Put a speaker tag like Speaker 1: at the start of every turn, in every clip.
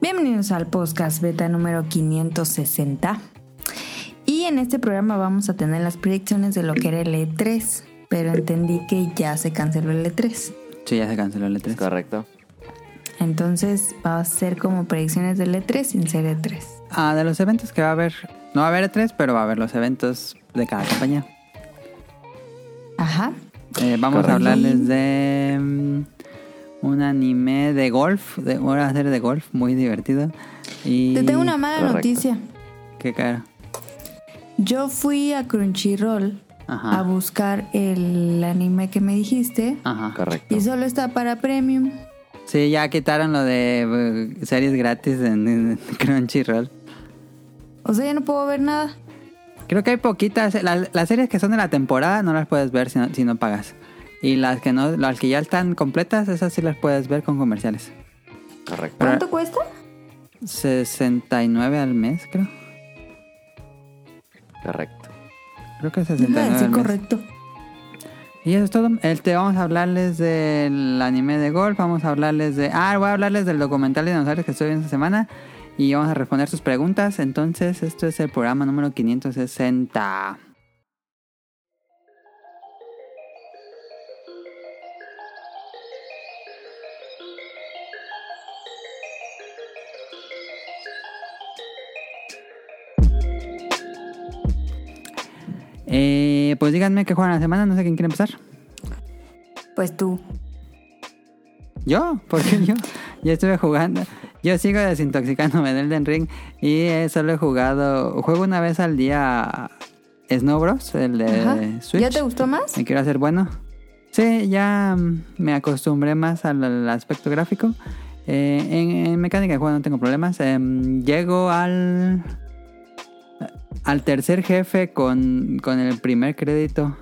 Speaker 1: Bienvenidos al podcast beta número 560. Y en este programa vamos a tener las predicciones de lo que era el E3, pero entendí que ya se canceló el E E3.
Speaker 2: Sí, ya se canceló el E E3.
Speaker 3: Es correcto.
Speaker 1: Entonces va a ser como predicciones del E3 sin ser E E3.
Speaker 2: Ah, de los eventos que va a haber. No va a haber E3, pero va a haber los eventos de cada compañía.
Speaker 1: Ajá.
Speaker 2: Eh, vamos
Speaker 3: Correcto.
Speaker 2: a hablarles de mm, un anime de golf, de una serie de golf muy divertido. Y
Speaker 1: Te tengo una mala
Speaker 3: correcto.
Speaker 1: noticia.
Speaker 2: Qué cara.
Speaker 1: Yo fui a Crunchyroll a
Speaker 2: Ajá. Ah.
Speaker 1: buscar el anime que me dijiste
Speaker 2: Ajá.
Speaker 3: Correcto.
Speaker 1: y solo está para premium.
Speaker 2: Sí, ya quitaron lo de eh, series gratis en, en Crunchyroll.
Speaker 1: O sea, ya no puedo ver nada.
Speaker 2: Creo que hay poquitas. Las, las series que son de la temporada no las puedes ver si no, si no pagas. Y las que no, las que ya están completas, esas sí las puedes ver con comerciales.
Speaker 3: Correcto.
Speaker 1: ¿Cuánto cuesta?
Speaker 2: 69 al mes, creo.
Speaker 3: Correcto.
Speaker 2: Creo que
Speaker 1: Ah,
Speaker 2: 69
Speaker 1: sí,
Speaker 2: al mes.
Speaker 1: correcto.
Speaker 2: Y eso es todo. Este, vamos a hablarles del anime de golf, vamos a hablarles de... Ah, voy a hablarles del documental de dinosaurios que estoy viendo esta semana y vamos a responder sus preguntas. Entonces, esto es el programa número 560. Eh, pues díganme qué juegan la semana, no sé quién quiere empezar.
Speaker 1: Pues tú.
Speaker 2: ¿Yo? Porque yo, yo estuve jugando. Yo sigo desintoxicándome del Elden Ring y eh, solo he jugado. Juego una vez al día Snow Bros, el de
Speaker 1: Ajá.
Speaker 2: Eh, Switch.
Speaker 1: ¿Ya te gustó más?
Speaker 2: Me quiero hacer bueno. Sí, ya mm, me acostumbré más al, al aspecto gráfico. Eh, en, en mecánica de juego no tengo problemas. Em, llego al. Al tercer jefe con, con el primer crédito.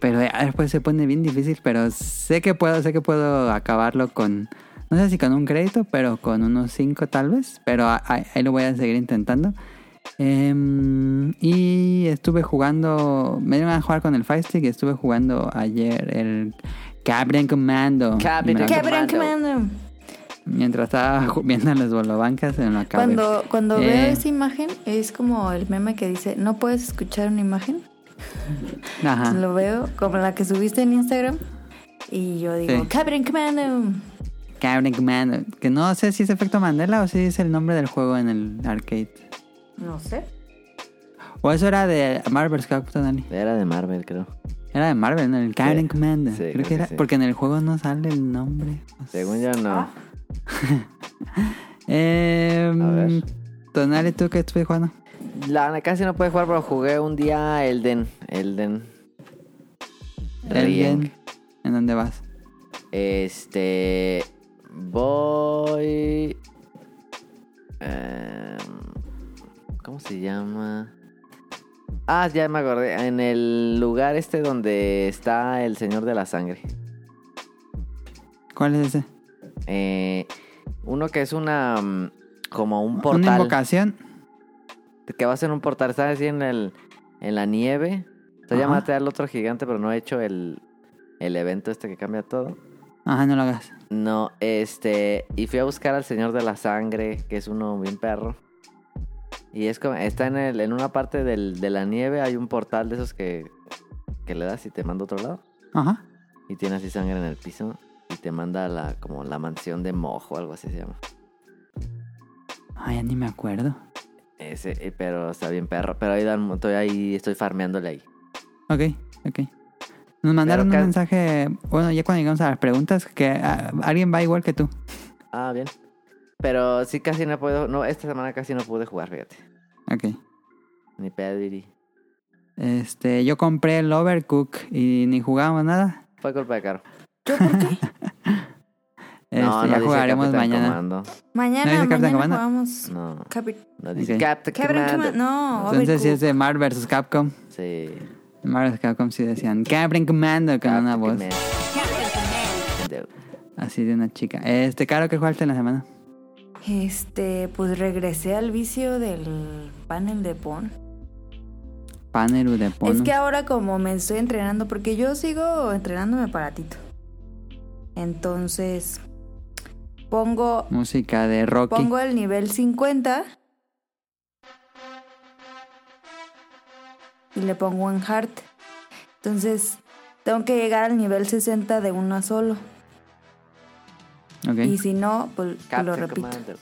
Speaker 2: Pero ya después se pone bien difícil. Pero sé que puedo, sé que puedo acabarlo con. No sé si con un crédito, pero con unos cinco tal vez. Pero a- a- ahí lo voy a seguir intentando. Em, y estuve jugando. Me dieron a jugar con el Fire Stick. y Estuve jugando ayer el Cabrian Commando.
Speaker 3: Captain
Speaker 2: Me-
Speaker 3: Qué
Speaker 1: ¿Qué
Speaker 3: Commando.
Speaker 1: habrán
Speaker 3: brand que
Speaker 1: quemando?
Speaker 2: Mientras estaba ju- viendo a las bolobancas en la cabeza.
Speaker 1: Cuando, cuando
Speaker 2: Eh.
Speaker 1: veo esa imagen, es como el meme que dice, no puedes escuchar una imagen.
Speaker 2: Ajá.
Speaker 1: Lo veo como la que subiste en Instagram. Y yo digo,
Speaker 2: Sí.
Speaker 1: Captain Commando.
Speaker 2: Cabrian Commando. Que no sé si es efecto Mandela o si es el nombre del juego en el arcade.
Speaker 1: No sé.
Speaker 2: O eso era de Marvel Captain Dani.
Speaker 3: Era de Marvel, creo.
Speaker 2: Era de Marvel, en el Cabrian Commando.
Speaker 3: Sí,
Speaker 2: creo que era.
Speaker 3: sí.
Speaker 2: Porque en el juego no sale el nombre.
Speaker 3: Según yo,
Speaker 1: Ah.
Speaker 3: no.
Speaker 2: Eh,
Speaker 3: A ver.
Speaker 2: Tonali, ¿tú qué estuviste jugando?
Speaker 3: La Ana casi no puede jugar, pero jugué un día Elden. Elden. Ring.
Speaker 2: Elden, ¿En dónde vas?
Speaker 3: Este. Voy. em, ¿Cómo se llama? Ah, ya me acordé. En el lugar este donde está el Señor de la Sangre.
Speaker 2: ¿Cuál es ese?
Speaker 3: Eh, uno que es una. mm, Como un
Speaker 2: Una
Speaker 3: portal.
Speaker 2: invocación.
Speaker 3: que va a ser un portal. Está así en, el, en la nieve. Está
Speaker 2: Ajá.
Speaker 3: llamate al otro gigante, pero no he hecho el, el evento este que cambia todo.
Speaker 2: Ajá, no lo hagas.
Speaker 3: No, este. Y fui a buscar al Señor de la Sangre, que es uno bien perro. Y es como. Está en, el, en una parte del- de la nieve, hay un portal de esos que, que le das y te manda a otro lado.
Speaker 2: Ajá.
Speaker 3: Y tiene así sangre en el piso. Y te manda a la, como la mansión de mojo, algo así se llama.
Speaker 2: Ay, ya ni me acuerdo.
Speaker 3: Ese, eh, pero está bien perro. Pero ahí dan- estoy ahí, estoy farmeándole ahí.
Speaker 2: Ok, ok. Nos mandaron
Speaker 3: ca-
Speaker 2: un mensaje, bueno, ya cuando llegamos a las preguntas, que ah, alguien va igual que tú.
Speaker 3: Ah, bien. Pero sí casi no puedo. No, esta semana casi no pude jugar, fíjate.
Speaker 2: Ok.
Speaker 3: Ni pediri.
Speaker 2: Este, yo compré el Overcook y ni jugábamos nada.
Speaker 3: Fue culpa de Caro.
Speaker 1: ¿Yo por qué?
Speaker 2: Este,
Speaker 3: no, no
Speaker 2: ya
Speaker 3: dice
Speaker 2: jugaremos
Speaker 3: Capitán
Speaker 2: mañana.
Speaker 3: Comando.
Speaker 2: ¿No
Speaker 1: Mañana,
Speaker 2: dice Captain
Speaker 1: mañana
Speaker 2: Commando?
Speaker 1: jugamos.
Speaker 3: No,
Speaker 1: Capi-
Speaker 3: no dice
Speaker 2: Ok.
Speaker 3: Captain
Speaker 1: ¿Qué habrán
Speaker 3: Commander.
Speaker 1: quemado? No,
Speaker 2: Entonces, si es
Speaker 1: Overcook.
Speaker 2: de Marvel vs. Capcom,
Speaker 3: Sí.
Speaker 2: Marvel vs. Capcom sí decían Captain Commando con una
Speaker 3: Captain
Speaker 2: voz
Speaker 3: Commander.
Speaker 2: así de una chica. Este, Caro, ¿qué jugaste en la semana?
Speaker 1: Este, pues regresé al vicio del panel de Pon.
Speaker 2: Paneru de Pono.
Speaker 1: Es que ahora como me estoy entrenando, porque yo sigo entrenándome para Tito. Entonces, Pongo,
Speaker 2: Música de Rocky.
Speaker 1: pongo el nivel 50 y le pongo en hard. Entonces, tengo que llegar al nivel 60 de uno a solo.
Speaker 2: Ok.
Speaker 1: Y si no, pues lo
Speaker 3: Captain
Speaker 1: repito.
Speaker 3: Commander.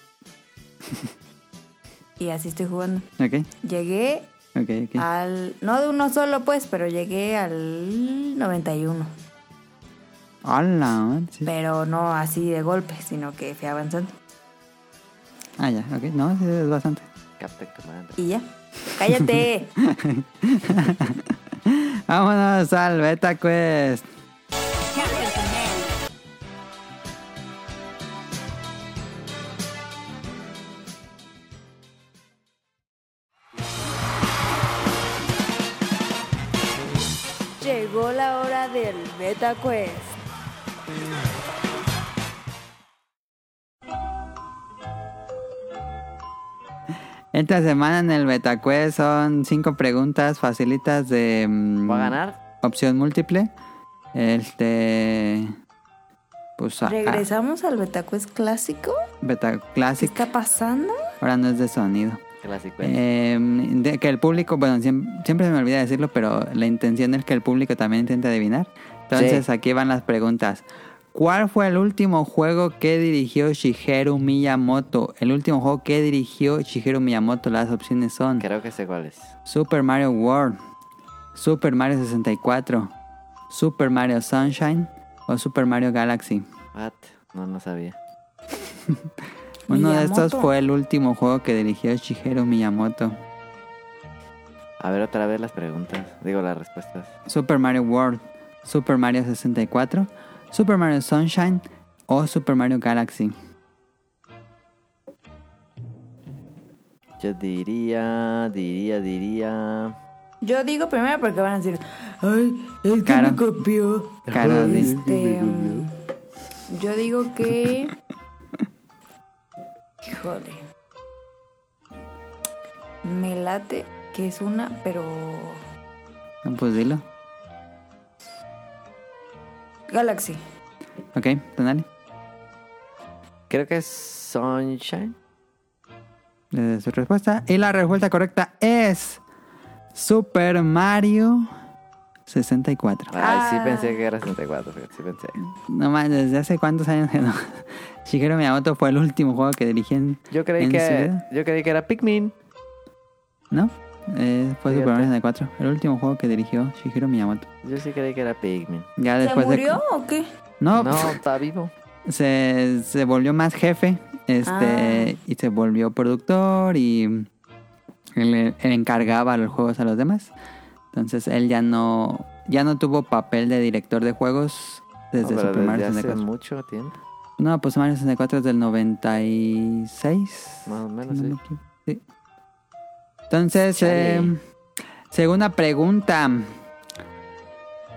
Speaker 1: Y así estoy jugando.
Speaker 2: Ok,
Speaker 1: Llegué
Speaker 2: ok, ok.
Speaker 1: al. No de uno solo, pues, pero llegué al 91.
Speaker 2: Hola, man, sí.
Speaker 1: Pero no así de golpe, sino que fui avanzando.
Speaker 2: Ah, ya, ok. No, sí, es bastante.
Speaker 3: Captain Commander.
Speaker 2: Mm.
Speaker 1: Y ya. ¡Cállate!
Speaker 2: Vámonos al Beta Quest.
Speaker 1: Llegó la hora del Meta Quest.
Speaker 2: Esta semana en el Beta Quest son cinco preguntas facilitas de... mm,
Speaker 3: ¿Va a ganar?
Speaker 2: Opción múltiple. Este... Pues... ah,
Speaker 1: ¿Regresamos al Beta Quest clásico?
Speaker 2: ah, Beta
Speaker 1: ¿Qué
Speaker 2: Classic.
Speaker 1: está pasando?
Speaker 2: Ahora no es de sonido.
Speaker 3: Clásico. ¿eh?
Speaker 2: Eh, de- que el público, bueno, siem- siempre, se me olvida decirlo, pero la intención es que el público también intente adivinar. Entonces
Speaker 3: Sí.
Speaker 2: aquí van las preguntas. ¿Cuál fue el último juego que dirigió Shigeru Miyamoto? El último juego que dirigió Shigeru Miyamoto, las opciones son
Speaker 3: Creo que sé cuál es.
Speaker 2: Super Mario World, Super Mario 64, Super Mario Sunshine o Super Mario Galaxy.
Speaker 3: What? No, no sabía.
Speaker 2: Uno de estos
Speaker 1: Miyamoto.
Speaker 2: fue el último juego que dirigió Shigeru Miyamoto.
Speaker 3: A ver otra vez las preguntas. Digo las respuestas.
Speaker 2: Super Mario World, Super Mario 64, Super Mario Sunshine o Super Mario Galaxy.
Speaker 3: Yo diría, diría, diría.
Speaker 1: Yo digo primero porque van a decir, ay, es que
Speaker 2: Cara.
Speaker 1: me copió.
Speaker 2: Cara de-
Speaker 1: Este, mm, yo digo que... Híjole. Me late que es una, pero...
Speaker 2: No, Pues dilo.
Speaker 1: Galaxy.
Speaker 2: Ok, tonale.
Speaker 3: Creo que es Sunshine.
Speaker 2: Desde su respuesta. Y la respuesta correcta es Super Mario 64.
Speaker 3: Ay, sí
Speaker 1: Ah.
Speaker 3: pensé que era 64. fíjate, Sí pensé.
Speaker 2: No más, desde hace cuántos años que no. Shigeru Miyamoto fue el último juego que dirigí en-
Speaker 3: Yo creí
Speaker 2: ¿En
Speaker 3: que
Speaker 2: serio?
Speaker 3: yo creí que era Pikmin.
Speaker 2: ¿No? Eh, fue Super
Speaker 3: Fíjate.
Speaker 2: Mario 64. El último juego que dirigió Shigeru Miyamoto.
Speaker 3: Yo sí creí que era Pikmin.
Speaker 2: Ya
Speaker 1: ¿Se
Speaker 2: después
Speaker 1: murió
Speaker 2: de.
Speaker 1: o qué?
Speaker 2: No,
Speaker 3: No, está vivo.
Speaker 2: se, se volvió más jefe este
Speaker 1: Ah.
Speaker 2: y se volvió productor y él, él encargaba los juegos a los demás entonces él ya no ya no tuvo papel de director de juegos desde
Speaker 3: No, pero
Speaker 2: Super Mario
Speaker 3: desde hace
Speaker 2: 64
Speaker 3: mucho tiempo.
Speaker 2: no pues Mario 64 es del 96
Speaker 3: Más o menos,
Speaker 2: si no
Speaker 3: sí.
Speaker 2: me equivoco. Sí. Entonces,
Speaker 3: Chale.
Speaker 2: eh, segunda pregunta.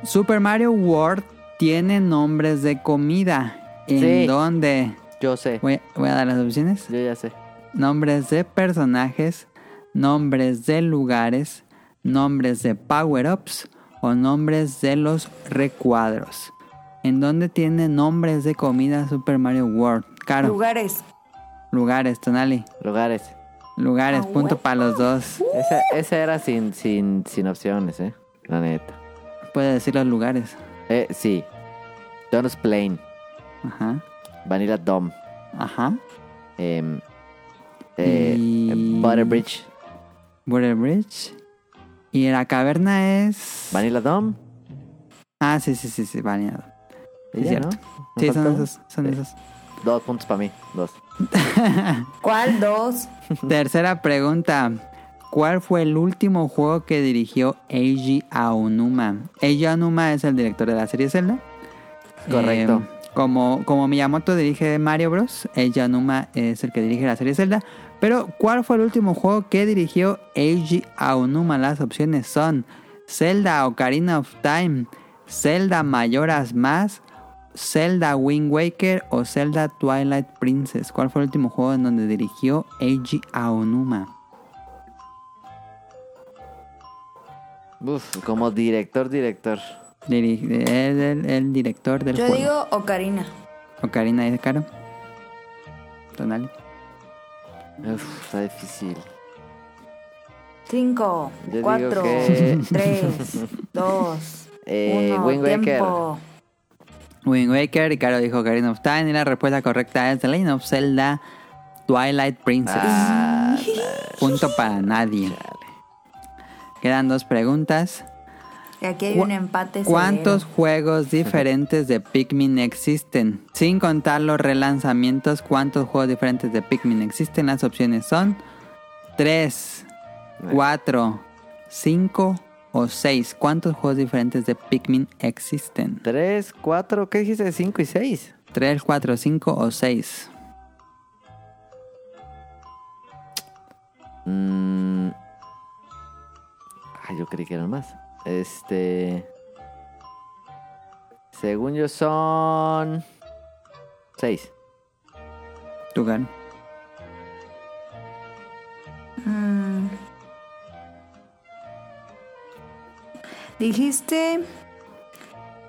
Speaker 2: Super Mario World tiene nombres de comida. ¿En
Speaker 3: Sí.
Speaker 2: dónde?
Speaker 3: Yo sé.
Speaker 2: Voy, voy a dar las opciones.
Speaker 3: Yo ya sé.
Speaker 2: Nombres de personajes, nombres de lugares, nombres de power-ups o nombres de los recuadros. ¿En dónde tiene nombres de comida Super Mario World? Caro,
Speaker 1: Lugares.
Speaker 2: lugares, Tonali.
Speaker 3: Lugares.
Speaker 2: Lugares,
Speaker 1: Ah,
Speaker 2: punto
Speaker 1: huevo.
Speaker 2: para los dos.
Speaker 3: Esa, esa era sin, sin, sin opciones, eh. La neta.
Speaker 2: Puede decir los lugares.
Speaker 3: Eh, sí. Donuts Plain.
Speaker 2: Ajá.
Speaker 3: Vanilla Dome.
Speaker 2: Ajá.
Speaker 3: em, eh,
Speaker 2: Y-
Speaker 3: Butterbridge.
Speaker 2: Water Bridge. Y la caverna es.
Speaker 3: Vanilla Dome.
Speaker 2: Ah, sí, sí, sí, sí, baneado.
Speaker 3: Y
Speaker 2: Es
Speaker 3: ya,
Speaker 2: cierto.
Speaker 3: ¿no? ¿No
Speaker 2: Sí, son
Speaker 3: faltó?
Speaker 2: esos. Son
Speaker 3: Sí.
Speaker 2: esos.
Speaker 3: Dos puntos para mí. Dos.
Speaker 1: ¿Cuál dos?
Speaker 2: Tercera pregunta. ¿Cuál fue el último juego que dirigió Eiji Aonuma? Eiji Aonuma es el director de la serie Zelda.
Speaker 3: Correcto.
Speaker 2: Eh, como, como Miyamoto dirige Mario Bros., Eiji Aonuma es el que dirige la serie Zelda. Pero, ¿cuál fue el último juego que dirigió Eiji Aonuma? Las opciones son Zelda Ocarina of Time, Zelda Mayoras Más, Zelda Wind Waker o Zelda Twilight Princess. ¿Cuál fue el último juego en donde dirigió Eiji Aonuma?
Speaker 3: Uf, como director, director.
Speaker 2: Diri- el, el- el director del
Speaker 1: Yo
Speaker 2: juego.
Speaker 1: digo Ocarina.
Speaker 2: Ocarina de Caro. tonal.
Speaker 3: Uf, está difícil.
Speaker 1: 5,
Speaker 3: Yo
Speaker 1: 4,
Speaker 3: digo que-
Speaker 1: 3, 2,
Speaker 3: Eh,
Speaker 1: 1,
Speaker 3: Wind Waker.
Speaker 1: tiempo.
Speaker 2: Wind Waker, y Caro dijo Ocarina of Time, y la respuesta correcta es The Legend of Zelda Twilight Princess.
Speaker 3: Ah,
Speaker 2: Punto para nadie. Quedan dos preguntas.
Speaker 1: Y aquí hay
Speaker 2: Cu-
Speaker 1: un empate. severo.
Speaker 2: ¿Cuántos juegos diferentes de Pikmin existen? Sin contar los relanzamientos, ¿cuántos juegos diferentes de Pikmin existen? Las opciones son 3, 4, 5 o 6. ¿Cuántos juegos diferentes de Pikmin existen?
Speaker 3: Tres, cuatro, ¿qué dijiste? Cinco y seis.
Speaker 2: 3, 4, 5 o 6.
Speaker 3: Mm. Ay, yo creí que eran más. Este. Según yo son. Seis.
Speaker 2: ¿Tú, Caro?
Speaker 1: Mm. Dijiste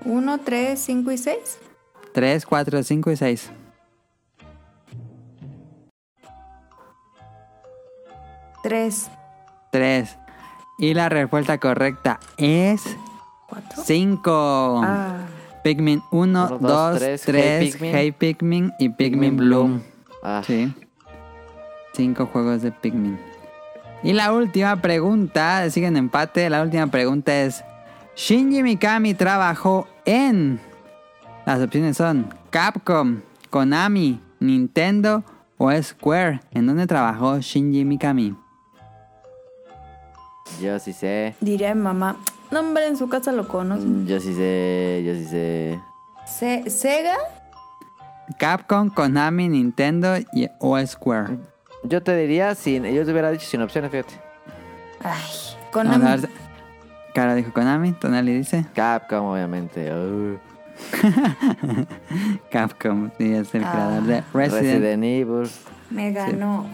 Speaker 1: 1, 3, 5 y 6.
Speaker 2: 3, 4, 5 y 6.
Speaker 1: Tres,
Speaker 2: 3. Y la respuesta correcta es
Speaker 1: cuatro.
Speaker 2: Mm. 5.
Speaker 1: Ah,
Speaker 2: Pikmin 1,
Speaker 3: Uno,
Speaker 2: 2,
Speaker 3: dos,
Speaker 2: 3,
Speaker 3: tres, Hey Pikmin.
Speaker 2: Hey Pikmin y Pikmin Bloom.
Speaker 3: Ah,
Speaker 2: Sí. 5 juegos de Pikmin. Y la última pregunta, siguen empate, la última pregunta es, Shinji Mikami trabajó en... Las opciones son Capcom, Konami, Nintendo o Square. ¿En dónde trabajó Shinji Mikami?
Speaker 3: yo sí sé.
Speaker 1: diré a mi mamá. No, hombre, en su casa lo conocen.
Speaker 3: Mm, Yo sí sé, yo sí sé.
Speaker 1: Se- ¿Sega?
Speaker 2: Capcom, Konami, Nintendo y, o Square.
Speaker 3: Yo te diría sin. Yo te hubiera dicho sin opciones, fíjate.
Speaker 1: Ay,
Speaker 2: Vamos a
Speaker 1: Konami.
Speaker 2: ver- Cara dijo Konami, Tonali dice
Speaker 3: Capcom, obviamente. Uh,
Speaker 2: Capcom, sí, es el
Speaker 1: Ah.
Speaker 2: creador de Resident
Speaker 3: Resident Evil.
Speaker 1: Me ganó.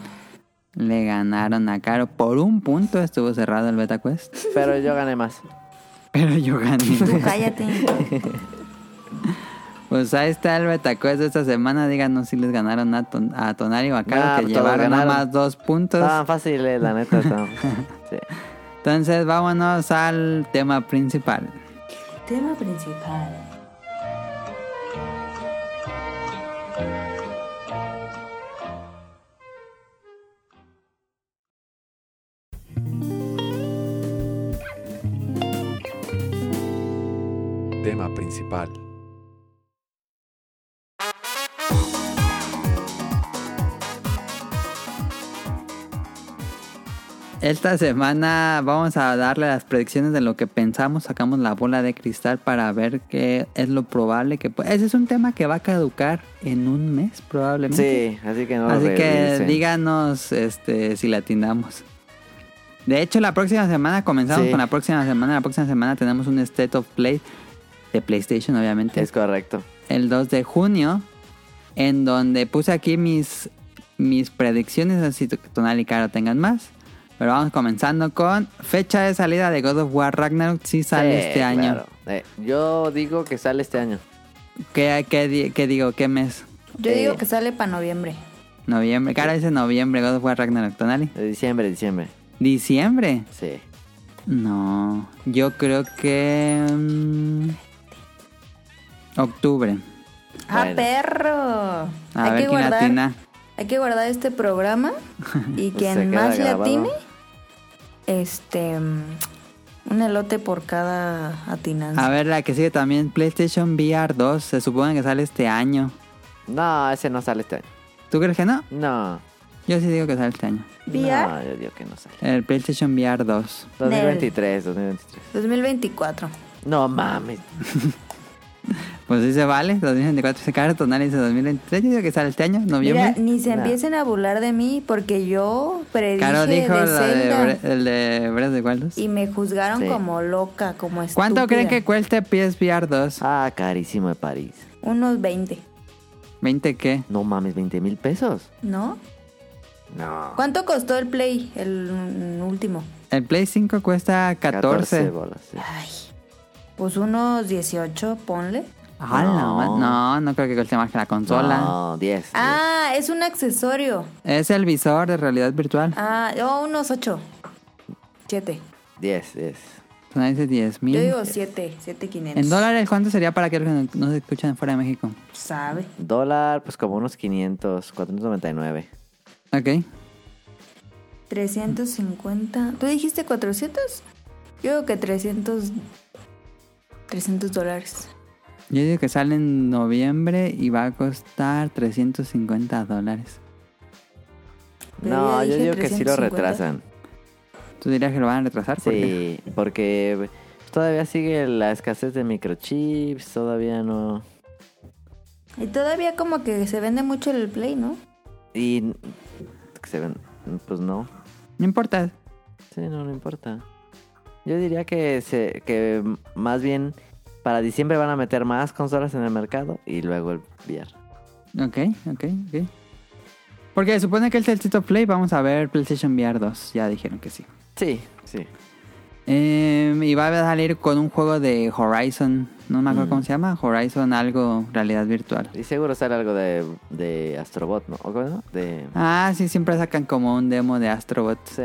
Speaker 2: Le ganaron a Caro. Por un punto estuvo cerrado el Beta Quest.
Speaker 3: Pero yo gané más.
Speaker 2: Pero yo
Speaker 1: Tú
Speaker 2: gané.
Speaker 1: cállate.
Speaker 2: pues ahí está el Beta Quest de esta semana. Díganos si les ganaron a, Ton- a Tonari o a Caro,
Speaker 3: Nah,
Speaker 2: que
Speaker 3: Ah, pues todos
Speaker 2: llevaron nada
Speaker 3: ganaron. Ah.
Speaker 2: más dos puntos.
Speaker 3: Estaban fáciles, eh, la neta. estaban- sí.
Speaker 2: Entonces vámonos al tema principal.
Speaker 1: Tema principal.
Speaker 4: Tema principal.
Speaker 2: Esta semana vamos a darle las predicciones de lo que pensamos. Sacamos la bola de cristal para ver qué es lo probable que... pu- Ese es un tema que va a caducar en un mes probablemente.
Speaker 3: Sí, así que no lo
Speaker 2: Así que
Speaker 3: revisen.
Speaker 2: díganos este, si la atindamos. De hecho, la próxima semana comenzamos
Speaker 3: Sí.
Speaker 2: con la próxima semana. La próxima semana tenemos un State of Play de PlayStation, obviamente.
Speaker 3: Es correcto.
Speaker 2: El 2 de junio, en donde puse aquí mis, mis predicciones. Así que Tonal y Caro tengan más. Pero vamos comenzando con fecha de salida de God of War Ragnarok. Si sale
Speaker 3: Sí,
Speaker 2: este año.
Speaker 3: claro. Eh, yo digo que sale este año.
Speaker 2: ¿Qué, qué di- qué digo? ¿Qué mes?
Speaker 1: Yo
Speaker 3: Eh.
Speaker 1: digo que sale para noviembre.
Speaker 2: Noviembre. Caro dice noviembre, God of War Ragnarok. Tonali.
Speaker 3: De diciembre, diciembre.
Speaker 2: Diciembre.
Speaker 3: Sí.
Speaker 2: No, yo creo que... mm, octubre.
Speaker 1: ¡Ah,
Speaker 3: Bueno.
Speaker 1: perro!
Speaker 2: A ver quién latina.
Speaker 1: Hay que guardar este programa y
Speaker 3: Se
Speaker 1: quien
Speaker 3: queda
Speaker 1: más le
Speaker 3: grabado.
Speaker 1: atine, este, mm, un elote por cada atinanza.
Speaker 2: A ver, la que sigue también, PlayStation VR 2. Se supone que sale este año.
Speaker 3: No, ese no sale este año.
Speaker 2: ¿Tú crees que no?
Speaker 3: No.
Speaker 2: Yo sí digo que sale este año.
Speaker 1: VR.
Speaker 3: No, yo digo que no sale.
Speaker 2: El PlayStation VR 2.
Speaker 3: 2023, 2023.
Speaker 1: 2024.
Speaker 3: No mames.
Speaker 2: Pues sí se vale, 2024 se cae, tonal dice 2023. Yo digo que sale este año, noviembre.
Speaker 1: Mira, ni se
Speaker 3: No.
Speaker 1: empiecen a burlar de mí porque yo predije
Speaker 2: Caro dijo
Speaker 1: de
Speaker 2: la de
Speaker 1: Zelda
Speaker 2: Bre- el de Breath of the Wild 2.
Speaker 1: y me juzgaron
Speaker 3: Sí.
Speaker 1: como loca, como estúpida.
Speaker 2: ¿Cuánto creen que cueste PSVR 2?
Speaker 3: Ah, carísimo de París.
Speaker 1: Unos 20,
Speaker 2: ¿20 qué?
Speaker 3: No mames, 20 mil pesos.
Speaker 1: ¿no?
Speaker 3: No.
Speaker 1: ¿Cuánto costó el Play, el mm, último?
Speaker 2: El Play 5 cuesta 14.
Speaker 3: bolas. sí.
Speaker 1: Ay, pues unos 18, ponle.
Speaker 2: Ah, la
Speaker 3: No.
Speaker 2: ma- no, no creo que cueste más que la consola.
Speaker 3: No, 10.
Speaker 1: Ah, es un accesorio.
Speaker 2: Es el visor de realidad virtual.
Speaker 1: Ah, oh, unos ocho. Siete.
Speaker 3: 10, 10.
Speaker 2: Son ahí dice 10 mil.
Speaker 1: Yo digo siete, siete quinientos.
Speaker 2: En dólares, ¿cuánto sería para aquellos que no- no se escuchan fuera de México?
Speaker 1: Sabe.
Speaker 3: Dólar, pues como unos 500, 499.
Speaker 2: Ok.
Speaker 1: 350. ¿Tú dijiste 400? Yo digo que 300. 300 dólares.
Speaker 2: Yo digo que sale en noviembre y va a costar 350 dólares.
Speaker 1: Pero
Speaker 3: No,
Speaker 1: ya
Speaker 3: yo
Speaker 1: dije
Speaker 3: digo que sí lo
Speaker 1: 350.
Speaker 3: retrasan.
Speaker 2: ¿Tú dirías que lo van a retrasar? ¿Por qué?
Speaker 3: Sí, porque todavía sigue la escasez de microchips, todavía no.
Speaker 1: Y todavía como que se vende mucho el Play, ¿no?
Speaker 3: Y que se ven, pues no.
Speaker 2: No importa.
Speaker 3: Sí, no, no importa. Yo diría que se, que más bien para diciembre van a meter más consolas en el mercado y luego el VR.
Speaker 2: Ok, ok, ok. Porque se supone que es el State of Play. Vamos a ver PlayStation VR 2. Ya dijeron que sí.
Speaker 3: Sí, sí.
Speaker 2: Eh, y va a salir con un juego de Horizon. No me acuerdo
Speaker 3: Mm.
Speaker 2: cómo se llama. Horizon algo realidad virtual.
Speaker 3: Y seguro sale algo de, de Astrobot, ¿no? ¿O cómo no? De.
Speaker 2: Ah, sí, siempre sacan como un demo de Astrobot.
Speaker 3: Sí.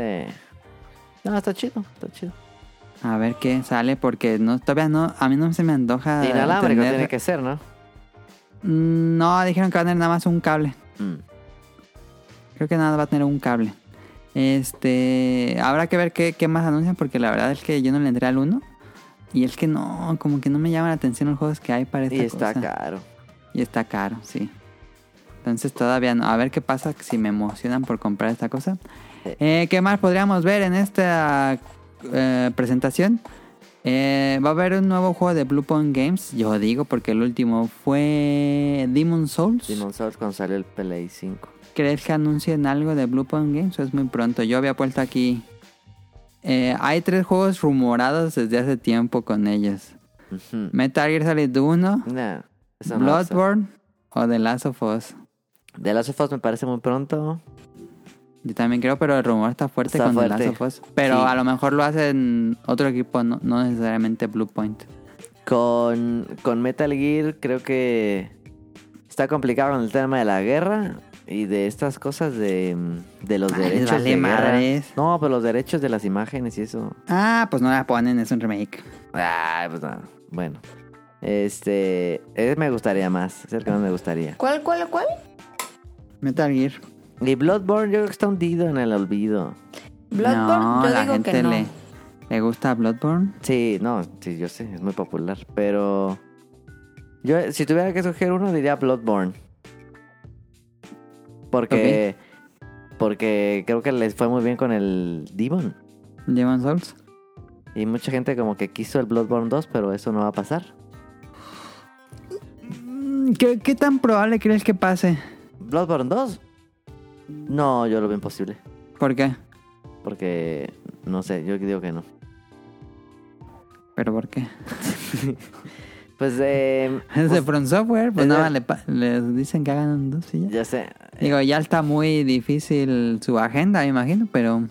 Speaker 3: No, está chido, está chido.
Speaker 2: A ver qué sale porque no todavía no a mí no se me antoja
Speaker 3: Inalámbrico
Speaker 2: Ah, entender-
Speaker 3: tiene que ser, ¿no?
Speaker 2: Mm, No, dijeron que va a tener nada más un cable.
Speaker 3: Mm.
Speaker 2: Creo que nada va a tener un cable. Este, habrá que ver qué, qué más anuncian porque la verdad es que yo no le entré al uno y es que no, como que no me llama la atención los juegos que hay para esta
Speaker 3: Y está
Speaker 2: cosa.
Speaker 3: caro.
Speaker 2: Y está caro, sí. Entonces todavía no. A ver qué pasa si me emocionan por comprar esta cosa. Eh, ¿Qué más podríamos ver en esta eh, presentación? Eh, va a haber un nuevo juego de Blue Point Games. Yo digo porque el último fue Demon Souls.
Speaker 3: Demon Souls cuando salió el Play 5.
Speaker 2: ¿Crees que anuncien algo de Blue Point Games? ¿O es muy pronto? Yo había puesto aquí... eh, hay tres juegos rumorados desde hace tiempo con ellos.
Speaker 3: Ujú.
Speaker 2: Metal Gear Solid 1,
Speaker 3: Nah, eso no va a pasar.
Speaker 2: Bloodborne o The Last of Us.
Speaker 3: The Last of Us me parece muy pronto.
Speaker 2: Yo también creo, pero el rumor está fuerte
Speaker 3: Está
Speaker 2: con The
Speaker 3: fuerte.
Speaker 2: Last of Us. Pero
Speaker 3: Sí.
Speaker 2: a lo mejor lo hacen otro equipo, no, no necesariamente Blue Point.
Speaker 3: Con, con Metal Gear creo que está complicado con el tema de la guerra y de estas cosas de, de los
Speaker 2: Ay,
Speaker 3: derechos
Speaker 2: vale
Speaker 3: de guerra.
Speaker 2: madres.
Speaker 3: No, pero los derechos de las imágenes y eso.
Speaker 2: Ah, pues no la ponen, es un remake.
Speaker 3: Ah, pues nada. Bueno. Este, ese me gustaría más, es el que más me gustaría.
Speaker 1: ¿Cuál, cuál, cuál?
Speaker 2: Metal Gear.
Speaker 3: Y Bloodborne yo creo que está hundido en el olvido.
Speaker 1: Bloodborne,
Speaker 2: no,
Speaker 1: yo
Speaker 2: la
Speaker 1: digo
Speaker 2: gente
Speaker 1: que no.
Speaker 2: le, le gusta Bloodborne.
Speaker 3: Sí, no, sí, yo sé, es muy popular, pero yo si tuviera que escoger uno diría Bloodborne. Porque porque creo que les fue muy bien con el Demon
Speaker 2: Demon Souls.
Speaker 3: y mucha gente como que quiso el Bloodborne 2, pero eso no va a pasar.
Speaker 2: Mm, ¿Qué, qué tan probable crees que pase?
Speaker 3: Bloodborne 2? No, yo lo veo imposible,
Speaker 2: ¿Por qué?
Speaker 3: porque no sé, yo digo que no.
Speaker 2: ¿Pero por qué?
Speaker 3: Pues eh,
Speaker 2: Es de
Speaker 3: pues,
Speaker 2: From Software, pues
Speaker 3: es
Speaker 2: nada,
Speaker 3: de-
Speaker 2: le pa- les dicen que hagan un dos y ya.
Speaker 3: ya sé.
Speaker 2: Digo, ya está muy difícil su agenda, me imagino, pero...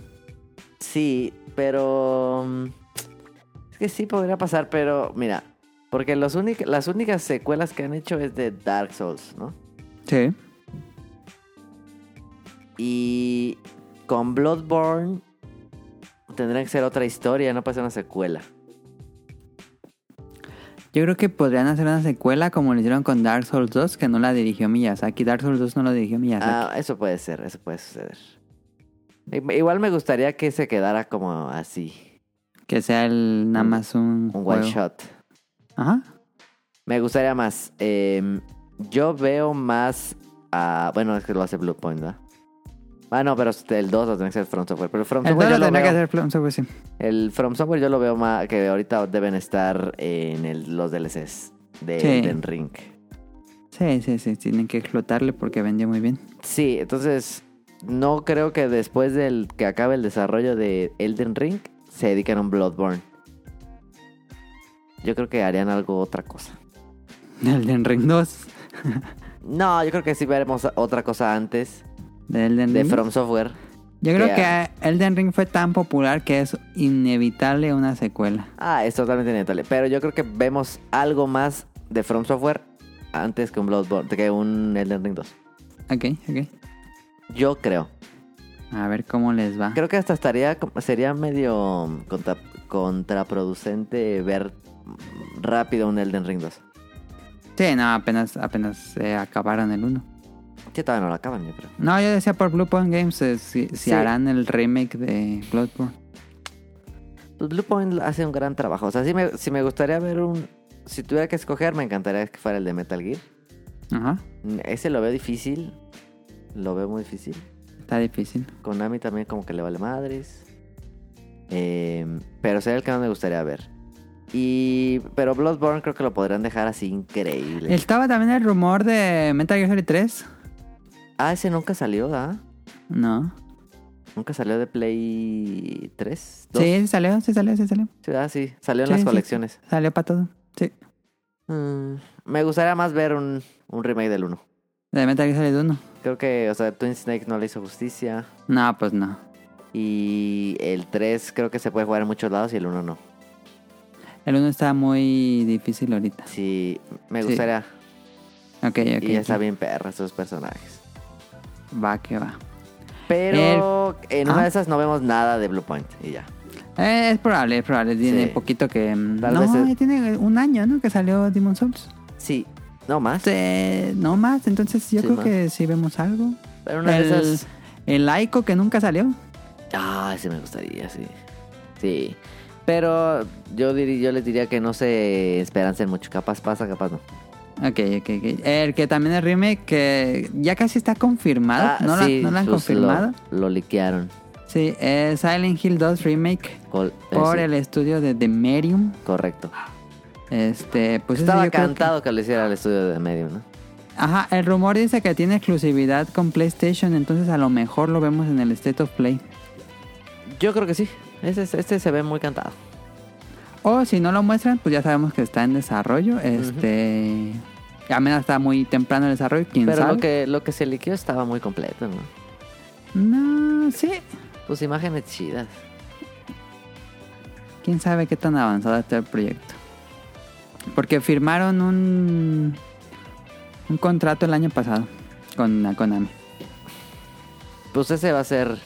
Speaker 3: Sí, pero... mm, Es que sí podría pasar, pero mira, porque los únic- las únicas secuelas que han hecho es de Dark Souls, ¿no?
Speaker 2: Sí.
Speaker 3: Y con Bloodborne tendría que ser otra historia, no puede ser una secuela.
Speaker 2: Yo creo que podrían hacer una secuela como lo hicieron con Dark Souls 2, que no la dirigió Miyazaki. Dark Souls 2 no lo dirigió Miyazaki.
Speaker 3: Ah, eso puede ser, eso puede suceder. I- Igual me gustaría que se quedara como así,
Speaker 2: que sea el nada
Speaker 3: Ah, un-
Speaker 2: más un,
Speaker 3: un
Speaker 2: juego.
Speaker 3: one shot.
Speaker 2: Ajá.
Speaker 3: Me gustaría más. eh, yo veo más a. Bueno, es que lo hace Blue Point, ¿verdad? Ah, no, pero el 2 lo tiene que ser From Software. Pero el From
Speaker 2: El
Speaker 3: Software,
Speaker 2: 2 lo
Speaker 3: yo lo
Speaker 2: tendría que
Speaker 3: veo,
Speaker 2: hacer From Software, sí.
Speaker 3: el From Software yo lo veo más. Que ahorita deben estar en el- los DLCs de
Speaker 2: Sí.
Speaker 3: Elden Ring.
Speaker 2: Sí, sí, sí. Tienen que explotarle porque vendió muy bien.
Speaker 3: Sí, entonces. No creo que después del que acabe el desarrollo de Elden Ring se dediquen a un Bloodborne. Yo creo que harían algo otra cosa.
Speaker 2: Elden Ring 2.
Speaker 3: No, yo creo que sí veremos otra cosa antes
Speaker 2: De Elden
Speaker 3: de
Speaker 2: Ring.
Speaker 3: From Software.
Speaker 2: Yo creo
Speaker 3: Yeah.
Speaker 2: que Elden Ring fue tan popular que es inevitable una secuela.
Speaker 3: Ah, es totalmente inevitable. Pero yo creo que vemos algo más de From Software antes que un Bloodborne, que un Elden Ring 2.
Speaker 2: Ok, ok.
Speaker 3: Yo creo.
Speaker 2: A ver cómo les va.
Speaker 3: Creo que hasta estaría, sería medio contra- contraproducente ver rápido un Elden Ring 2.
Speaker 2: Sí, no, apenas, apenas eh, acabaron el 1.
Speaker 3: Que todavía no lo acaban, yo creo.
Speaker 2: No, yo decía por Blue Point Games eh, si, si
Speaker 3: Sí.
Speaker 2: harán el remake de Bloodborne.
Speaker 3: Pues Blue Point hace un gran trabajo. O sea, sí me, sí me gustaría ver un... Si tuviera que escoger, me encantaría que fuera el de Metal Gear.
Speaker 2: Ajá,
Speaker 3: Ese lo veo difícil. Lo veo muy difícil.
Speaker 2: está difícil.
Speaker 3: Konami también como que le vale madres. Eh, pero sería el que más me gustaría ver. Y... Pero Bloodborne creo que lo podrían dejar así increíble.
Speaker 2: Estaba también el rumor de Metal Gear Solid 3.
Speaker 3: Ah, ese nunca salió, ¿da?
Speaker 2: No.
Speaker 3: Nunca salió de Play 3. ¿Dos?
Speaker 2: Sí, sí salió, sí salió, sí salió.
Speaker 3: Sí, ah, sí. Salió en
Speaker 2: Sí,
Speaker 3: las
Speaker 2: sí,
Speaker 3: colecciones.
Speaker 2: Salió para todo. Sí.
Speaker 3: Mm, me gustaría más ver un, un remake del 1.
Speaker 2: De Metal Gear Solid 1.
Speaker 3: Creo que, o sea, Twin Snake no le hizo justicia.
Speaker 2: No, pues no.
Speaker 3: Y el 3 creo que se puede jugar en muchos lados y el 1 no.
Speaker 2: El 1 está muy difícil ahorita.
Speaker 3: Sí, me
Speaker 2: Sí,
Speaker 3: gustaría.
Speaker 2: Ok, ok.
Speaker 3: y ya está
Speaker 2: ok.
Speaker 3: bien perra esos personajes.
Speaker 2: Va que va.
Speaker 3: Pero en una
Speaker 2: ah.
Speaker 3: de esas no vemos nada de Blue Point y ya.
Speaker 2: Eh, es probable, es probable. Tiene
Speaker 3: Sí.
Speaker 2: poquito que... mm,
Speaker 3: Tal
Speaker 2: no,
Speaker 3: vez es-
Speaker 2: ya tiene un año, ¿no? Que salió Demon Souls.
Speaker 3: Sí, no más.
Speaker 2: Eh, no más, entonces yo
Speaker 3: Sí,
Speaker 2: creo
Speaker 3: más.
Speaker 2: que sí vemos algo.
Speaker 3: Pero una de
Speaker 2: El,
Speaker 3: esas.
Speaker 2: el Aiko que nunca salió.
Speaker 3: Ah, ese me gustaría, sí. Sí. Pero yo, diri- yo les diría que no se esperancen mucho. Capaz pasa, capaz no.
Speaker 2: Ok, ok, ok. El que también el remake que ya casi está confirmado.
Speaker 3: Ah,
Speaker 2: no,
Speaker 3: sí,
Speaker 2: la, no la han
Speaker 3: pues, lo-
Speaker 2: confirmado.
Speaker 3: Lo, liquearon.
Speaker 2: Sí, es Silent Hill 2 Remake
Speaker 3: Col- eh,
Speaker 2: por
Speaker 3: sí,
Speaker 2: el estudio de Demerium.
Speaker 3: Correcto.
Speaker 2: Este, Ah, pues ese
Speaker 3: Estaba
Speaker 2: yo creo que-
Speaker 3: cantado que... lo hiciera el estudio de Medium, ¿no?
Speaker 2: Ajá, el rumor dice que tiene exclusividad con PlayStation, entonces a lo mejor lo vemos en el State of Play.
Speaker 3: Yo creo que sí. Este, este se ve muy cantado.
Speaker 2: O si no lo muestran, pues ya sabemos que está en desarrollo. Este. A menos está muy temprano el desarrollo, quién
Speaker 3: Pero
Speaker 2: sabe.
Speaker 3: lo que, lo que se liqueó estaba muy completo, ¿no?
Speaker 2: No, sí.
Speaker 3: Pues imágenes chidas.
Speaker 2: Quién sabe qué tan avanzado está el proyecto. Porque firmaron un. Un contrato el año pasado con la Konami.
Speaker 3: Pues ese va a ser.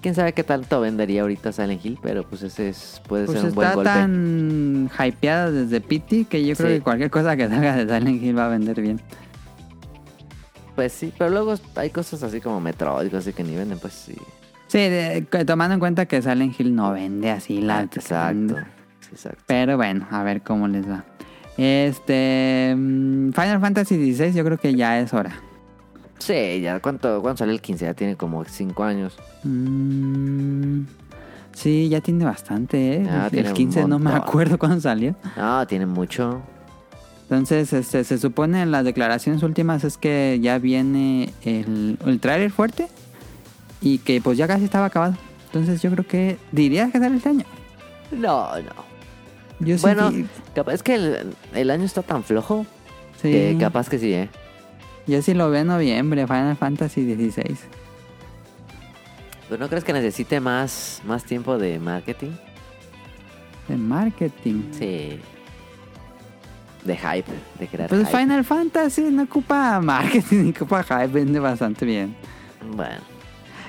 Speaker 3: Quién sabe qué tanto vendería ahorita Silent Hill, pero pues ese es- puede
Speaker 2: Pues
Speaker 3: ser un buen
Speaker 2: está
Speaker 3: golpe.
Speaker 2: tan hypeada desde Pity que yo creo
Speaker 3: Sí.
Speaker 2: que cualquier cosa que salga de Silent Hill va a vender bien.
Speaker 3: Pues sí, pero luego hay cosas así como Metroid, y cosas así que ni venden, pues sí.
Speaker 2: Sí, de- que tomando en cuenta que Silent Hill no vende así la...
Speaker 3: Exacto. sí, Exacto.
Speaker 2: Pero bueno, a ver cómo les va. Este... mm, Final Fantasy XVI yo creo que ya es hora.
Speaker 3: Sí, ya, ¿cuánto, ¿cuándo salió el 15? Ya tiene como 5 años.
Speaker 2: Mm, sí, ya tiene bastante, ¿eh?
Speaker 3: Ah,
Speaker 2: el,
Speaker 3: tiene un
Speaker 2: 15 no me
Speaker 3: montón.
Speaker 2: acuerdo cuándo salió.
Speaker 3: No, tiene mucho.
Speaker 2: Entonces, este, se supone en las declaraciones últimas es que ya viene el, el trailer fuerte y que pues ya casi estaba acabado. Entonces yo creo que dirías que sale este año.
Speaker 3: No, no.
Speaker 2: Yo sí
Speaker 3: Bueno,
Speaker 2: di-
Speaker 3: capaz es que el, el año está tan flojo
Speaker 2: sí.
Speaker 3: que capaz que sí, ¿eh?
Speaker 2: Yo sí lo veo en noviembre, Final Fantasy XVI.
Speaker 3: ¿Pero no crees que necesite más, más tiempo de marketing?
Speaker 2: De marketing.
Speaker 3: Sí. De hype, de crear
Speaker 2: Pues
Speaker 3: hype.
Speaker 2: Final Fantasy no ocupa marketing, ocupa hype, vende bastante bien.
Speaker 3: Bueno,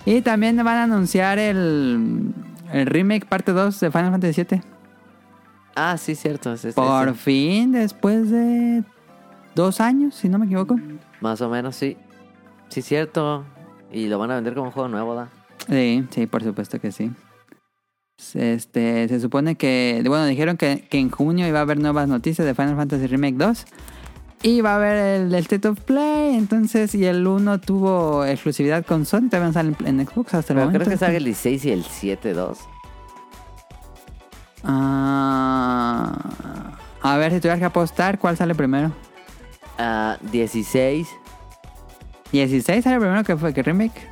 Speaker 2: Y también van a anunciar el, el remake parte 2 de Final Fantasy VII.
Speaker 3: Ah, sí, cierto. sí, sí,
Speaker 2: Por
Speaker 3: sí.
Speaker 2: fin, después de dos años, si no me equivoco.
Speaker 3: Más o menos, sí. Sí, cierto. Y lo van a vender como un juego nuevo, ¿da?
Speaker 2: Sí, sí, por supuesto que sí. Este, se supone que, bueno, dijeron que, que en junio iba a haber nuevas noticias de Final Fantasy Remake 2. Y va a haber el, el State of Play, entonces, y el 1 tuvo exclusividad con Sony, también sale en, en Xbox hasta el
Speaker 3: Pero
Speaker 2: momento.
Speaker 3: creo que salga el 16 y el 7, 2.
Speaker 2: Ah, a ver, si tuvieras que apostar, ¿cuál sale primero?
Speaker 3: Ah, 16.
Speaker 2: 16 sale primero que fue que remake.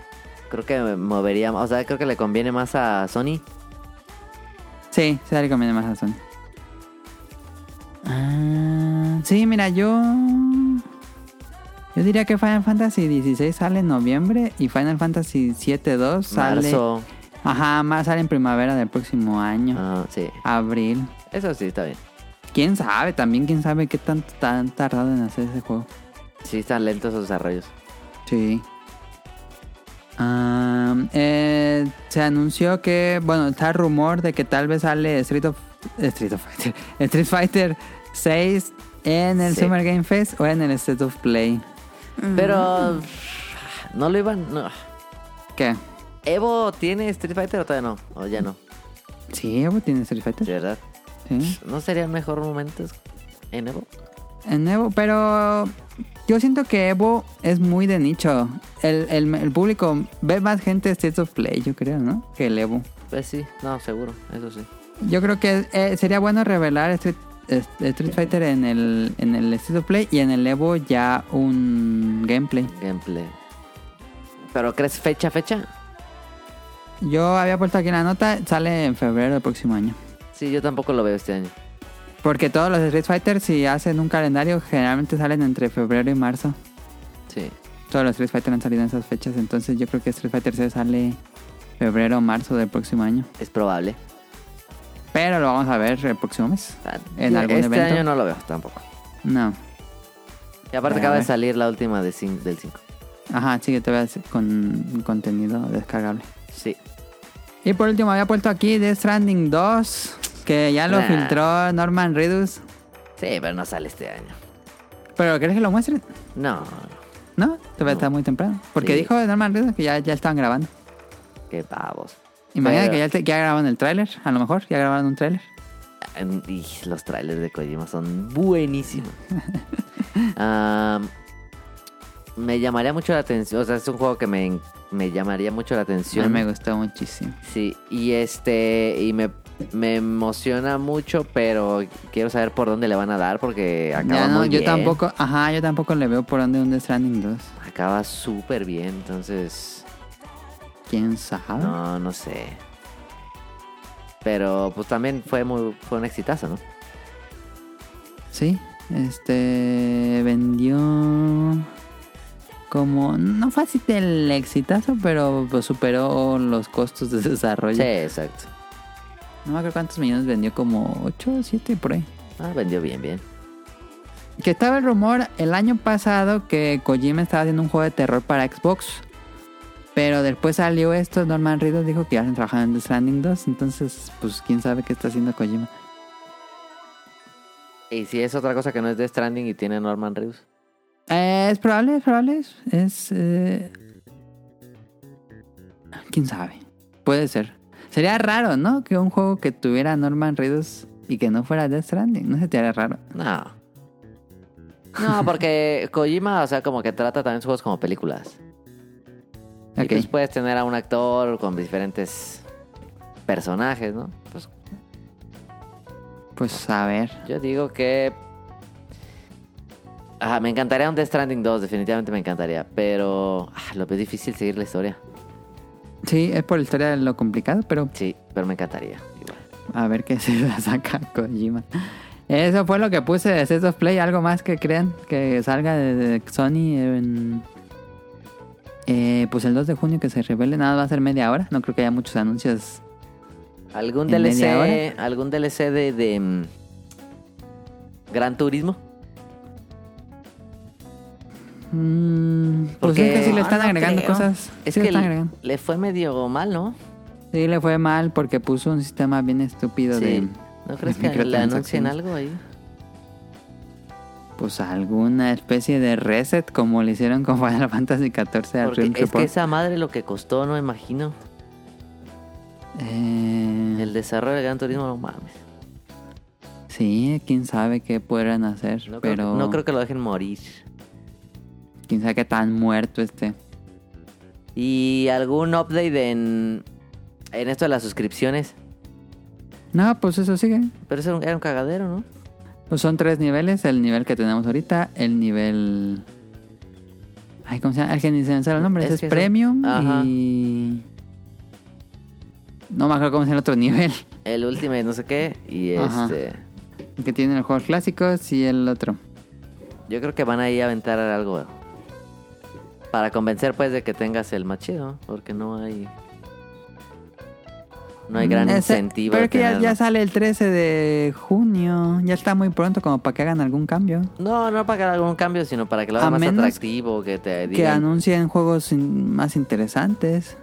Speaker 3: Creo que me movería. O sea, creo que le conviene más a Sony.
Speaker 2: Sí, se le conviene más a Sony. Ah, sí, mira, yo. Yo diría que Final Fantasy 16 sale en noviembre y Final Fantasy 7.2 sale.
Speaker 3: Marzo.
Speaker 2: Ajá, más sale en primavera del próximo año.
Speaker 3: Ah, sí.
Speaker 2: Abril.
Speaker 3: Eso sí, está bien.
Speaker 2: quién sabe, también quién sabe qué tan, tan tardado en hacer ese juego.
Speaker 3: Sí, están lentos esos desarrollos.
Speaker 2: Sí. Am, eh, se anunció que, bueno, está el rumor de que tal vez sale Street of Street of Fighter, Street Fighter 6 en el
Speaker 3: Sí.
Speaker 2: Summer Game Fest o en el State of Play.
Speaker 3: Pero. No lo iban. no.
Speaker 2: ¿Qué?
Speaker 3: ¿Evo tiene Street Fighter o todavía no? O ya no.
Speaker 2: Sí, Evo tiene Street
Speaker 3: De
Speaker 2: Fighter.
Speaker 3: verdad.
Speaker 2: Sí.
Speaker 3: ¿No sería el mejor momento en Evo?
Speaker 2: En Evo, pero yo siento que Evo es muy de nicho. El, el- el público ve más gente State of Play, yo creo, ¿no? Que el Evo.
Speaker 3: Pues sí, no, seguro, eso sí.
Speaker 2: Yo creo que eh, sería bueno revelar Street, es- Street Fighter en el, en el State of Play y en el Evo ya un gameplay.
Speaker 3: Gameplay. ¿Pero crees fecha, fecha?
Speaker 2: Yo había puesto aquí la nota, sale en febrero del próximo año.
Speaker 3: Sí, yo tampoco lo veo este año.
Speaker 2: Porque todos los Street Fighter, si hacen un calendario, generalmente salen entre febrero y marzo.
Speaker 3: Sí.
Speaker 2: Todos los Street Fighter han salido en esas fechas, entonces yo creo que Street Fighter 6 sale febrero o marzo del próximo año.
Speaker 3: Es probable.
Speaker 2: Pero lo vamos a ver el próximo mes. ¿En
Speaker 3: Yo
Speaker 2: algún
Speaker 3: este
Speaker 2: evento?
Speaker 3: año no lo veo tampoco.
Speaker 2: No.
Speaker 3: Y
Speaker 2: A
Speaker 3: aparte acaba de
Speaker 2: ver.
Speaker 3: salir la última de cin- del 5.
Speaker 2: Ajá, sí que te veas con contenido descargable.
Speaker 3: Sí.
Speaker 2: Y por último había puesto aquí Death Stranding 2, que ya lo
Speaker 3: Nah.
Speaker 2: filtró Norman Reedus.
Speaker 3: Sí, pero no sale este año.
Speaker 2: ¿Pero crees que lo muestren?
Speaker 3: No,
Speaker 2: ¿No? Todavía
Speaker 3: No.
Speaker 2: está muy temprano. Porque
Speaker 3: Sí.
Speaker 2: dijo Norman Reedus que ya, ya estaban grabando.
Speaker 3: qué pavos.
Speaker 2: Imagina
Speaker 3: Pero-
Speaker 2: que ya, te- que ya grabaron el tráiler, a lo mejor, ya grabaron un tráiler.
Speaker 3: Em, Y los trailers de Kojima son buenísimos. Am, me llamaría mucho la atención. O sea, es un juego que me, me llamaría mucho la
Speaker 2: A mí
Speaker 3: atención.
Speaker 2: me gustó muchísimo.
Speaker 3: Sí, y este, y me, me emociona mucho, pero quiero saber por dónde le van a dar porque acaba
Speaker 2: Ya no,
Speaker 3: muy
Speaker 2: yo
Speaker 3: bien.
Speaker 2: tampoco, ajá, yo tampoco le veo por dónde un Death Stranding 2.
Speaker 3: Acaba súper bien, entonces,
Speaker 2: ¿Quién sabe?
Speaker 3: no, no sé. Pero pues también fue muy, fue un exitazo, ¿no?
Speaker 2: Sí, este vendió como no fue así el exitazo, pero pues, superó los costos de desarrollo.
Speaker 3: Sí, exacto.
Speaker 2: No me acuerdo cuántos millones vendió, como 8 o 7 por ahí.
Speaker 3: Ah, vendió bien, bien.
Speaker 2: Que estaba el rumor el año pasado que Kojima estaba haciendo un juego de terror para Xbox. Pero después salió esto, Norman Reedus dijo que ya se trabajaba en The Stranding 2, entonces pues quién sabe qué está haciendo Kojima.
Speaker 3: Y si es otra cosa que no es de Stranding y tiene Norman Reeves.
Speaker 2: Eh, es probable, es probable. Es. eh, Quién sabe. Puede ser. Sería raro, ¿no? Que un juego que tuviera Norman Reedus y que no fuera Death Stranding. No se te haría raro.
Speaker 3: No. No, porque Kojima, o sea, como que trata también sus juegos como películas. Y
Speaker 2: Ok.
Speaker 3: pues puedes tener a un actor con diferentes personajes, ¿no? Pues
Speaker 2: Pues a ver.
Speaker 3: yo digo que... Ajá, me encantaría un Death Stranding 2, definitivamente me encantaría. Pero ah, lo veo difícil seguir la historia.
Speaker 2: Sí, es por la historia de lo complicado, pero
Speaker 3: Sí, pero me encantaría. Igual.
Speaker 2: a ver qué se la saca Kojima. Eso fue lo que puse de State of Play. ¿Algo más que crean que salga de, de Sony en. eh, pues el 2 de junio que se revele. Nada, va a ser media hora. No creo que haya muchos anuncios
Speaker 3: ¿Algún
Speaker 2: ¿En
Speaker 3: DLC,
Speaker 2: media
Speaker 3: algún DLC de, de, mm, Gran Turismo?
Speaker 2: Mm, pues
Speaker 3: Porque-
Speaker 2: es que sí le
Speaker 3: No,
Speaker 2: están
Speaker 1: no
Speaker 2: agregando
Speaker 1: creo.
Speaker 2: cosas.
Speaker 3: Es
Speaker 2: Sí le
Speaker 3: que
Speaker 2: están
Speaker 3: le,
Speaker 2: agregando.
Speaker 3: le fue medio mal, ¿no?
Speaker 2: Sí, le fue mal porque puso un sistema bien estúpido de.
Speaker 3: Sí. ¿No crees que le anuncien
Speaker 2: microtransacciones.
Speaker 3: algo ahí?
Speaker 2: Pues alguna especie de reset como le hicieron con Final Fantasy XIV al
Speaker 3: Porque
Speaker 2: Rim
Speaker 3: es que
Speaker 2: Report.
Speaker 3: esa madre lo que costó, no me imagino.
Speaker 2: Eh,
Speaker 3: El desarrollo del Gran Turismo, no mames.
Speaker 2: Sí, quién sabe qué podrán hacer.
Speaker 3: No, creo,
Speaker 2: pero.
Speaker 3: no creo que lo dejen morir.
Speaker 2: Quién sabe qué tan muerto esté.
Speaker 3: ¿Y algún update en, en esto de las suscripciones?
Speaker 2: No, pues eso sigue.
Speaker 3: Pero eso era un, era un cagadero, ¿no?
Speaker 2: Pues son tres niveles: el nivel que tenemos ahorita, el nivel. Ay, ¿cómo se llama? El que ni se me sale el nombre.
Speaker 3: Es
Speaker 2: Ese Es,
Speaker 3: que eso-
Speaker 2: Premium
Speaker 3: Ajá.
Speaker 2: y. No me acuerdo cómo es el otro nivel.
Speaker 3: El último y no sé qué. Y
Speaker 2: Ajá.
Speaker 3: este...
Speaker 2: El que tiene los juegos clásicos y el otro.
Speaker 3: Yo creo que van ahí a aventar algo. Para convencer, pues, de que tengas el más chido. Porque no hay... No hay gran
Speaker 2: Mm, Ese-
Speaker 3: incentivo.
Speaker 2: Pero
Speaker 3: de
Speaker 2: es que ya,
Speaker 3: tenerlo.
Speaker 2: ya sale el 13 de junio. Ya está muy pronto como para que hagan algún cambio.
Speaker 3: No, no para que haga algún cambio, sino para que lo haga
Speaker 2: A
Speaker 3: más
Speaker 2: menos
Speaker 3: atractivo, que te
Speaker 2: Que
Speaker 3: digan.
Speaker 2: anuncien juegos in- más interesantes.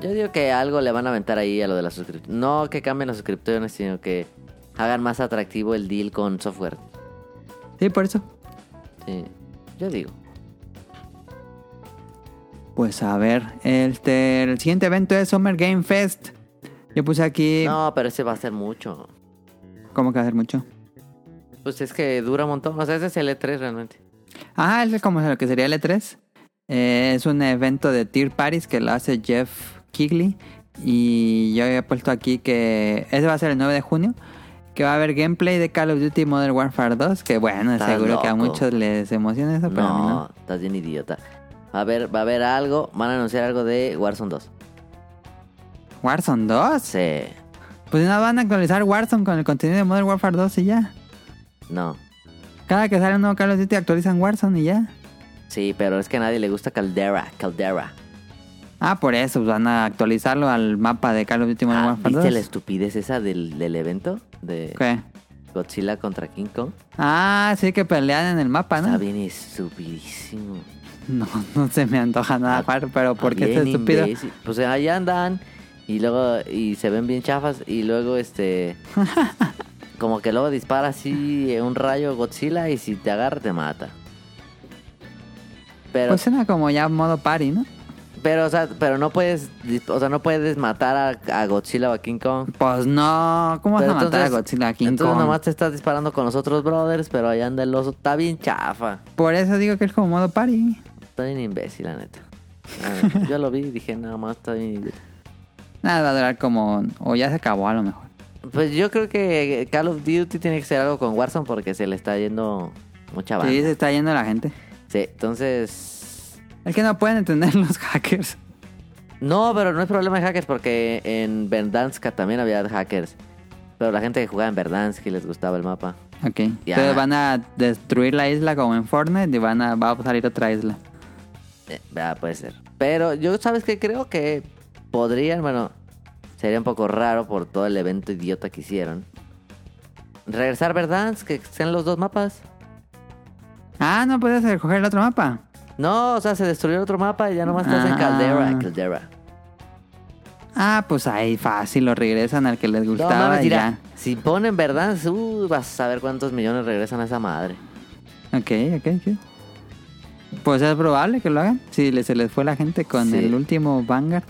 Speaker 3: Yo digo que algo le van a aventar ahí a lo de las suscripciones. No que cambien las suscripciones, sino que hagan más atractivo el deal con software.
Speaker 2: Sí, por eso.
Speaker 3: Sí, yo digo.
Speaker 2: Pues a ver, este, el siguiente evento es Summer Game Fest. Yo puse aquí
Speaker 3: No, pero ese va a ser mucho.
Speaker 2: como que va a ser mucho.
Speaker 3: Pues es que dura un montón. O sea, ese es el E3 realmente.
Speaker 2: Ajá, es como lo que sería el E3. Eh, es un evento de Tier Paris que lo hace Jeff Kigley. Y yo había puesto aquí que ese va a ser el 9 de junio. Que va a haber gameplay de Call of Duty Modern Warfare 2. Que bueno,
Speaker 3: Estás
Speaker 2: seguro que a
Speaker 3: loco.
Speaker 2: muchos les emociona eso, pero a mí
Speaker 3: No, estás bien idiota. Va a haber, va a haber algo, van a anunciar algo de Warzone 2.
Speaker 2: no. ¿Warzone 2?
Speaker 3: Sí,
Speaker 2: Pues no van a actualizar Warzone con el contenido de Modern Warfare 2 y ya.
Speaker 3: no.
Speaker 2: Cada que sale un nuevo Call of Duty actualizan Warzone y ya.
Speaker 3: Sí, pero es que a nadie le gusta Caldera, Caldera.
Speaker 2: Ah, por eso, pues van a actualizarlo al mapa de Call of Duty Modern
Speaker 3: Ah,
Speaker 2: Warfare
Speaker 3: ¿Viste
Speaker 2: 2.
Speaker 3: la estupidez esa del, del evento? De
Speaker 2: ¿Qué?
Speaker 3: Godzilla contra King Kong.
Speaker 2: Ah, sí que pelean en el mapa, Ah, ¿no?
Speaker 3: Está bien estupidísimo.
Speaker 2: No, no se me antoja nada,
Speaker 3: Ah,
Speaker 2: jugar, pero porque
Speaker 3: Bien
Speaker 2: es estúpido.
Speaker 3: imbécil. Pues allá andan y luego y se ven bien chafas y luego este como que luego dispara así eh, un rayo Godzilla y si te agarra te mata. Pero
Speaker 2: Pues suena como ya modo party, ¿no?
Speaker 3: pero o sea, pero no puedes dis- o sea, no puedes matar a, a Godzilla o a King Kong.
Speaker 2: Pues no, ¿cómo vas
Speaker 3: Pero
Speaker 2: a matar a
Speaker 3: entonces-
Speaker 2: Godzilla a King
Speaker 3: entonces
Speaker 2: Kong?
Speaker 3: nomás te estás disparando con los otros brothers, pero allá anda el oso, está bien chafa.
Speaker 2: Por eso digo que es como modo party.
Speaker 3: Está bien imbécil, la neta. La neta. Yo lo vi y dije, nada más está bien imbécil.
Speaker 2: Nada, va a durar como... O ya se acabó a lo mejor.
Speaker 3: Pues yo creo que Call of Duty tiene que ser algo con Warzone porque se le está yendo mucha banda.
Speaker 2: Sí,
Speaker 3: Sí,
Speaker 2: se está yendo la gente.
Speaker 3: entonces...
Speaker 2: Es que no pueden entender los hackers.
Speaker 3: No, pero no es problema de hackers porque en Verdansk también había hackers. Pero la gente que jugaba en Verdansk y les gustaba el mapa.
Speaker 2: Ok.
Speaker 3: Ya.
Speaker 2: Entonces van a destruir la isla como en Fortnite y van a, va a salir otra isla.
Speaker 3: Eh, ah, puede ser. Pero yo, ¿sabes qué? Creo que podrían, bueno, sería un poco raro por todo el evento idiota que hicieron. Regresar a Verdansk, que sean los dos mapas.
Speaker 2: Ah, no puedes recoger el otro mapa.
Speaker 3: No, o sea, se destruyó el otro mapa y ya nomás estás en
Speaker 2: Ah.
Speaker 3: Caldera, Caldera.
Speaker 2: Ah, pues ahí fácil, lo regresan al que les
Speaker 3: No,
Speaker 2: gustaba
Speaker 3: mames,
Speaker 2: y
Speaker 3: mira,
Speaker 2: ya.
Speaker 3: si ponen verdad, uh, vas a ver cuántos millones regresan a esa madre.
Speaker 2: Ok, ok, ok. Pues es probable que lo hagan. Si le- se les fue la gente con
Speaker 3: Sí.
Speaker 2: el último Vanguard.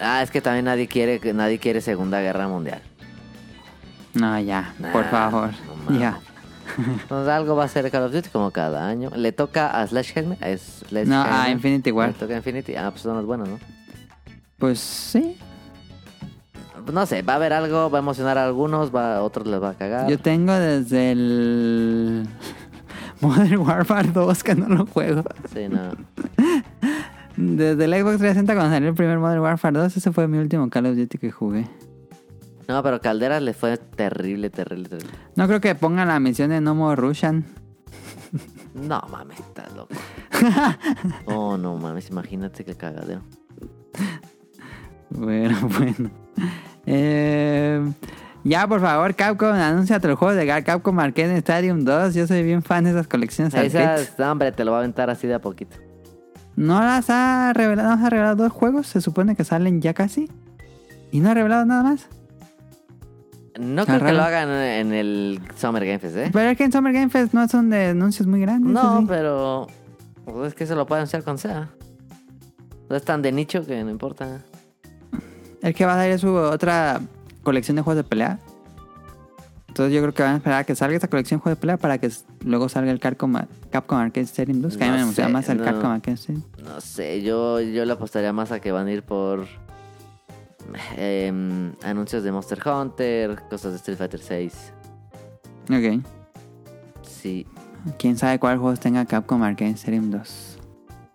Speaker 3: Ah, es que también nadie quiere, que- nadie quiere Segunda Guerra Mundial.
Speaker 2: No, ya,
Speaker 3: Nah,
Speaker 2: por favor.
Speaker 3: no mames.
Speaker 2: ya.
Speaker 3: Entonces algo va a ser Call of Duty como cada año. Le toca a Slash Helmet, a Slash
Speaker 2: No, a
Speaker 3: Helmet.
Speaker 2: Infinity War.
Speaker 3: Le toca a Infinity. Ah, pues son los buenos, ¿no?
Speaker 2: Pues sí.
Speaker 3: Pues No sé, va a haber algo, va a emocionar a algunos, va, a otros les va a cagar.
Speaker 2: Yo tengo desde el Modern Warfare 2 que no lo juego.
Speaker 3: Sí, no.
Speaker 2: Desde el Xbox 360 cuando salió el primer Modern Warfare 2, ese fue mi último Call of Duty que jugué.
Speaker 3: No, pero Calderas le fue terrible, terrible, terrible.
Speaker 2: No creo que pongan la misión de No More Russian.
Speaker 3: No mames, estás loco. Oh, no mames, imagínate qué cagadero.
Speaker 2: Bueno, bueno. Eh, ya, por favor, Capcom, anuncia otro juego de Gar- Capcom Arcade Stadium 2. Yo soy bien fan de esas colecciones arcades.
Speaker 3: Esas, no, hombre, te lo va a aventar así de a poquito.
Speaker 2: No las ha revelado, nos ha revelado dos juegos. Se supone que salen ya casi. Y no ha revelado nada más.
Speaker 3: No
Speaker 2: Está
Speaker 3: creo que
Speaker 2: raro.
Speaker 3: lo hagan en el Summer Game Fest, ¿eh?
Speaker 2: Pero es que en Summer Game Fest no son de anuncios muy grandes.
Speaker 3: No,
Speaker 2: ¿o sí?
Speaker 3: pero pues, es que se lo pueden hacer con SEA. No es tan de nicho que no importa.
Speaker 2: El que va a salir es su otra colección de juegos de pelea. Entonces yo creo que van a esperar a que salga esta colección de juegos de pelea para que s- luego salga el Capcom, Capcom Arcade Stadium 2. Que a mí
Speaker 3: No
Speaker 2: me emociona
Speaker 3: sé,
Speaker 2: más el
Speaker 3: no.
Speaker 2: Capcom Arcade Stadium.
Speaker 3: No sé, yo, yo le apostaría más a que van a ir por em, anuncios de Monster Hunter, cosas de Street Fighter 6.
Speaker 2: Ok.
Speaker 3: Sí.
Speaker 2: Quién sabe cuál juegos tenga Capcom Arcade Stadium 2.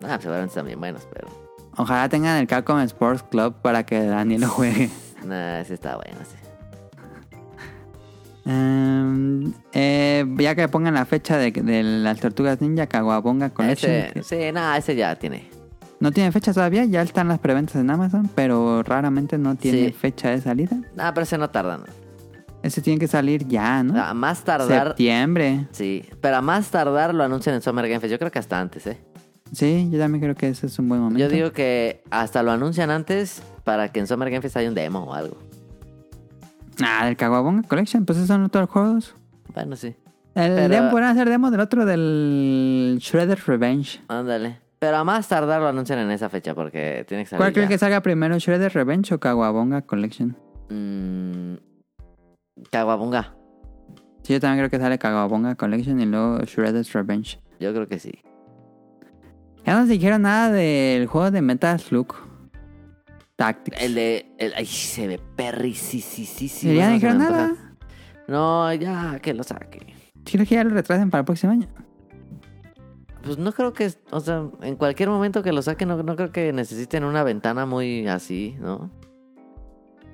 Speaker 3: Ah, seguramente están bien buenos, pero.
Speaker 2: Ojalá tengan el Capcom Sports Club para que Dani lo juegue.
Speaker 3: Nah, ese está bueno, sí.
Speaker 2: Em, eh, ya que pongan la fecha de, de las Tortugas Ninja Kawabonga Collection.
Speaker 3: Ese, sí, nada, ese ya tiene.
Speaker 2: No tiene fecha todavía, ya están las preventas en Amazon, pero raramente no tiene
Speaker 3: Sí.
Speaker 2: fecha de salida.
Speaker 3: Ah, pero ese no tardan.
Speaker 2: Ese tiene que salir ya, ¿no?
Speaker 3: A más tardar.
Speaker 2: ¿Mm? Septiembre.
Speaker 3: Sí, pero a más tardar lo anuncian en Summer Game Fest. Yo creo que hasta antes, ¿eh?
Speaker 2: Sí, yo también creo que ese es un buen momento.
Speaker 3: Yo digo que hasta lo anuncian antes para que en Summer Game Fest haya un demo o algo.
Speaker 2: Ah, del Caguabonga Collection, pues esos son todos los juegos.
Speaker 3: Bueno, sí.
Speaker 2: El
Speaker 3: Pero-
Speaker 2: demo, podrán hacer demo del otro, del Shredder Revenge.
Speaker 3: Ándale. Pero a más tardar lo anuncian en esa fecha porque tiene que salir.
Speaker 2: ¿Cuál creen
Speaker 3: ya.
Speaker 2: que salga primero, Shredder Revenge o Caguabonga Collection?
Speaker 3: Mm, Caguabunga.
Speaker 2: Sí, yo también creo que sale Caguabonga Collection y luego Shredder Revenge.
Speaker 3: Yo creo que sí.
Speaker 2: Ya no se dijeron nada del juego de Metal Slug Tactics.
Speaker 3: El de. el- ay, se ve perri, sí, sí, sí, sí.
Speaker 2: Y ya no
Speaker 3: bueno, se me
Speaker 2: dijeron
Speaker 3: antoja.
Speaker 2: nada.
Speaker 3: No, ya, que lo saque.
Speaker 2: Creo que ya lo retrasen para el próximo año.
Speaker 3: Pues no creo que. O sea, en cualquier momento que lo saquen, no, no creo que necesiten una ventana muy así, ¿no?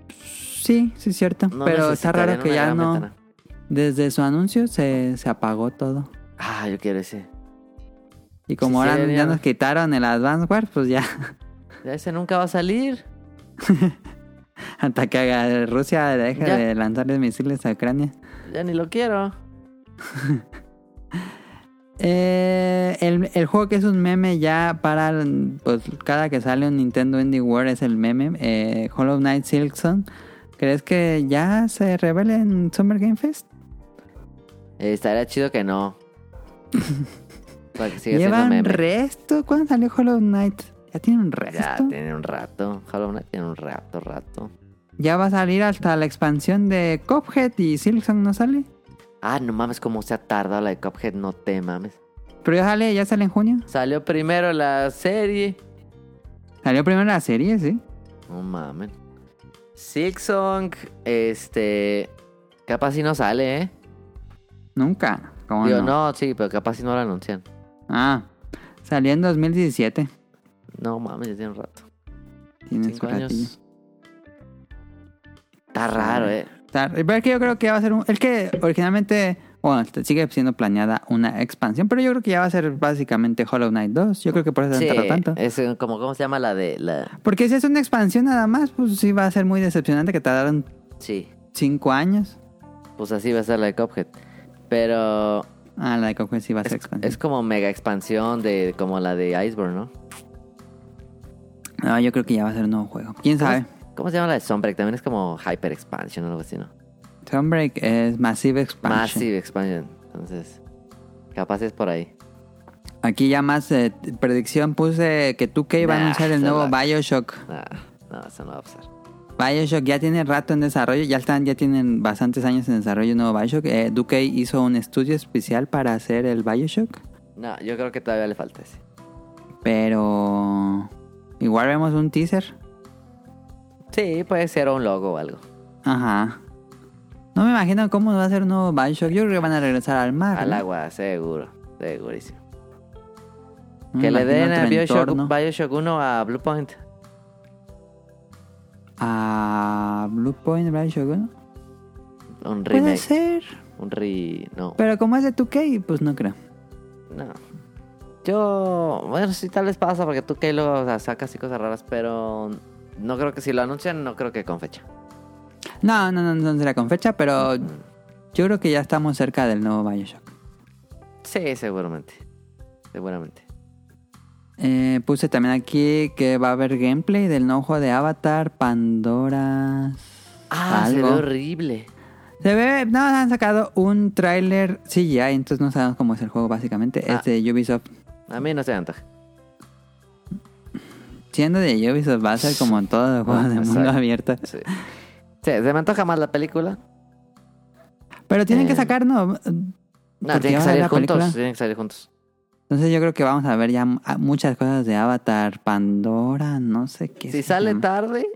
Speaker 2: Sí, sí es cierto.
Speaker 3: No
Speaker 2: pero está
Speaker 3: necesitarían
Speaker 2: raro que
Speaker 3: una
Speaker 2: ya
Speaker 3: gran
Speaker 2: no.
Speaker 3: ventana.
Speaker 2: Desde su anuncio se, se apagó todo.
Speaker 3: Ah, yo quiero ese.
Speaker 2: Y como
Speaker 3: Sí,
Speaker 2: ahora
Speaker 3: sería-
Speaker 2: ya nos quitaron el Advance Wars, pues ya
Speaker 3: Ya Ese nunca va a salir.
Speaker 2: hasta que Rusia deje
Speaker 3: Ya.
Speaker 2: de lanzarles misiles a Ucrania.
Speaker 3: Ya ni lo quiero.
Speaker 2: Eh, el, el juego que es un meme ya para pues, cada que sale un Nintendo Indie World es el meme. eh, Hollow Knight Silksong. ¿Crees que ya se revele en Summer Game Fest?
Speaker 3: Eh, estaría chido que no. Para que siga siendo
Speaker 2: Llevan
Speaker 3: meme.
Speaker 2: resto. ¿Cuándo salió Hollow Knight? Ya tiene un resto.
Speaker 3: Ya
Speaker 2: Ya,
Speaker 3: tiene un rato. Hollow Knight tiene un rato, rato.
Speaker 2: va a salir hasta la expansión de Cophead y Silksong no sale.
Speaker 3: Ah, no mames, cómo se ha tardado la de Cuphead, no te mames.
Speaker 2: Pero ya sale, ya sale en junio.
Speaker 3: Salió primero la serie.
Speaker 2: Salió primero la serie, sí.
Speaker 3: No mames. Silksong, este. Capaz si no sale, ¿eh?
Speaker 2: Nunca. ¿Cómo
Speaker 3: Digo,
Speaker 2: no?
Speaker 3: no? sí, pero capaz si no lo anuncian.
Speaker 2: Ah, salió en 2017.
Speaker 3: No mames, ya tiene un rato.
Speaker 2: Tiene su
Speaker 3: Cinco
Speaker 2: ratillo.
Speaker 3: años. Está raro, ¿eh?
Speaker 2: Tar- Pero es que yo creo que ya va a ser un... Es que originalmente... Bueno, este, sigue siendo planeada una expansión, pero yo creo que ya va a ser básicamente Hollow Knight 2. Yo creo que por eso se han tardado tanto.
Speaker 3: es eh, como, ¿cómo se llama la de la...?
Speaker 2: Porque si es una expansión nada más, pues sí va a ser muy decepcionante que tardaron
Speaker 3: Sí,
Speaker 2: 5 años.
Speaker 3: pues así va a ser la de Cuphead. Pero
Speaker 2: Ah, la de Cuphead sí va a ser
Speaker 3: es,
Speaker 2: expansión.
Speaker 3: es como mega expansión de como la de Iceborne, ¿no?
Speaker 2: No, yo creo que ya va a ser un nuevo juego. ¿Quién sabe?
Speaker 3: ¿Cómo se llama la de Sunbreak? También es como Hyper Expansion o algo así, ¿no?
Speaker 2: Sunbreak es Massive Expansion.
Speaker 3: Massive Expansion. Entonces, capaz es por ahí.
Speaker 2: Aquí ya más eh, predicción puse que tú que iba a
Speaker 3: Nah,
Speaker 2: anunciar el
Speaker 3: se
Speaker 2: nuevo
Speaker 3: la-
Speaker 2: Bioshock.
Speaker 3: Nah, no, eso no va a pasar.
Speaker 2: Bioshock ya tiene rato en desarrollo, ya están, ya tienen bastantes años en desarrollo el nuevo Bioshock. Eh, Duque hizo un estudio especial para hacer el Bioshock,
Speaker 3: No, yo creo que todavía le falta ese.
Speaker 2: pero igual vemos un teaser.
Speaker 3: Sí, puede ser un logo o algo.
Speaker 2: Ajá. No me imagino cómo va a ser un nuevo Bioshock. Yo creo que van a regresar al mar.
Speaker 3: Al
Speaker 2: Ah, ¿no?
Speaker 3: agua, seguro. Segurísimo.
Speaker 2: No me
Speaker 3: que le
Speaker 2: imagino
Speaker 3: den
Speaker 2: otro
Speaker 3: a Bioshock,
Speaker 2: entorno.
Speaker 3: Bioshock 1 a Blue Point.
Speaker 2: a Blue Point Bioshock. ¿no?
Speaker 3: Un
Speaker 2: Puede
Speaker 3: remake.
Speaker 2: ser,
Speaker 3: Un re... No.
Speaker 2: pero como es de 2K, pues no creo.
Speaker 3: No. Yo, bueno, sí, tal vez pasa porque tú que luego o sea, sacas y cosas raras, pero no creo que si lo anuncian, no creo que con fecha.
Speaker 2: No, no, no, no será con fecha, pero yo creo que ya estamos cerca del nuevo Bioshock.
Speaker 3: Sí, seguramente. Seguramente.
Speaker 2: Eh, puse también aquí que va a haber gameplay del nuevo juego de Avatar, Pandora.
Speaker 3: Ah, se
Speaker 2: Algo.
Speaker 3: ve horrible.
Speaker 2: Se ve, no, han sacado un tráiler CGI, entonces no sabemos cómo es el juego básicamente.
Speaker 3: Ah.
Speaker 2: Es de Ubisoft.
Speaker 3: A mí no se me antoja.
Speaker 2: Siendo de Ubisoft va a ser como en todo el juego
Speaker 3: Ah,
Speaker 2: de mundo
Speaker 3: exacto.
Speaker 2: abierto.
Speaker 3: Sí. Sí, se me antoja más la película.
Speaker 2: Pero tienen que
Speaker 3: Eh.
Speaker 2: sacar, ¿no?
Speaker 3: No,
Speaker 2: Porque
Speaker 3: tienen
Speaker 2: ahora
Speaker 3: que salir
Speaker 2: la
Speaker 3: juntos.
Speaker 2: película-
Speaker 3: Tienen que salir juntos.
Speaker 2: Entonces yo creo que vamos a ver ya m- a- muchas cosas de Avatar, Pandora, no sé qué. se
Speaker 3: Si sale
Speaker 2: llama.
Speaker 3: tarde,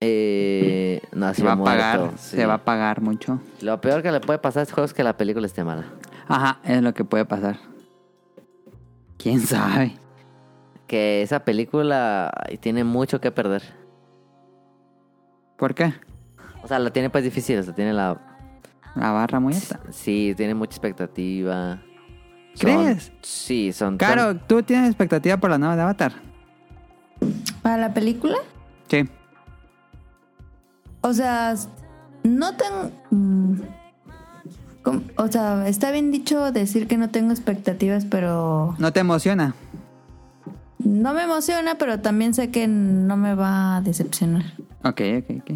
Speaker 3: eh, no,
Speaker 2: se va a pagar,
Speaker 3: muerto, sí.
Speaker 2: se va a pagar mucho.
Speaker 3: Lo peor que le puede pasar a este juego es que la película esté mala.
Speaker 2: Ajá, es lo que puede pasar. ¿Quién sabe?
Speaker 3: Que esa película ay, tiene mucho que perder.
Speaker 2: ¿Por qué?
Speaker 3: O sea, la tiene pues difícil, o sea, tiene la
Speaker 2: La barra muy alta.
Speaker 3: Sí, tiene mucha expectativa. Son-
Speaker 2: ¿Crees?
Speaker 3: sí, son.
Speaker 2: Caro, ¿tú tienes expectativa por la nueva de Avatar?
Speaker 1: ¿Para la película?
Speaker 2: Sí.
Speaker 1: O sea, no tan... mm, com- O sea, está bien dicho decir que no tengo expectativas, pero
Speaker 2: No te emociona.
Speaker 1: no me emociona, pero también sé que no me va a decepcionar.
Speaker 2: Ok, ok, ok.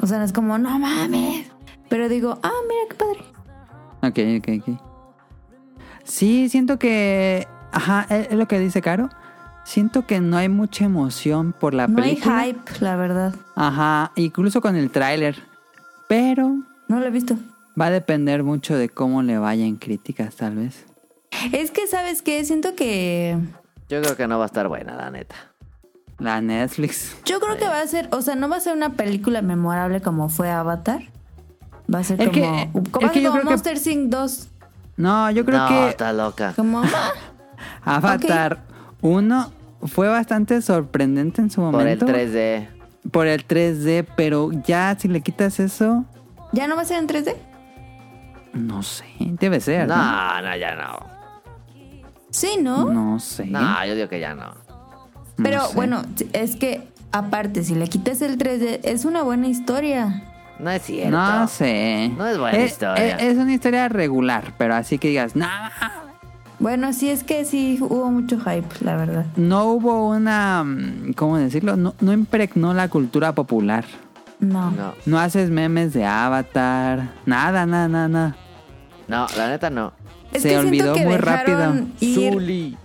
Speaker 1: O sea, no es como, no mames. Pero digo, ah, mira qué padre.
Speaker 2: Ok, ok, ok. Sí, siento que. Ajá, es es lo que dice Caro. Siento que no hay mucha emoción por la
Speaker 1: No hay
Speaker 2: película.
Speaker 1: hype, la verdad.
Speaker 2: Ajá, incluso con el tráiler. Pero
Speaker 1: No lo he visto.
Speaker 2: va a depender mucho de cómo le vaya en críticas, tal vez.
Speaker 1: Es que, ¿sabes qué? Siento que...
Speaker 3: Yo creo que no va a estar buena, la neta.
Speaker 2: La Netflix.
Speaker 1: Yo creo que va a ser... O sea, no va a ser una película memorable como fue Avatar. Va a ser
Speaker 2: Es
Speaker 1: como...
Speaker 2: que-
Speaker 1: como,
Speaker 2: es que yo
Speaker 1: como
Speaker 2: creo que-
Speaker 1: Monster Inc. 2.
Speaker 2: No, yo creo
Speaker 3: no,
Speaker 2: que
Speaker 3: está loca.
Speaker 1: Como... "Ah".
Speaker 2: Avatar 1 fue bastante sorprendente en su
Speaker 3: Por el
Speaker 2: momento.
Speaker 3: 3D.
Speaker 2: Por el 3D, pero ya si le quitas eso,
Speaker 1: ¿Ya no va a ser en 3D?
Speaker 2: no sé, debe ser. No,
Speaker 3: No, no, ya no.
Speaker 1: Sí, ¿no?
Speaker 2: No sé.
Speaker 3: No, yo digo que ya no.
Speaker 2: no
Speaker 1: Pero
Speaker 2: sé.
Speaker 1: bueno, es que aparte, si le quitas el 3D, es una buena historia.
Speaker 3: No es cierto.
Speaker 2: No sé. Eh,
Speaker 3: No es buena historia.
Speaker 2: Es, es una historia regular, pero así que digas, "Nah,
Speaker 1: Bueno, sí es que sí hubo mucho hype, la verdad.
Speaker 2: no hubo una, mm, ¿cómo decirlo? No, no impregnó la cultura popular.
Speaker 1: No.
Speaker 3: No,
Speaker 2: No haces memes de Avatar, nada, nada, nada, nada.
Speaker 3: no, la neta no.
Speaker 1: Es
Speaker 2: Se
Speaker 1: que siento
Speaker 2: olvidó
Speaker 1: que
Speaker 2: muy
Speaker 1: dejaron
Speaker 2: rápido.
Speaker 1: ir-
Speaker 3: Zully.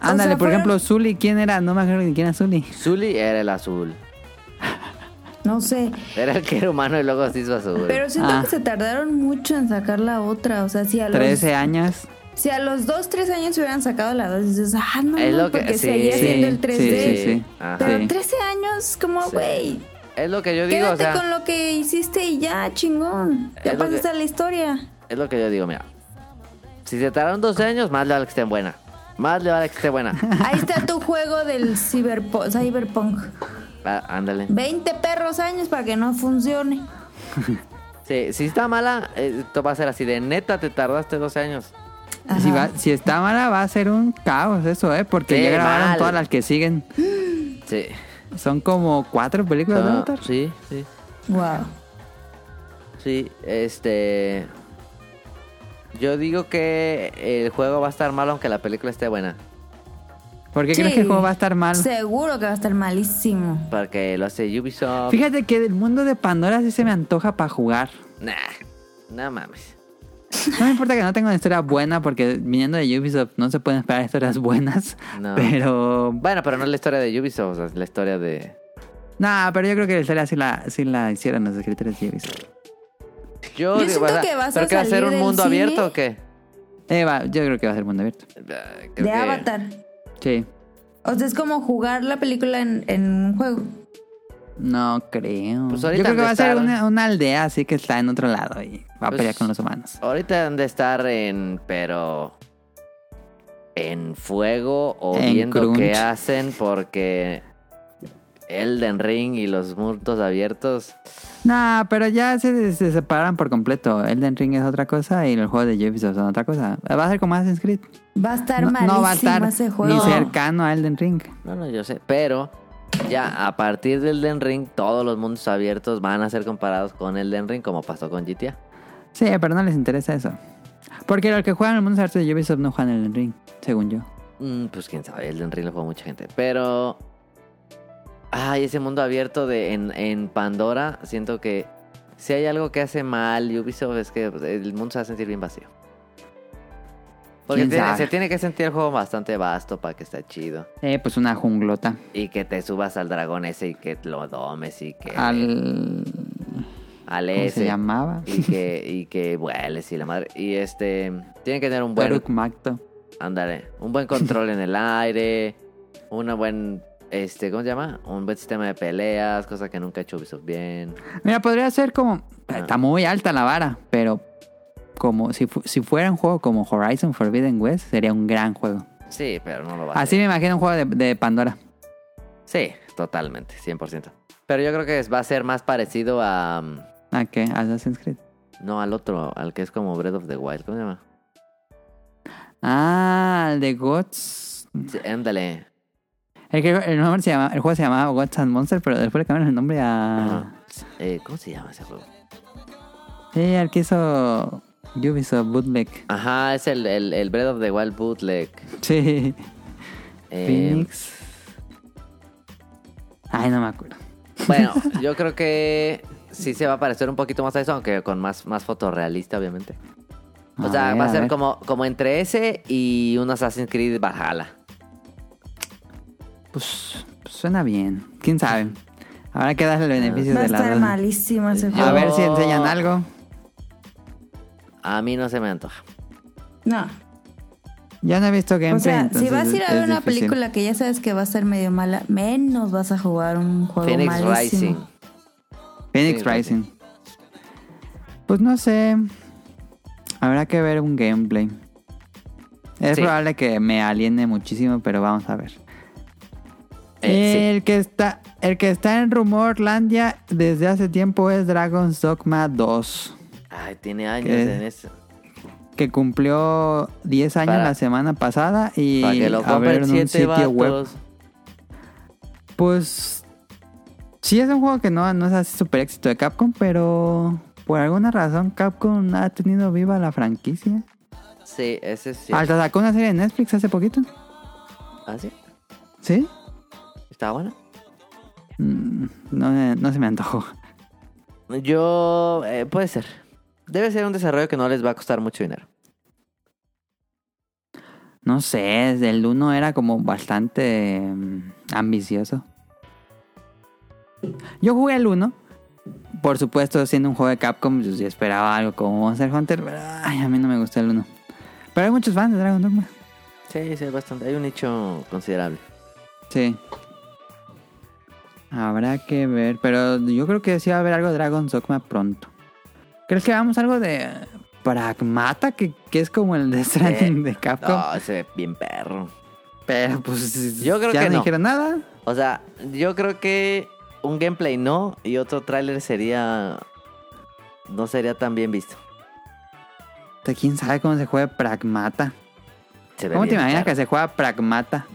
Speaker 2: Ándale,
Speaker 1: sea,
Speaker 2: por
Speaker 1: fueron-
Speaker 2: ejemplo, Zully, ¿quién era? No me acuerdo ni quién era Zully.
Speaker 3: Zully era el azul.
Speaker 1: No sé.
Speaker 3: Era el que era humano y luego se hizo azul.
Speaker 1: Pero siento
Speaker 2: Ah.
Speaker 1: que se tardaron mucho en sacar la otra. O sea, si a los,
Speaker 2: 13 años.
Speaker 1: si a los dos, tres años se hubieran sacado la dos, dices, ah, no,
Speaker 3: Es
Speaker 1: no,
Speaker 3: lo que-
Speaker 1: porque
Speaker 3: sí,
Speaker 1: seguía siendo el
Speaker 2: sí,
Speaker 1: 3D.
Speaker 2: sí, sí.
Speaker 3: Ajá.
Speaker 1: Pero
Speaker 2: Sí.
Speaker 1: 13 años, como,
Speaker 3: Sí.
Speaker 1: güey,
Speaker 3: Es lo que yo digo,
Speaker 1: quédate
Speaker 3: o sea,
Speaker 1: con lo que hiciste y ya, chingón.
Speaker 3: Es
Speaker 1: Ya
Speaker 3: lo
Speaker 1: pasaste
Speaker 3: que-
Speaker 1: a la historia.
Speaker 3: es lo que yo digo, mira. Si se tardaron 12 años, más le vale que esté buena. Más le vale que esté buena.
Speaker 1: Ahí está tu juego del ciberpo- cyberpunk.
Speaker 3: Ah, ándale.
Speaker 1: 20 perros años para que no funcione.
Speaker 3: Sí, si está mala, eh, esto va a ser así de neta, te tardaste 12 años.
Speaker 2: Si,
Speaker 1: Ajá.
Speaker 2: va- si está mala, va a ser un caos eso, ¿eh? Porque
Speaker 3: Sí,
Speaker 2: ya grabaron
Speaker 3: mal.
Speaker 2: todas las que siguen.
Speaker 3: Sí.
Speaker 2: Son como cuatro películas de
Speaker 3: Ah,
Speaker 2: Avatar.
Speaker 3: sí, sí.
Speaker 1: Wow.
Speaker 3: Sí, este. Yo digo que el juego va a estar malo aunque la película esté buena.
Speaker 2: ¿Por qué
Speaker 1: Sí.
Speaker 2: crees que el juego va a estar mal?
Speaker 1: Seguro que va a estar malísimo.
Speaker 3: Porque lo hace Ubisoft.
Speaker 2: Fíjate que del mundo de Pandora sí se me antoja para jugar.
Speaker 3: Nah, no mames.
Speaker 2: No me importa que no tenga una historia buena, porque viniendo de Ubisoft no se pueden esperar historias buenas.
Speaker 3: No.
Speaker 2: Pero.
Speaker 3: Bueno, pero no es la historia de Ubisoft, o sea, es la historia de.
Speaker 2: Nah, pero yo creo que la historia sí la, sí la hicieron los escritores de Ubisoft.
Speaker 3: Yo,
Speaker 1: siento
Speaker 3: o sea,
Speaker 1: que vas a
Speaker 3: ¿Pero qué va a ser
Speaker 1: salir
Speaker 3: un
Speaker 1: del
Speaker 3: mundo
Speaker 1: cine-
Speaker 3: abierto o qué?
Speaker 2: Eva, yo creo que Eh, va a ser mundo abierto.
Speaker 3: Ah, creo
Speaker 1: de
Speaker 3: que-
Speaker 1: Avatar.
Speaker 2: Sí.
Speaker 1: O sea, es como jugar la película en, en un juego.
Speaker 2: No creo.
Speaker 3: Pues
Speaker 2: yo creo
Speaker 3: ahorita
Speaker 2: que
Speaker 3: han de
Speaker 2: va a ser
Speaker 3: estar-
Speaker 2: una, una aldea así que está en otro lado y va a
Speaker 3: Pues-
Speaker 2: pelear con los humanos.
Speaker 3: Ahorita han de estar en. Pero. En fuego o
Speaker 2: En
Speaker 3: viendo qué
Speaker 2: crunch.
Speaker 3: hacen porque. Elden Ring y los mundos abiertos.
Speaker 2: Nah, pero ya se, se separaron por completo. Elden Ring es otra cosa y los juegos de Ubisoft son otra cosa. Va a ser como Assassin's Creed.
Speaker 1: Va a estar
Speaker 2: No,
Speaker 1: malísimo
Speaker 2: no va a estar
Speaker 1: ese
Speaker 2: ni
Speaker 1: juego.
Speaker 2: cercano a Elden Ring.
Speaker 3: No, no, yo sé. Pero. Ya a partir del Elden Ring, todos los mundos abiertos van a ser comparados con Elden Ring, como pasó con GTA.
Speaker 2: Sí, pero no les interesa eso. Porque los que juegan el mundo abierto de Ubisoft no juegan Elden Ring, según yo.
Speaker 3: Mm, pues quién sabe, Elden Ring lo juega mucha gente. Pero. Ay, ese mundo abierto de en, en Pandora. Siento que si hay algo que hace mal Ubisoft es que pues, el mundo se va a sentir bien vacío. Porque
Speaker 2: ¿Quién
Speaker 3: tiene-
Speaker 2: sabe?
Speaker 3: se tiene que sentir el juego bastante vasto para que esté chido.
Speaker 2: Eh, pues una junglota.
Speaker 3: Y que te subas al dragón ese y que lo domes y que.
Speaker 2: Al...
Speaker 3: al
Speaker 2: ¿Cómo
Speaker 3: ese.
Speaker 2: se llamaba?
Speaker 3: Y que, y que vueles y la madre. Y este. Tienen que tener un buen.
Speaker 2: Baruch Magto.
Speaker 3: Ándale, un buen control en el aire, una buen, este, ¿cómo se llama? Un buen sistema de peleas, cosa que nunca ha hecho Ubisoft bien.
Speaker 2: Mira, podría ser como... Está muy alta la vara, pero... Como si, fu- si fuera un juego como Horizon Forbidden West, sería un gran juego.
Speaker 3: Sí, pero no lo va a
Speaker 2: Así me imagino un juego de, de Pandora.
Speaker 3: hacer. Sí, totalmente, 100%. Pero yo creo que es- va a ser más parecido a... mm,
Speaker 2: ¿A Ah, qué? Assassin's Creed.
Speaker 3: No, al otro, al que es como Breath of the Wild, ¿cómo se llama?
Speaker 2: Ah, el de Gods.
Speaker 3: Sí, ándale.
Speaker 2: El, que- el nombre se llama, el juego se llamaba Gods and Monsters, pero después le cambiaron el nombre a...
Speaker 3: Ajá. Eh, ¿Cómo se llama ese juego?
Speaker 2: Sí, al que hizo Ubisoft Bootleg.
Speaker 3: Ajá, es el, el, el Breath of the Wild Bootleg.
Speaker 2: Sí.
Speaker 3: Eh,
Speaker 2: Phoenix. Ay, no me acuerdo.
Speaker 3: Bueno, yo creo que sí se va a parecer un poquito más a eso, aunque con más, más fotorrealista, obviamente. O
Speaker 2: A
Speaker 3: sea,
Speaker 2: ver,
Speaker 3: va a
Speaker 2: a
Speaker 3: ser
Speaker 2: ver.
Speaker 3: como, como entre ese y un Assassin's Creed Valhalla.
Speaker 2: Pues, pues suena bien. ¿Quién sabe? Habrá que darle el beneficio
Speaker 1: Va a
Speaker 2: de la
Speaker 1: estar
Speaker 2: duda.
Speaker 1: malísimo ese
Speaker 3: Yo-
Speaker 2: A
Speaker 1: juego.
Speaker 2: ver si enseñan algo.
Speaker 3: A mí no se me antoja.
Speaker 1: No.
Speaker 2: Ya no he visto gameplay.
Speaker 1: O sea, si
Speaker 2: entonces
Speaker 1: vas a ir a
Speaker 2: es
Speaker 1: ver una
Speaker 2: difícil.
Speaker 1: película que ya sabes que va a ser medio mala, menos vas a jugar un juego
Speaker 3: Phoenix Rising.
Speaker 1: malísimo.
Speaker 2: Phoenix
Speaker 3: Sí,
Speaker 2: Rising. Pues no sé. Habrá que ver un gameplay. Es
Speaker 3: Sí.
Speaker 2: probable que me aliene muchísimo, pero vamos a ver.
Speaker 3: Eh,
Speaker 2: el, que está, el que está en Rumorlandia desde hace tiempo es Dragon's Dogma 2,
Speaker 3: sí. Ay, tiene años
Speaker 2: ¿Qué?
Speaker 3: en eso.
Speaker 2: que cumplió 10 años
Speaker 3: Para-
Speaker 2: la semana pasada y
Speaker 3: Para que lo compren
Speaker 2: abrieron un
Speaker 3: siete
Speaker 2: sitio web.
Speaker 3: vatos.
Speaker 2: Pues sí es un juego que no, no es así super éxito de Capcom, pero por alguna razón Capcom ha tenido viva la franquicia.
Speaker 3: Sí, ese sí.
Speaker 2: Hasta sacó una serie de Netflix hace poquito.
Speaker 3: ¿Ah, sí?
Speaker 2: ¿Sí?
Speaker 3: ¿Está bueno?
Speaker 2: Mm, No, me- no se me antojó.
Speaker 3: Yo... eh, puede ser. Debe ser un desarrollo que no les va a costar mucho dinero.
Speaker 2: No sé, desde el 1 era como bastante mm, ambicioso. Yo jugué el 1. Por supuesto, siendo un juego de Capcom, pues, yo sí esperaba algo como Monster Hunter, pero ay, a mí no me gustó el 1. Pero hay muchos fans de Dragon Dogma.
Speaker 3: Sí, sí, bastante. Hay un nicho considerable.
Speaker 2: Sí. Habrá que ver, pero yo creo que sí va a haber algo de Dragon Dogma pronto. ¿Crees que hagamos algo de Pragmata, que, que es como el de Stranding de Capcom?
Speaker 3: Eh, No, Ah, ese es bien perro.
Speaker 2: Pero pues
Speaker 3: Yo creo
Speaker 2: ya
Speaker 3: que
Speaker 2: no
Speaker 3: no.
Speaker 2: dijeron nada.
Speaker 3: O sea, yo creo que un gameplay no y otro tráiler sería... No sería tan bien visto.
Speaker 2: O sea, ¿Quién sabe cómo se juega Pragmata?
Speaker 3: Se ve
Speaker 2: ¿Cómo te
Speaker 3: bien
Speaker 2: imaginas que
Speaker 3: perro.
Speaker 2: se juega Pragmata?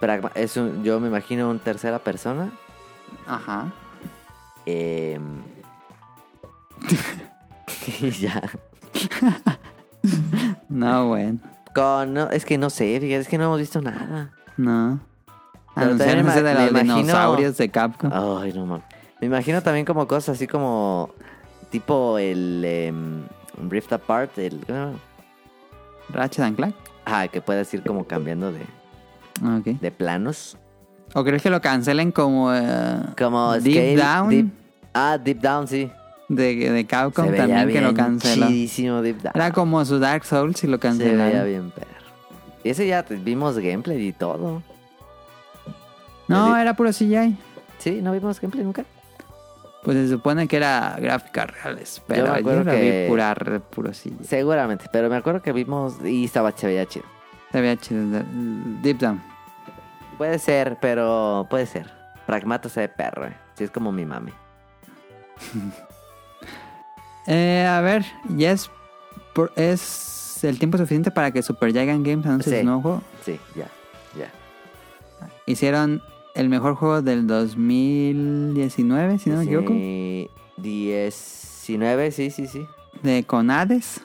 Speaker 3: Pragma- es un- yo me imagino un tercera persona.
Speaker 2: Ajá.
Speaker 3: Eh... y ya.
Speaker 2: No, bueno.
Speaker 3: Con- no, es que no sé, fíjate, es que no hemos visto nada.
Speaker 2: No.
Speaker 3: Pero
Speaker 2: Anunciaron
Speaker 3: también
Speaker 2: ese
Speaker 3: me-
Speaker 2: de
Speaker 3: me
Speaker 2: los
Speaker 3: imagino- Ah.
Speaker 2: dinosaurios de Capcom.
Speaker 3: Ay, no mames. Me imagino también como cosas así como. Tipo el. em, Rift Apart. El, ¿cómo se llama?
Speaker 2: Ratchet and Clank.
Speaker 3: ah, que puedes ir como cambiando de,
Speaker 2: Ok.
Speaker 3: de planos.
Speaker 2: ¿O crees que lo cancelen como... eh,
Speaker 3: Como
Speaker 2: Deep
Speaker 3: Scale-
Speaker 2: Down?
Speaker 3: Deep- ah, Deep Down, sí.
Speaker 2: de, de Capcom
Speaker 3: Se veía
Speaker 2: también que lo
Speaker 3: bien
Speaker 2: canceló.
Speaker 3: Chidísimo Deep Down.
Speaker 2: Era como su Dark Souls y lo
Speaker 3: Se veía
Speaker 2: cancelaron.
Speaker 3: bien, perro. Y ese ya te- vimos gameplay y todo.
Speaker 2: No,
Speaker 3: Eli-
Speaker 2: era puro CGI.
Speaker 3: Sí, no vimos gameplay nunca.
Speaker 2: Pues se supone que era gráficas reales, pero yo,
Speaker 3: me acuerdo
Speaker 2: lo
Speaker 3: que-
Speaker 2: vi pura, re- puro CGI.
Speaker 3: Seguramente, pero me acuerdo que vimos y estaba se veía chido.
Speaker 2: Se veía chido. mm, Deep Down.
Speaker 3: Puede ser, pero puede ser. Pragmata se ve perro, eh. Sí, es como mi mami.
Speaker 2: Eh, a ver, ya es, por- es el tiempo suficiente para que Super Giant Games anuncie
Speaker 3: Sí.
Speaker 2: su nuevo juego.
Speaker 3: Sí, ya, ya.
Speaker 2: Hicieron el mejor juego del 2019, si no me equivoco,
Speaker 3: Sí, 19, sí, sí, sí.
Speaker 2: de Conades.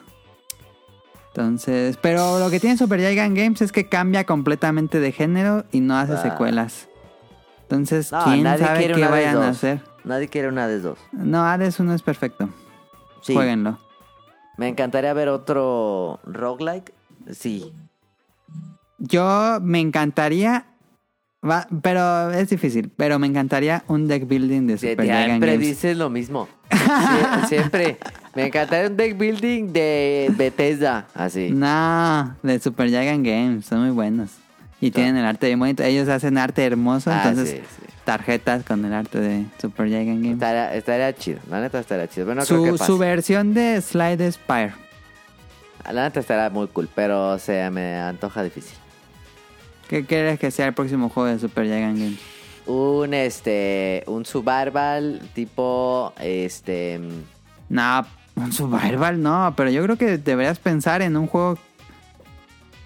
Speaker 2: Entonces, pero lo que tiene Super Giant Games es que cambia completamente de género y no hace
Speaker 3: Ah.
Speaker 2: secuelas. Entonces,
Speaker 3: No,
Speaker 2: quién
Speaker 3: nadie
Speaker 2: sabe
Speaker 3: quiere
Speaker 2: qué
Speaker 3: una de
Speaker 2: vayan a
Speaker 3: dos.
Speaker 2: hacer.
Speaker 3: Nadie quiere una de dos.
Speaker 2: No, Hades 1 es perfecto.
Speaker 3: Sí.
Speaker 2: Jueguenlo.
Speaker 3: Me encantaría ver otro roguelike. Sí.
Speaker 2: Yo me encantaría. va- pero es difícil. Pero me encantaría un deck building de Super Dragon
Speaker 3: Siempre
Speaker 2: Games.
Speaker 3: dices lo mismo. Sie- siempre. Me encantaría un deck building de Bethesda.
Speaker 2: Mm,
Speaker 3: Así.
Speaker 2: No, de Super Dragon Games. Son muy buenos. Y tienen el arte bien bonito. Ellos hacen arte hermoso.
Speaker 3: Ah,
Speaker 2: entonces,
Speaker 3: sí, sí.
Speaker 2: tarjetas con el arte de Super Dragon Games.
Speaker 3: Estaría, estaría chido. La neta estaría chido. Pero no creo que
Speaker 2: su,
Speaker 3: pase.
Speaker 2: su versión de Slide Spire.
Speaker 3: Ah, La neta estará muy cool, pero se me antoja difícil.
Speaker 2: ¿Qué crees que sea el próximo juego de Super Dragon Games?
Speaker 3: Un este. Un subarval tipo. Este. mm,
Speaker 2: No, un survival no. Pero yo creo que deberías pensar en un juego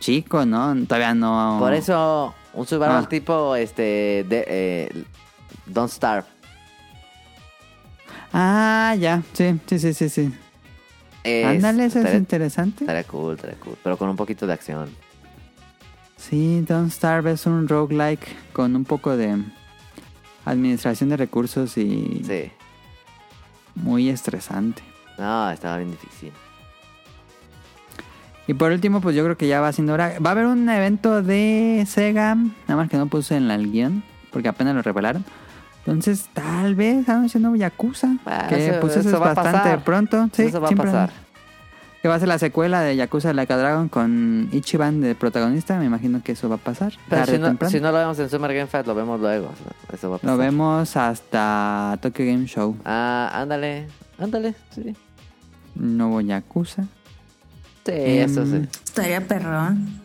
Speaker 2: chico, ¿no? Todavía no.
Speaker 3: Por eso. Un survival
Speaker 2: Oh. Ah.
Speaker 3: tipo, este, de, eh, Don't Starve.
Speaker 2: Ah, ya. Sí, sí, sí, sí. sí.
Speaker 3: Es-
Speaker 2: Ándale, eso es
Speaker 3: estaría-
Speaker 2: interesante.
Speaker 3: Estaría cool, estaría cool. Pero con un poquito de acción.
Speaker 2: Sí, Don't Starve es un roguelike con un poco de administración de recursos y
Speaker 3: Sí.
Speaker 2: muy estresante.
Speaker 3: No, estaba bien difícil.
Speaker 2: Y por último, pues yo creo que ya va siendo hora. Va a haber un evento de Sega, nada más que no puse en la- el guión, porque apenas lo revelaron. Entonces, tal vez ah, están haciendo Yakuza,
Speaker 3: Bueno,
Speaker 2: que
Speaker 3: Ah, eso-
Speaker 2: pues eso,
Speaker 3: eso
Speaker 2: es
Speaker 3: va a
Speaker 2: bastante
Speaker 3: pasar.
Speaker 2: pronto. Sí,
Speaker 3: Eso va a
Speaker 2: siempre-
Speaker 3: pasar.
Speaker 2: Que va a ser la secuela de Yakuza Like a Dragon con Ichiban de protagonista. Me imagino que eso va a pasar.
Speaker 3: Pero
Speaker 2: tarde
Speaker 3: si
Speaker 2: o
Speaker 3: no,
Speaker 2: temprano.
Speaker 3: si no lo vemos en Summer Game Fest, lo vemos luego. O sea, Eso va a pasar.
Speaker 2: Lo vemos hasta Tokyo Game Show.
Speaker 3: Ah, ándale. Ándale, sí.
Speaker 2: Nuevo Yakuza.
Speaker 3: Sí,
Speaker 2: Em,
Speaker 3: eso sí.
Speaker 1: Estaría perrón.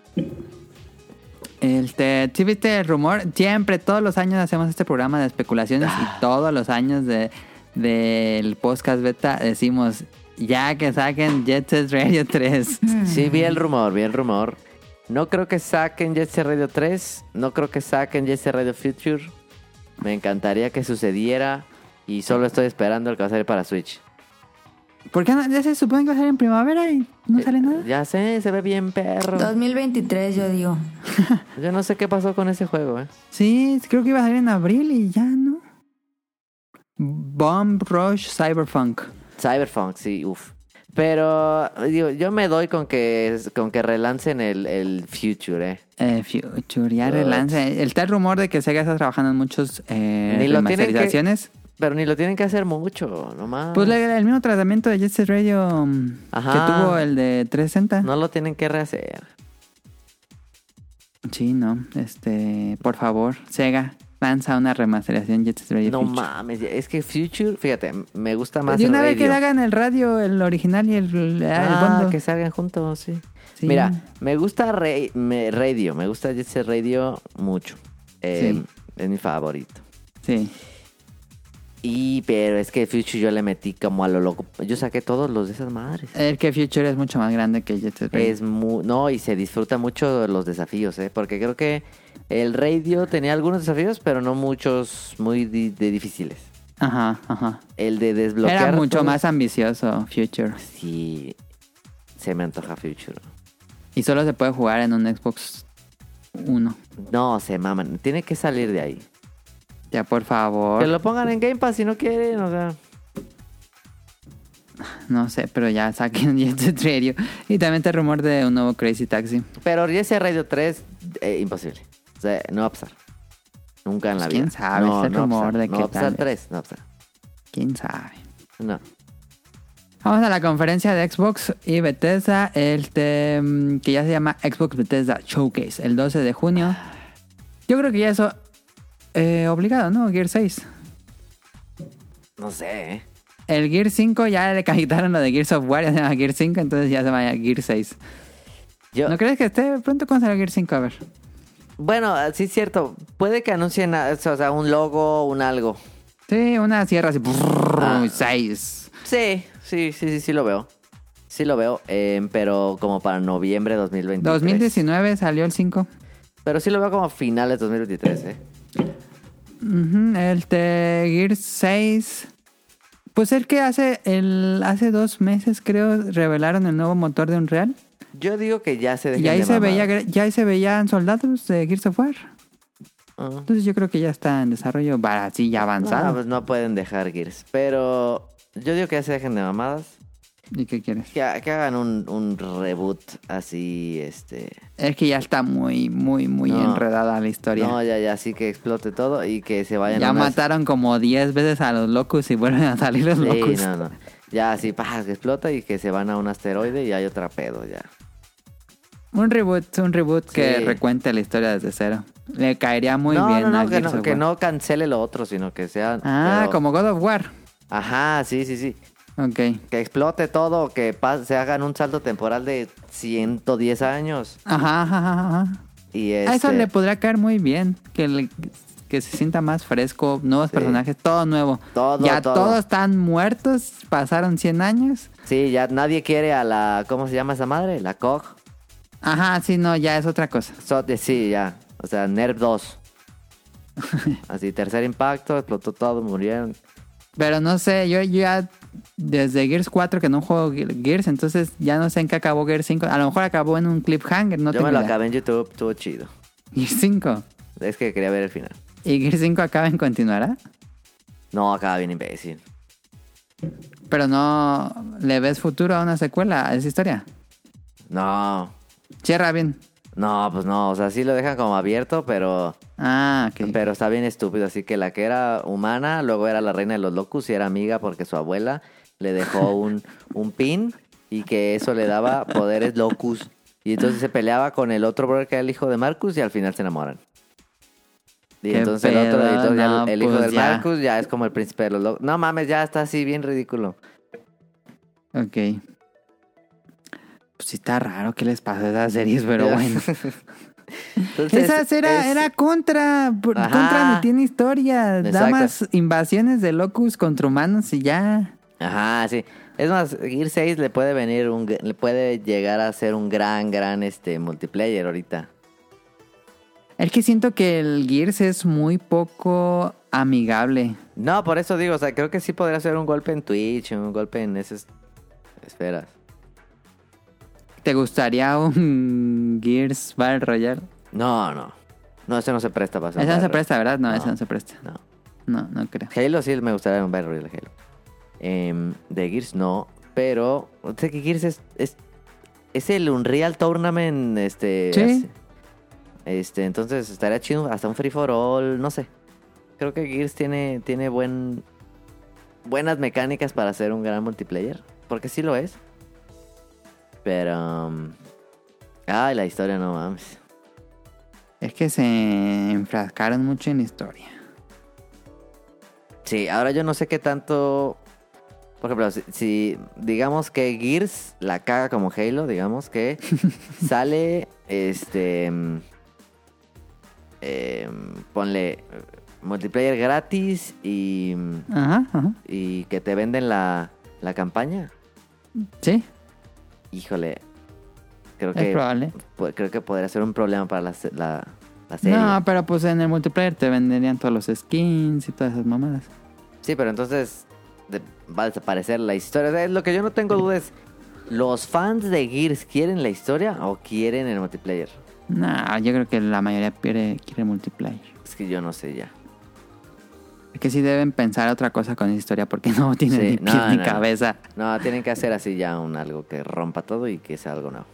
Speaker 2: Este, ¿sí viste el rumor? Siempre, todos los años hacemos este programa de especulaciones
Speaker 3: Ah.
Speaker 2: y todos los años de- del podcast beta decimos, ya que saquen Jet Set Radio 3.
Speaker 3: Sí, vi
Speaker 2: Mm.
Speaker 3: el rumor, vi el rumor. No creo que saquen Jet Set Radio 3. No creo que saquen Jet Set Radio Future. Me encantaría que sucediera. Y solo estoy esperando el que va a salir para Switch.
Speaker 2: ¿Por qué no? Ya se supone que va a salir en primavera y no sale nada.
Speaker 3: Ya sé, se ve bien perro.
Speaker 1: 2023, yo digo.
Speaker 3: Yo no sé qué pasó con ese juego, ¿eh?
Speaker 2: Sí, creo que iba a salir en abril y ya no. Bomb Rush Cyberpunk.
Speaker 3: Cyberpunk, sí, uff. Pero digo, yo me doy con que con que relancen el, el Future, eh.
Speaker 2: Eh, Future, ya
Speaker 3: Ups.
Speaker 2: relanza. El tal rumor de que Sega está trabajando en muchos eh,
Speaker 3: Ni lo tienen que-
Speaker 2: remasterizaciones.
Speaker 3: Pero ni lo tienen que hacer mucho, nomás.
Speaker 2: Pues le- el mismo tratamiento de Jet Set Radio mm,
Speaker 3: Ajá.
Speaker 2: que tuvo el de 360.
Speaker 3: No lo tienen que rehacer.
Speaker 2: Sí, no. Este, por favor, Sega, lanza una remasterización Jet Set Radio.
Speaker 3: No
Speaker 2: Future.
Speaker 3: mames, es que Future, fíjate, me gusta más
Speaker 2: De
Speaker 3: el
Speaker 2: una vez que
Speaker 3: radio.
Speaker 2: hagan el radio, el original y el, ah, el
Speaker 3: Ah,
Speaker 2: bundle.
Speaker 3: que salgan juntos, sí.
Speaker 2: Sí.
Speaker 3: Mira, me gusta Ra- me- Radio, me gusta Jet Set Radio mucho. Eh,
Speaker 2: Sí.
Speaker 3: Es mi favorito.
Speaker 2: Sí.
Speaker 3: Y pero es que Future yo le metí como a lo loco. Yo saqué todos los de esas madres.
Speaker 2: El que Future es mucho más grande que Jet Set Radio.
Speaker 3: Es mu- no, y se disfruta mucho los desafíos, ¿eh? Porque creo que el radio tenía algunos desafíos, pero no muchos muy di- de difíciles.
Speaker 2: Ajá, ajá.
Speaker 3: El de desbloquear.
Speaker 2: Era mucho
Speaker 3: todo-
Speaker 2: más ambicioso Future.
Speaker 3: Sí. Se me antoja Future.
Speaker 2: Y solo se puede jugar en un Xbox 1.
Speaker 3: No, se maman. Tiene que salir de ahí.
Speaker 2: Ya, por favor.
Speaker 3: Que lo pongan en Game Pass si no quieren, o sea.
Speaker 2: No sé, pero ya saquen Jet Set Radio. Y también está el rumor de un nuevo Crazy Taxi.
Speaker 3: Pero ya sea Radio 3, eh, imposible. O sea, no va a pasar. Nunca en la
Speaker 2: Pues,
Speaker 3: vida.
Speaker 2: quién sabe,
Speaker 3: no,
Speaker 2: es el
Speaker 3: no va a
Speaker 2: rumor
Speaker 3: pasar.
Speaker 2: de
Speaker 3: No
Speaker 2: que
Speaker 3: va a pasar
Speaker 2: tal vez.
Speaker 3: 3, no va a pasar.
Speaker 2: ¿Quién sabe?
Speaker 3: No.
Speaker 2: Vamos a la conferencia de Xbox y Bethesda, el te- mm, que ya se llama Xbox Bethesda Showcase, el 12 de junio. Yo creo que ya eso eh, obligado, ¿no? Gear 6.
Speaker 3: No sé, ¿eh?
Speaker 2: El Gear 5 ya le quitaron lo de Gear Software, ya se llama Gear 5, entonces ya se llama Gear 6.
Speaker 3: Yo,
Speaker 2: ¿No crees que esté pronto cuando salga Gear 5? A ver.
Speaker 3: Bueno, sí es cierto. Puede que anuncien, ah, o sea, un logo, un algo.
Speaker 2: Sí, una sierra así.
Speaker 3: Ah.
Speaker 2: 6.
Speaker 3: Sí, sí, sí, sí, sí lo veo. Sí lo veo, eh, pero como para noviembre de 2023.
Speaker 2: 2019 salió el 5.
Speaker 3: Pero sí lo veo como finales de 2023, ¿eh?
Speaker 2: Ujú, El de Gear 6. Pues el que hace el hace dos meses creo revelaron el nuevo motor de Unreal.
Speaker 3: Yo digo que ya se dejen
Speaker 2: Y ahí
Speaker 3: de
Speaker 2: se
Speaker 3: mamadas.
Speaker 2: veía gre- ya ahí se veían soldados de Gears of War.
Speaker 3: Ah.
Speaker 2: Entonces yo creo que ya está en desarrollo para así ya
Speaker 3: No,
Speaker 2: avanzado.
Speaker 3: pues no pueden dejar Gears. Pero yo digo que ya se dejen de mamadas.
Speaker 2: ¿Y qué quieres?
Speaker 3: Que, que hagan un, un reboot así, este...
Speaker 2: Es que ya está muy muy muy
Speaker 3: No.
Speaker 2: enredada la historia.
Speaker 3: No, ya, ya, así que explote todo y que se vayan
Speaker 2: ya
Speaker 3: a unas-
Speaker 2: mataron como 10 veces a los locos y vuelven a salir los
Speaker 3: Sí,
Speaker 2: locos.
Speaker 3: no, no. Ya, así, paja, que explota y que se van a un asteroide y hay otra pedo ya.
Speaker 2: Un reboot, un reboot que
Speaker 3: Sí.
Speaker 2: recuente la historia desde cero. Le caería muy
Speaker 3: no,
Speaker 2: bien
Speaker 3: no,
Speaker 2: a
Speaker 3: no, que
Speaker 2: Gears
Speaker 3: no,
Speaker 2: of
Speaker 3: que
Speaker 2: War.
Speaker 3: no cancele lo otro, sino que sea...
Speaker 2: Ah,
Speaker 3: pero-
Speaker 2: como God of War.
Speaker 3: Ajá, sí, sí, sí.
Speaker 2: Ok.
Speaker 3: Que explote todo, que pas- se hagan un salto temporal de 110 años.
Speaker 2: Ajá, ajá, ajá, ajá.
Speaker 3: Y
Speaker 2: A eso
Speaker 3: Ah. este,
Speaker 2: le podría caer muy bien. Que, le- que se sienta más fresco, nuevos
Speaker 3: Sí.
Speaker 2: personajes, todo nuevo.
Speaker 3: Todo,
Speaker 2: ya
Speaker 3: todo.
Speaker 2: todos están muertos, pasaron 100 años.
Speaker 3: Sí, ya nadie quiere a la... ¿Cómo se llama esa madre? La COG.
Speaker 2: Ajá, sí, no, ya es otra cosa.
Speaker 3: So- de- sí, ya. O sea, Nerf 2. Así, tercer impacto, explotó todo, murieron.
Speaker 2: Pero no sé, yo, yo ya desde Gears 4 que no juego Ge- Gears, entonces ya no sé en qué acabó Gears 5. A lo mejor acabó en un cliffhanger, no
Speaker 3: Yo
Speaker 2: tengo
Speaker 3: me lo
Speaker 2: idea.
Speaker 3: acabé en YouTube, estuvo chido.
Speaker 2: Gears 5.
Speaker 3: Es que quería ver el final.
Speaker 2: ¿Y Gears 5 acaba en continuará?
Speaker 3: No, acaba bien imbécil.
Speaker 2: Pero no le ves futuro a una secuela a esa historia.
Speaker 3: No,
Speaker 2: Cierra bien.
Speaker 3: no, pues no. O sea, sí lo dejan como abierto, pero,
Speaker 2: Ah, ok.
Speaker 3: pero está bien estúpido. Así que la que era humana, luego era la reina de los locus y era amiga porque su abuela le dejó un, un pin y que eso le daba poderes locus. Y entonces se peleaba con el otro brother que era el hijo de Marcus y al final se enamoran. Y
Speaker 2: Qué
Speaker 3: entonces el otro,
Speaker 2: pedo,
Speaker 3: y entonces ya
Speaker 2: no,
Speaker 3: el hijo
Speaker 2: pues
Speaker 3: del
Speaker 2: ya.
Speaker 3: Marcus ya es como el príncipe de los locus. No mames, ya está así bien ridículo.
Speaker 2: Ok. Pues sí está raro que les pasó a esas series, pero
Speaker 3: Ya.
Speaker 2: bueno.
Speaker 3: Entonces,
Speaker 2: Esas era,
Speaker 3: es-
Speaker 2: era contra. por-
Speaker 3: Ajá.
Speaker 2: Contra ni tiene historia.
Speaker 3: Exacto.
Speaker 2: Damas invasiones de locus contra humanos y ya.
Speaker 3: Ajá, sí. Es más, Gear 6 le puede venir un gr- le puede llegar a ser un gran gran este multiplayer ahorita.
Speaker 2: Es que siento que el Gears es muy poco amigable.
Speaker 3: No, por eso digo, o sea, creo que sí podría ser un golpe en Twitch, un golpe en esas esferas.
Speaker 2: ¿Te gustaría un Gears Battle Royale?
Speaker 3: No, no. No, eso no se presta para hacer
Speaker 2: Esa no
Speaker 3: un
Speaker 2: se
Speaker 3: Battle
Speaker 2: presta, ¿verdad? No,
Speaker 3: No.
Speaker 2: esa no se presta.
Speaker 3: Royale.
Speaker 2: No, no creo.
Speaker 3: No. Halo sí me gustaría un Battle Royale de Halo. Em, de Gears no, pero sé que Gears es, es es el Unreal Tournament este
Speaker 2: Sí.
Speaker 3: así. Este, entonces estaría chido hasta un free for all, no sé. Creo que Gears tiene, tiene buen, buenas mecánicas para hacer un gran multiplayer. Porque sí lo es. Pero... um, ay, la historia no mames.
Speaker 2: Es que se enfrascaron mucho en historia.
Speaker 3: Sí, ahora yo no sé qué tanto... Por ejemplo, si, si digamos que Gears la caga como Halo, digamos que sale, este... mm, em, ponle eh, multiplayer gratis y... mm,
Speaker 2: Ajá, ajá.
Speaker 3: y que te venden la, la campaña,
Speaker 2: Sí,
Speaker 3: híjole, creo
Speaker 2: es
Speaker 3: que,
Speaker 2: probable.
Speaker 3: po- creo que podría ser un problema para la, se- la, la serie.
Speaker 2: No, pero pues en el multiplayer te venderían todos los skins y todas esas mamadas.
Speaker 3: Sí, pero entonces de- va a desaparecer la historia. O sea, lo que yo no tengo duda es, ¿los fans de Gears quieren la historia o quieren el multiplayer?
Speaker 2: No, yo creo que la mayoría quiere, quiere multiplayer.
Speaker 3: Es que yo no sé ya.
Speaker 2: Es que sí deben pensar otra cosa con esa historia porque no tienen
Speaker 3: Sí,
Speaker 2: ni
Speaker 3: no,
Speaker 2: pies ni
Speaker 3: no, no.
Speaker 2: cabeza.
Speaker 3: No, tienen que hacer así ya un algo que rompa todo y que sea algo nuevo.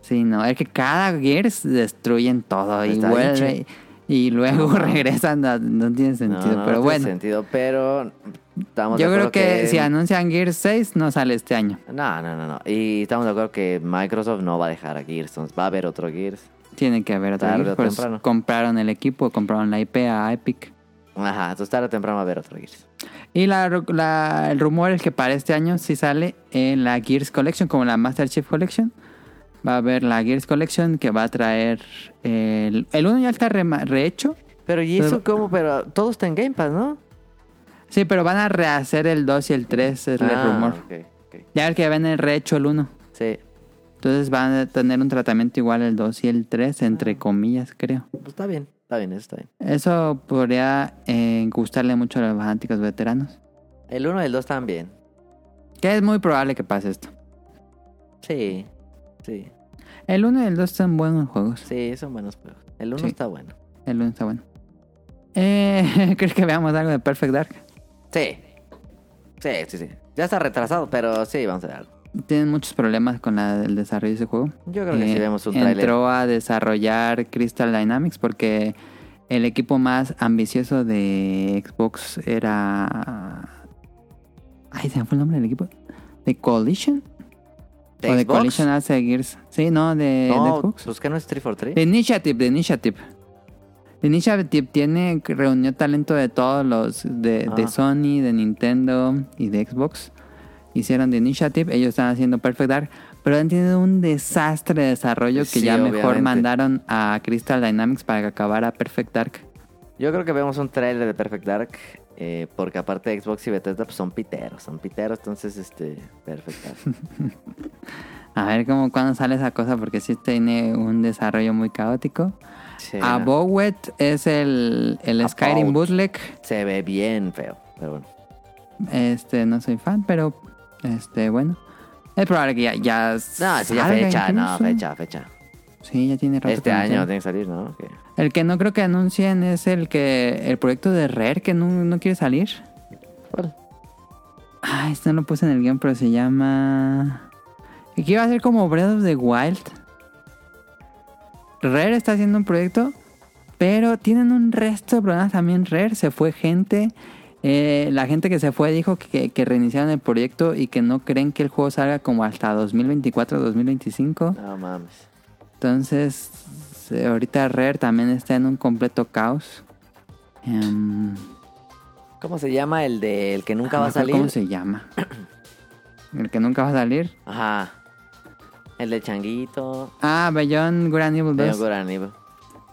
Speaker 2: Sí, no, es que cada Gears destruyen todo y
Speaker 3: Está bien
Speaker 2: vuelve y luego regresan, no, no tiene
Speaker 3: No,
Speaker 2: sentido.
Speaker 3: no, no
Speaker 2: pero
Speaker 3: tiene
Speaker 2: bueno,
Speaker 3: sentido, pero estamos de
Speaker 2: yo creo
Speaker 3: acuerdo
Speaker 2: que, si anuncian Gears 6 no sale este año.
Speaker 3: No, no, no, no. Y estamos de acuerdo que Microsoft no va a dejar a Gears. entonces va a haber otro Gears.
Speaker 2: Tiene que haber otro
Speaker 3: Tarde
Speaker 2: Gears,
Speaker 3: o
Speaker 2: pues,
Speaker 3: temprano.
Speaker 2: compraron el equipo, compraron la IP a Epic.
Speaker 3: Ajá, entonces tarde o temprano va a haber otro Gears.
Speaker 2: Y la, ru- la- el rumor es que para este año sí sale en la Gears Collection, como la Master Chief Collection. Va a haber la Gears Collection que va a traer... El, el uno ya está rema- rehecho.
Speaker 3: Pero ¿y eso
Speaker 2: Pero-
Speaker 3: cómo? Pero todo está en Game Pass, ¿no?
Speaker 2: Sí, pero van a rehacer el 2 y el 3, es el
Speaker 3: Ah,
Speaker 2: rumor.
Speaker 3: ok, ok.
Speaker 2: Ya ven que ven el rehecho el 1.
Speaker 3: Sí,
Speaker 2: Entonces van a tener un tratamiento igual el 2 y el 3, entre comillas, creo.
Speaker 3: pues está bien, está bien, eso está bien.
Speaker 2: Eso podría eh, gustarle mucho a los fanáticos veteranos.
Speaker 3: El 1 y el 2 también.
Speaker 2: Que es muy probable que pase esto.
Speaker 3: Sí, sí,
Speaker 2: El 1 y el 2 son buenos juegos.
Speaker 3: sí, son buenos juegos. El 1
Speaker 2: Sí.
Speaker 3: está bueno.
Speaker 2: El 1 está bueno. Eh, ¿Crees que veamos algo de Perfect Dark?
Speaker 3: Sí, sí, sí, sí. Ya está retrasado, pero sí, vamos a ver algo.
Speaker 2: Tienen muchos problemas con la- el desarrollo de ese juego.
Speaker 3: Yo creo que
Speaker 2: Eh,
Speaker 3: sí vemos un tráiler.
Speaker 2: Entró a desarrollar Crystal Dynamics porque el equipo más ambicioso de Xbox era. Ay, se me fue el nombre del equipo. ¿De Coalition?
Speaker 3: ¿De
Speaker 2: ¿O de
Speaker 3: Xbox?
Speaker 2: Coalition hace Gears? Sí, no, de, de
Speaker 3: No,
Speaker 2: Xbox.
Speaker 3: pues que no es 3 for 3.
Speaker 2: De Initiative, de Initiative. De Initiative tiene, reunió talento de todos los, de, de
Speaker 3: Ah.
Speaker 2: Sony, de Nintendo y de Xbox. Hicieron The Initiative, ellos están haciendo Perfect Dark, pero han tenido un desastre de desarrollo que
Speaker 3: Sí,
Speaker 2: ya mejor
Speaker 3: obviamente.
Speaker 2: mandaron a Crystal Dynamics para que acabara Perfect Dark.
Speaker 3: Yo creo que vemos un tráiler de Perfect Dark. eh, porque aparte de Xbox y Bethesda pues son piteros, son piteros, entonces este Perfect Dark.
Speaker 2: A ver cómo cuándo sale esa cosa, porque sí tiene un desarrollo muy caótico.
Speaker 3: Sí, no,
Speaker 2: Abowet es el, el Skyrim
Speaker 3: Abowed.
Speaker 2: bootleg.
Speaker 3: se ve bien feo, pero bueno.
Speaker 2: Este, no soy fan, pero este, bueno. Es probable que ya. ya
Speaker 3: No, sí, ya
Speaker 2: salga
Speaker 3: fecha, no,
Speaker 2: incluso.
Speaker 3: fecha, fecha.
Speaker 2: Sí, ya tiene rato.
Speaker 3: Este
Speaker 2: que no
Speaker 3: año
Speaker 2: sale.
Speaker 3: tiene que salir, ¿no? Que-
Speaker 2: El que no creo que anuncien es el que. El proyecto de Rare que no, no quiere salir.
Speaker 3: ¿Cuál?
Speaker 2: Ah, este no lo puse en el guión, pero se llama. Que iba a ser como Breath of the Wild. Rare está haciendo un proyecto, pero tienen un resto de problemas también. Rare se fue gente. eh, la gente que se fue dijo que, que reiniciaron el proyecto y que no creen que el juego salga como hasta 2024, 2025.
Speaker 3: No mames.
Speaker 2: Entonces, eh, ahorita Rare también está en un completo caos. Em,
Speaker 3: ¿Cómo se llama el de el que nunca
Speaker 2: Ah, no
Speaker 3: va
Speaker 2: me
Speaker 3: a
Speaker 2: acuerdo
Speaker 3: salir?
Speaker 2: ¿Cómo se llama? El que nunca va a salir.
Speaker 3: Ajá. El de Changuito.
Speaker 2: Ah, Beyond Grand Evil
Speaker 3: de
Speaker 2: 2.
Speaker 3: Goran Evil.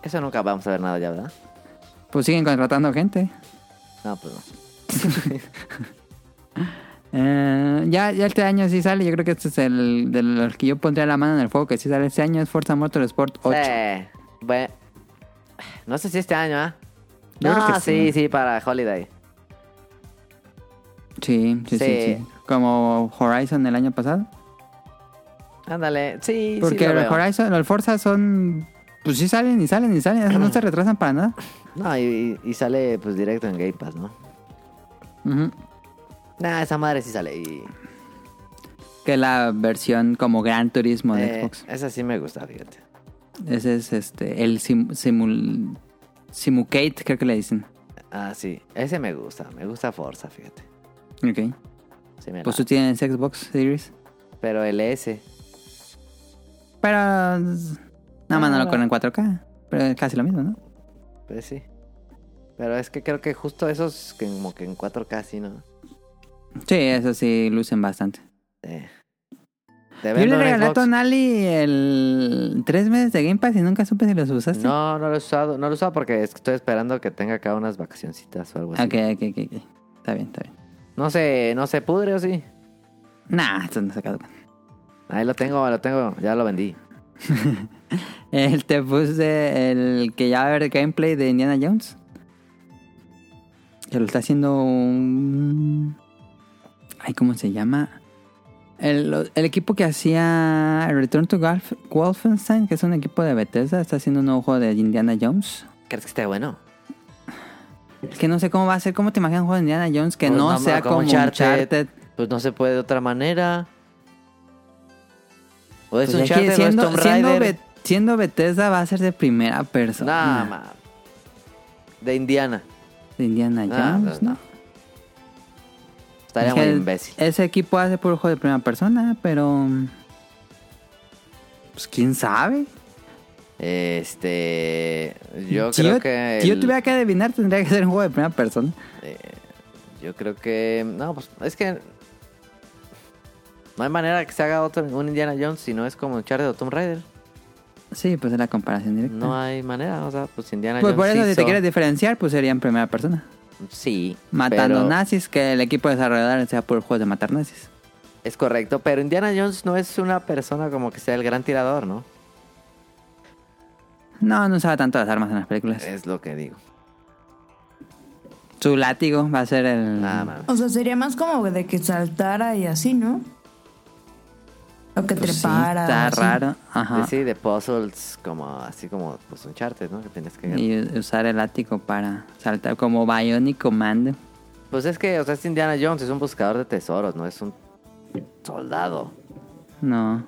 Speaker 3: Eso nunca vamos a ver nada ya, ¿verdad?
Speaker 2: Pues siguen contratando gente.
Speaker 3: No, pues no.
Speaker 2: Eh, ya, ya este año sí sale. Yo creo que este es el de los que yo pondría la mano en el fuego que sí sale este año. Es Forza Motorsport 8.
Speaker 3: Eh, bue- No sé si este año, ¿ah?
Speaker 2: Yo
Speaker 3: no,
Speaker 2: creo que este sí.
Speaker 3: sí, sí, para Holiday.
Speaker 2: Sí, sí, sí,
Speaker 3: Sí.
Speaker 2: sí. Como Horizon el año pasado.
Speaker 3: Ándale, sí,
Speaker 2: Porque
Speaker 3: sí. lo
Speaker 2: los
Speaker 3: veo.
Speaker 2: Horizon, los Forza son. Pues sí salen y salen y salen. No se retrasan para nada.
Speaker 3: No, y, y sale pues directo en Game Pass, ¿no?
Speaker 2: Ujú.
Speaker 3: Nah, esa madre sí sale. Y,
Speaker 2: Que la versión como Gran Turismo de
Speaker 3: eh,
Speaker 2: Xbox.
Speaker 3: Esa sí me gusta, fíjate.
Speaker 2: Ese es este. El sim- simul- Simucate, creo que le dicen.
Speaker 3: Ah, sí. Ese me gusta, me gusta Forza, fíjate.
Speaker 2: Ok.
Speaker 3: Sí me
Speaker 2: Pues tú
Speaker 3: late.
Speaker 2: tienes Xbox Series.
Speaker 3: Pero el S.
Speaker 2: Pero. Nada más no lo corren en 4K. Pero es casi lo mismo, ¿no?
Speaker 3: Pues sí. Pero es que creo que justo esos que como que en 4K sí, ¿no?
Speaker 2: Sí, eso sí, lucen bastante.
Speaker 3: Eh. Te
Speaker 2: Yo
Speaker 3: vendo
Speaker 2: le
Speaker 3: un
Speaker 2: regalé a
Speaker 3: Xbox.
Speaker 2: Tonali el tres meses de Game Pass y nunca supe si los usaste.
Speaker 3: No, no lo he usado. No lo he usado porque es que estoy esperando que tenga acá unas vacacioncitas o algo así.
Speaker 2: Ok, ok, ok. ok. Está bien, está bien.
Speaker 3: No se, no se pudre o sí.
Speaker 2: Nah, esto no se caduca.
Speaker 3: Ahí lo tengo, lo tengo. Ya lo vendí.
Speaker 2: El te puse el que ya va a haber gameplay de Indiana Jones. Que lo está haciendo un... Ay, ¿cómo se llama? El, el equipo que hacía Return to Golf, Wolfenstein, que es un equipo de Bethesda, está haciendo un nuevo juego de Indiana Jones.
Speaker 3: ¿Crees que esté bueno?
Speaker 2: Es que no sé cómo va a ser, ¿cómo te imaginas un juego de Indiana Jones que
Speaker 3: Pues
Speaker 2: no,
Speaker 3: no,
Speaker 2: sea
Speaker 3: como
Speaker 2: como
Speaker 3: Uncharted.
Speaker 2: Uncharted?
Speaker 3: Pues no se puede de otra manera. O es
Speaker 2: Pues
Speaker 3: un
Speaker 2: es que
Speaker 3: charter o es
Speaker 2: siendo,
Speaker 3: Tomb
Speaker 2: siendo
Speaker 3: Raider.
Speaker 2: Bet- siendo Bethesda va a ser de primera persona.
Speaker 3: Nah, ma. De Indiana.
Speaker 2: de Indiana
Speaker 3: Nah,
Speaker 2: Jones,
Speaker 3: pues
Speaker 2: ¿no?
Speaker 3: no. Estaría muy
Speaker 2: Es que
Speaker 3: imbécil.
Speaker 2: Ese equipo hace puro juego de primera persona, pero. Pues quién sabe.
Speaker 3: Este. Yo
Speaker 2: Si
Speaker 3: creo que.
Speaker 2: si yo
Speaker 3: el-
Speaker 2: tuviera que adivinar, tendría que ser un juego de primera persona.
Speaker 3: Yo creo que. No, pues es que. No hay manera que se haga otro, un Indiana Jones si no es como Uncharted o Tomb Raider.
Speaker 2: Sí, pues es la comparación directa.
Speaker 3: No hay manera, o sea, pues Indiana
Speaker 2: pues
Speaker 3: Jones.
Speaker 2: por eso, si te
Speaker 3: hizo-
Speaker 2: quieres diferenciar, pues sería en primera persona.
Speaker 3: Sí.
Speaker 2: Matando
Speaker 3: pero-
Speaker 2: nazis, que el equipo desarrollador sea puro juego de matar nazis.
Speaker 3: Es correcto, pero Indiana Jones no es una persona como que sea el gran tirador, ¿no?
Speaker 2: No, no usaba tanto las armas en las películas.
Speaker 3: Es lo que digo.
Speaker 2: Su látigo va a ser el.
Speaker 3: Nada más.
Speaker 1: O sea, sería más como de que saltara y así, ¿no? O que
Speaker 2: Pues sí,
Speaker 1: trepara.
Speaker 2: está
Speaker 1: así.
Speaker 2: raro. Ajá.
Speaker 3: Sí, de puzzles, como así como pues Uncharted, ¿no? Que tienes que.
Speaker 2: Y usar el látigo para saltar como Bionic Command.
Speaker 3: Pues es que, o sea, es Indiana Jones, es un buscador de tesoros, no es un soldado.
Speaker 2: No.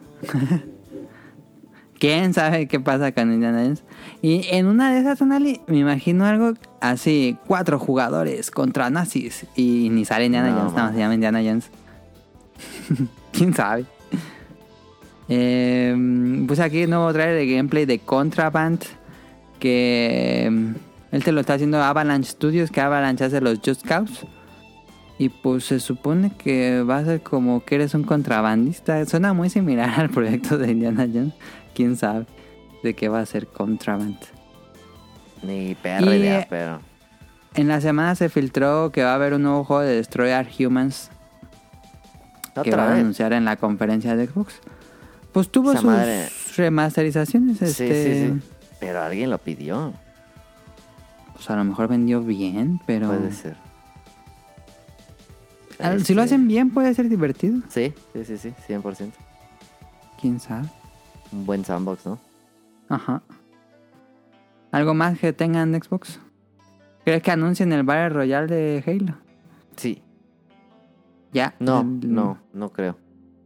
Speaker 2: ¿Quién sabe qué pasa con Indiana Jones? Y en una de esas, Tonali, me imagino algo así: cuatro jugadores contra nazis. Y ni sale Indiana
Speaker 3: No,
Speaker 2: Jones, nada más
Speaker 3: man.
Speaker 2: se llama Indiana Jones. ¿Quién sabe? Eh, puse aquí nuevo trailer de gameplay de Contraband. Que eh, él te lo está haciendo Avalanche Studios, que Avalanche hace los Just Cause. Y pues se supone que va a ser como que eres un contrabandista. Suena muy similar al proyecto de Indiana Jones. Quién sabe de qué va a ser Contraband.
Speaker 3: Ni perra
Speaker 2: Y-
Speaker 3: idea, pero.
Speaker 2: En la semana se filtró que va a haber un nuevo juego de Destroyer Humans que
Speaker 3: Otra
Speaker 2: va a
Speaker 3: vez.
Speaker 2: anunciar en la conferencia de Xbox. Pues tuvo
Speaker 3: Esa
Speaker 2: sus
Speaker 3: madre.
Speaker 2: remasterizaciones. Este,
Speaker 3: Sí, sí, sí. Pero alguien lo pidió.
Speaker 2: Pues a lo mejor vendió bien, pero.
Speaker 3: Puede ser.
Speaker 2: Al-
Speaker 3: Este,
Speaker 2: Si lo hacen bien, puede ser divertido.
Speaker 3: Sí, sí, sí, sí, 100%.
Speaker 2: Quién sabe.
Speaker 3: Un buen sandbox, ¿no?
Speaker 2: Ajá. ¿Algo más que tengan en Xbox? ¿Crees que anuncien el Battle Royale de Halo?
Speaker 3: Sí.
Speaker 2: Ya.
Speaker 3: No,
Speaker 2: Mm,
Speaker 3: no, no creo.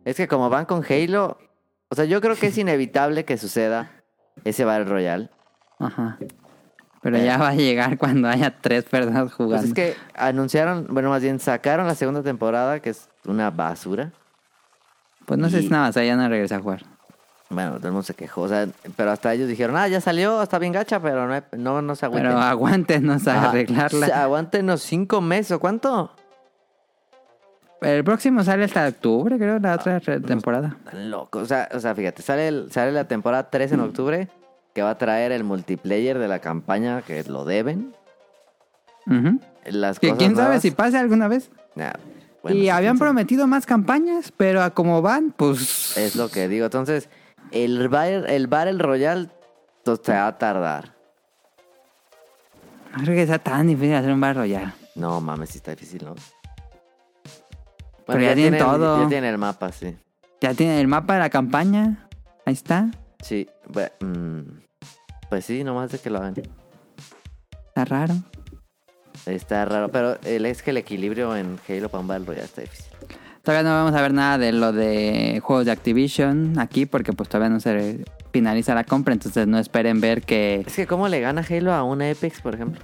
Speaker 3: Es que como van con Halo, o sea, yo creo que es inevitable que suceda ese Battle Royale.
Speaker 2: Ajá. Pero
Speaker 3: Eh.
Speaker 2: ya va a llegar cuando haya tres personas
Speaker 3: Pues
Speaker 2: jugando.
Speaker 3: es que anunciaron, bueno, más bien sacaron la segunda temporada, que es una basura.
Speaker 2: Pues no sé si
Speaker 3: y-
Speaker 2: nada, o sea, ya no regresa a jugar.
Speaker 3: Bueno, todo el mundo se quejó, o sea, pero hasta ellos dijeron, ah, ya salió, está bien gacha, pero no, hay- no, no se agüiten.
Speaker 2: Pero aguántenos a
Speaker 3: Ajá. O sea,
Speaker 2: arreglarla.
Speaker 3: Aguántenos cinco meses, ¿o ¿cuánto?
Speaker 2: El próximo sale hasta octubre, creo, la otra re- temporada.
Speaker 3: Tan Loco, o sea, o sea fíjate, sale, el- sale la temporada 3
Speaker 2: Mm.
Speaker 3: en octubre, que va a traer el multiplayer de la campaña, que lo deben.
Speaker 2: Ujú.
Speaker 3: Las
Speaker 2: Que
Speaker 3: pues, cosas
Speaker 2: quién sabe
Speaker 3: nuevas.
Speaker 2: si pase alguna vez.
Speaker 3: Nah, bueno,
Speaker 2: y
Speaker 3: sí,
Speaker 2: habían
Speaker 3: quién sabe.
Speaker 2: prometido más campañas, pero a como van, pues...
Speaker 3: Es lo que digo. Entonces, el Battle, el Battle Royale to- se va a tardar.
Speaker 2: No creo que sea tan difícil hacer un Battle Royale.
Speaker 3: No mames, sí está difícil, ¿no?
Speaker 2: Pero ya tienen todo.
Speaker 3: Ya tienen el mapa, sí.
Speaker 2: Ya tiene el mapa de la campaña. Ahí está.
Speaker 3: Sí, bue- mm, pues sí, nomás de que lo hagan.
Speaker 2: Está raro.
Speaker 3: Está raro, pero el, es que el equilibrio en Halo para un Battle Royale está difícil.
Speaker 2: Todavía no vamos a ver nada de lo de juegos de Activision aquí porque pues todavía no se finaliza la compra, entonces no esperen ver que...
Speaker 3: Es que, ¿cómo le gana Halo a una Apex, por ejemplo?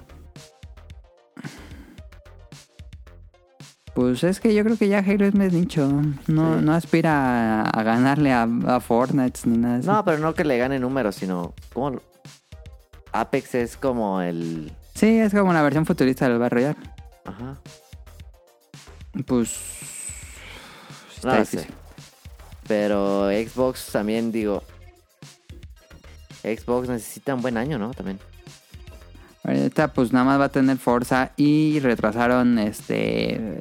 Speaker 2: Pues es que yo creo que ya Halo es más nicho. No,
Speaker 3: Sí.
Speaker 2: no aspira a, a ganarle a, a Fortnite ni nada de eso.
Speaker 3: No, pero no que le gane números, sino. ¿Cómo? lo- Apex es como el.
Speaker 2: Sí, es como la versión futurista del Battle Royale.
Speaker 3: Ajá.
Speaker 2: Pues...
Speaker 3: No
Speaker 2: está
Speaker 3: lo
Speaker 2: difícil.
Speaker 3: sé. Pero Xbox también, digo. Xbox necesita un buen año, ¿no? También.
Speaker 2: Ahorita pues nada más va a tener Forza y retrasaron este...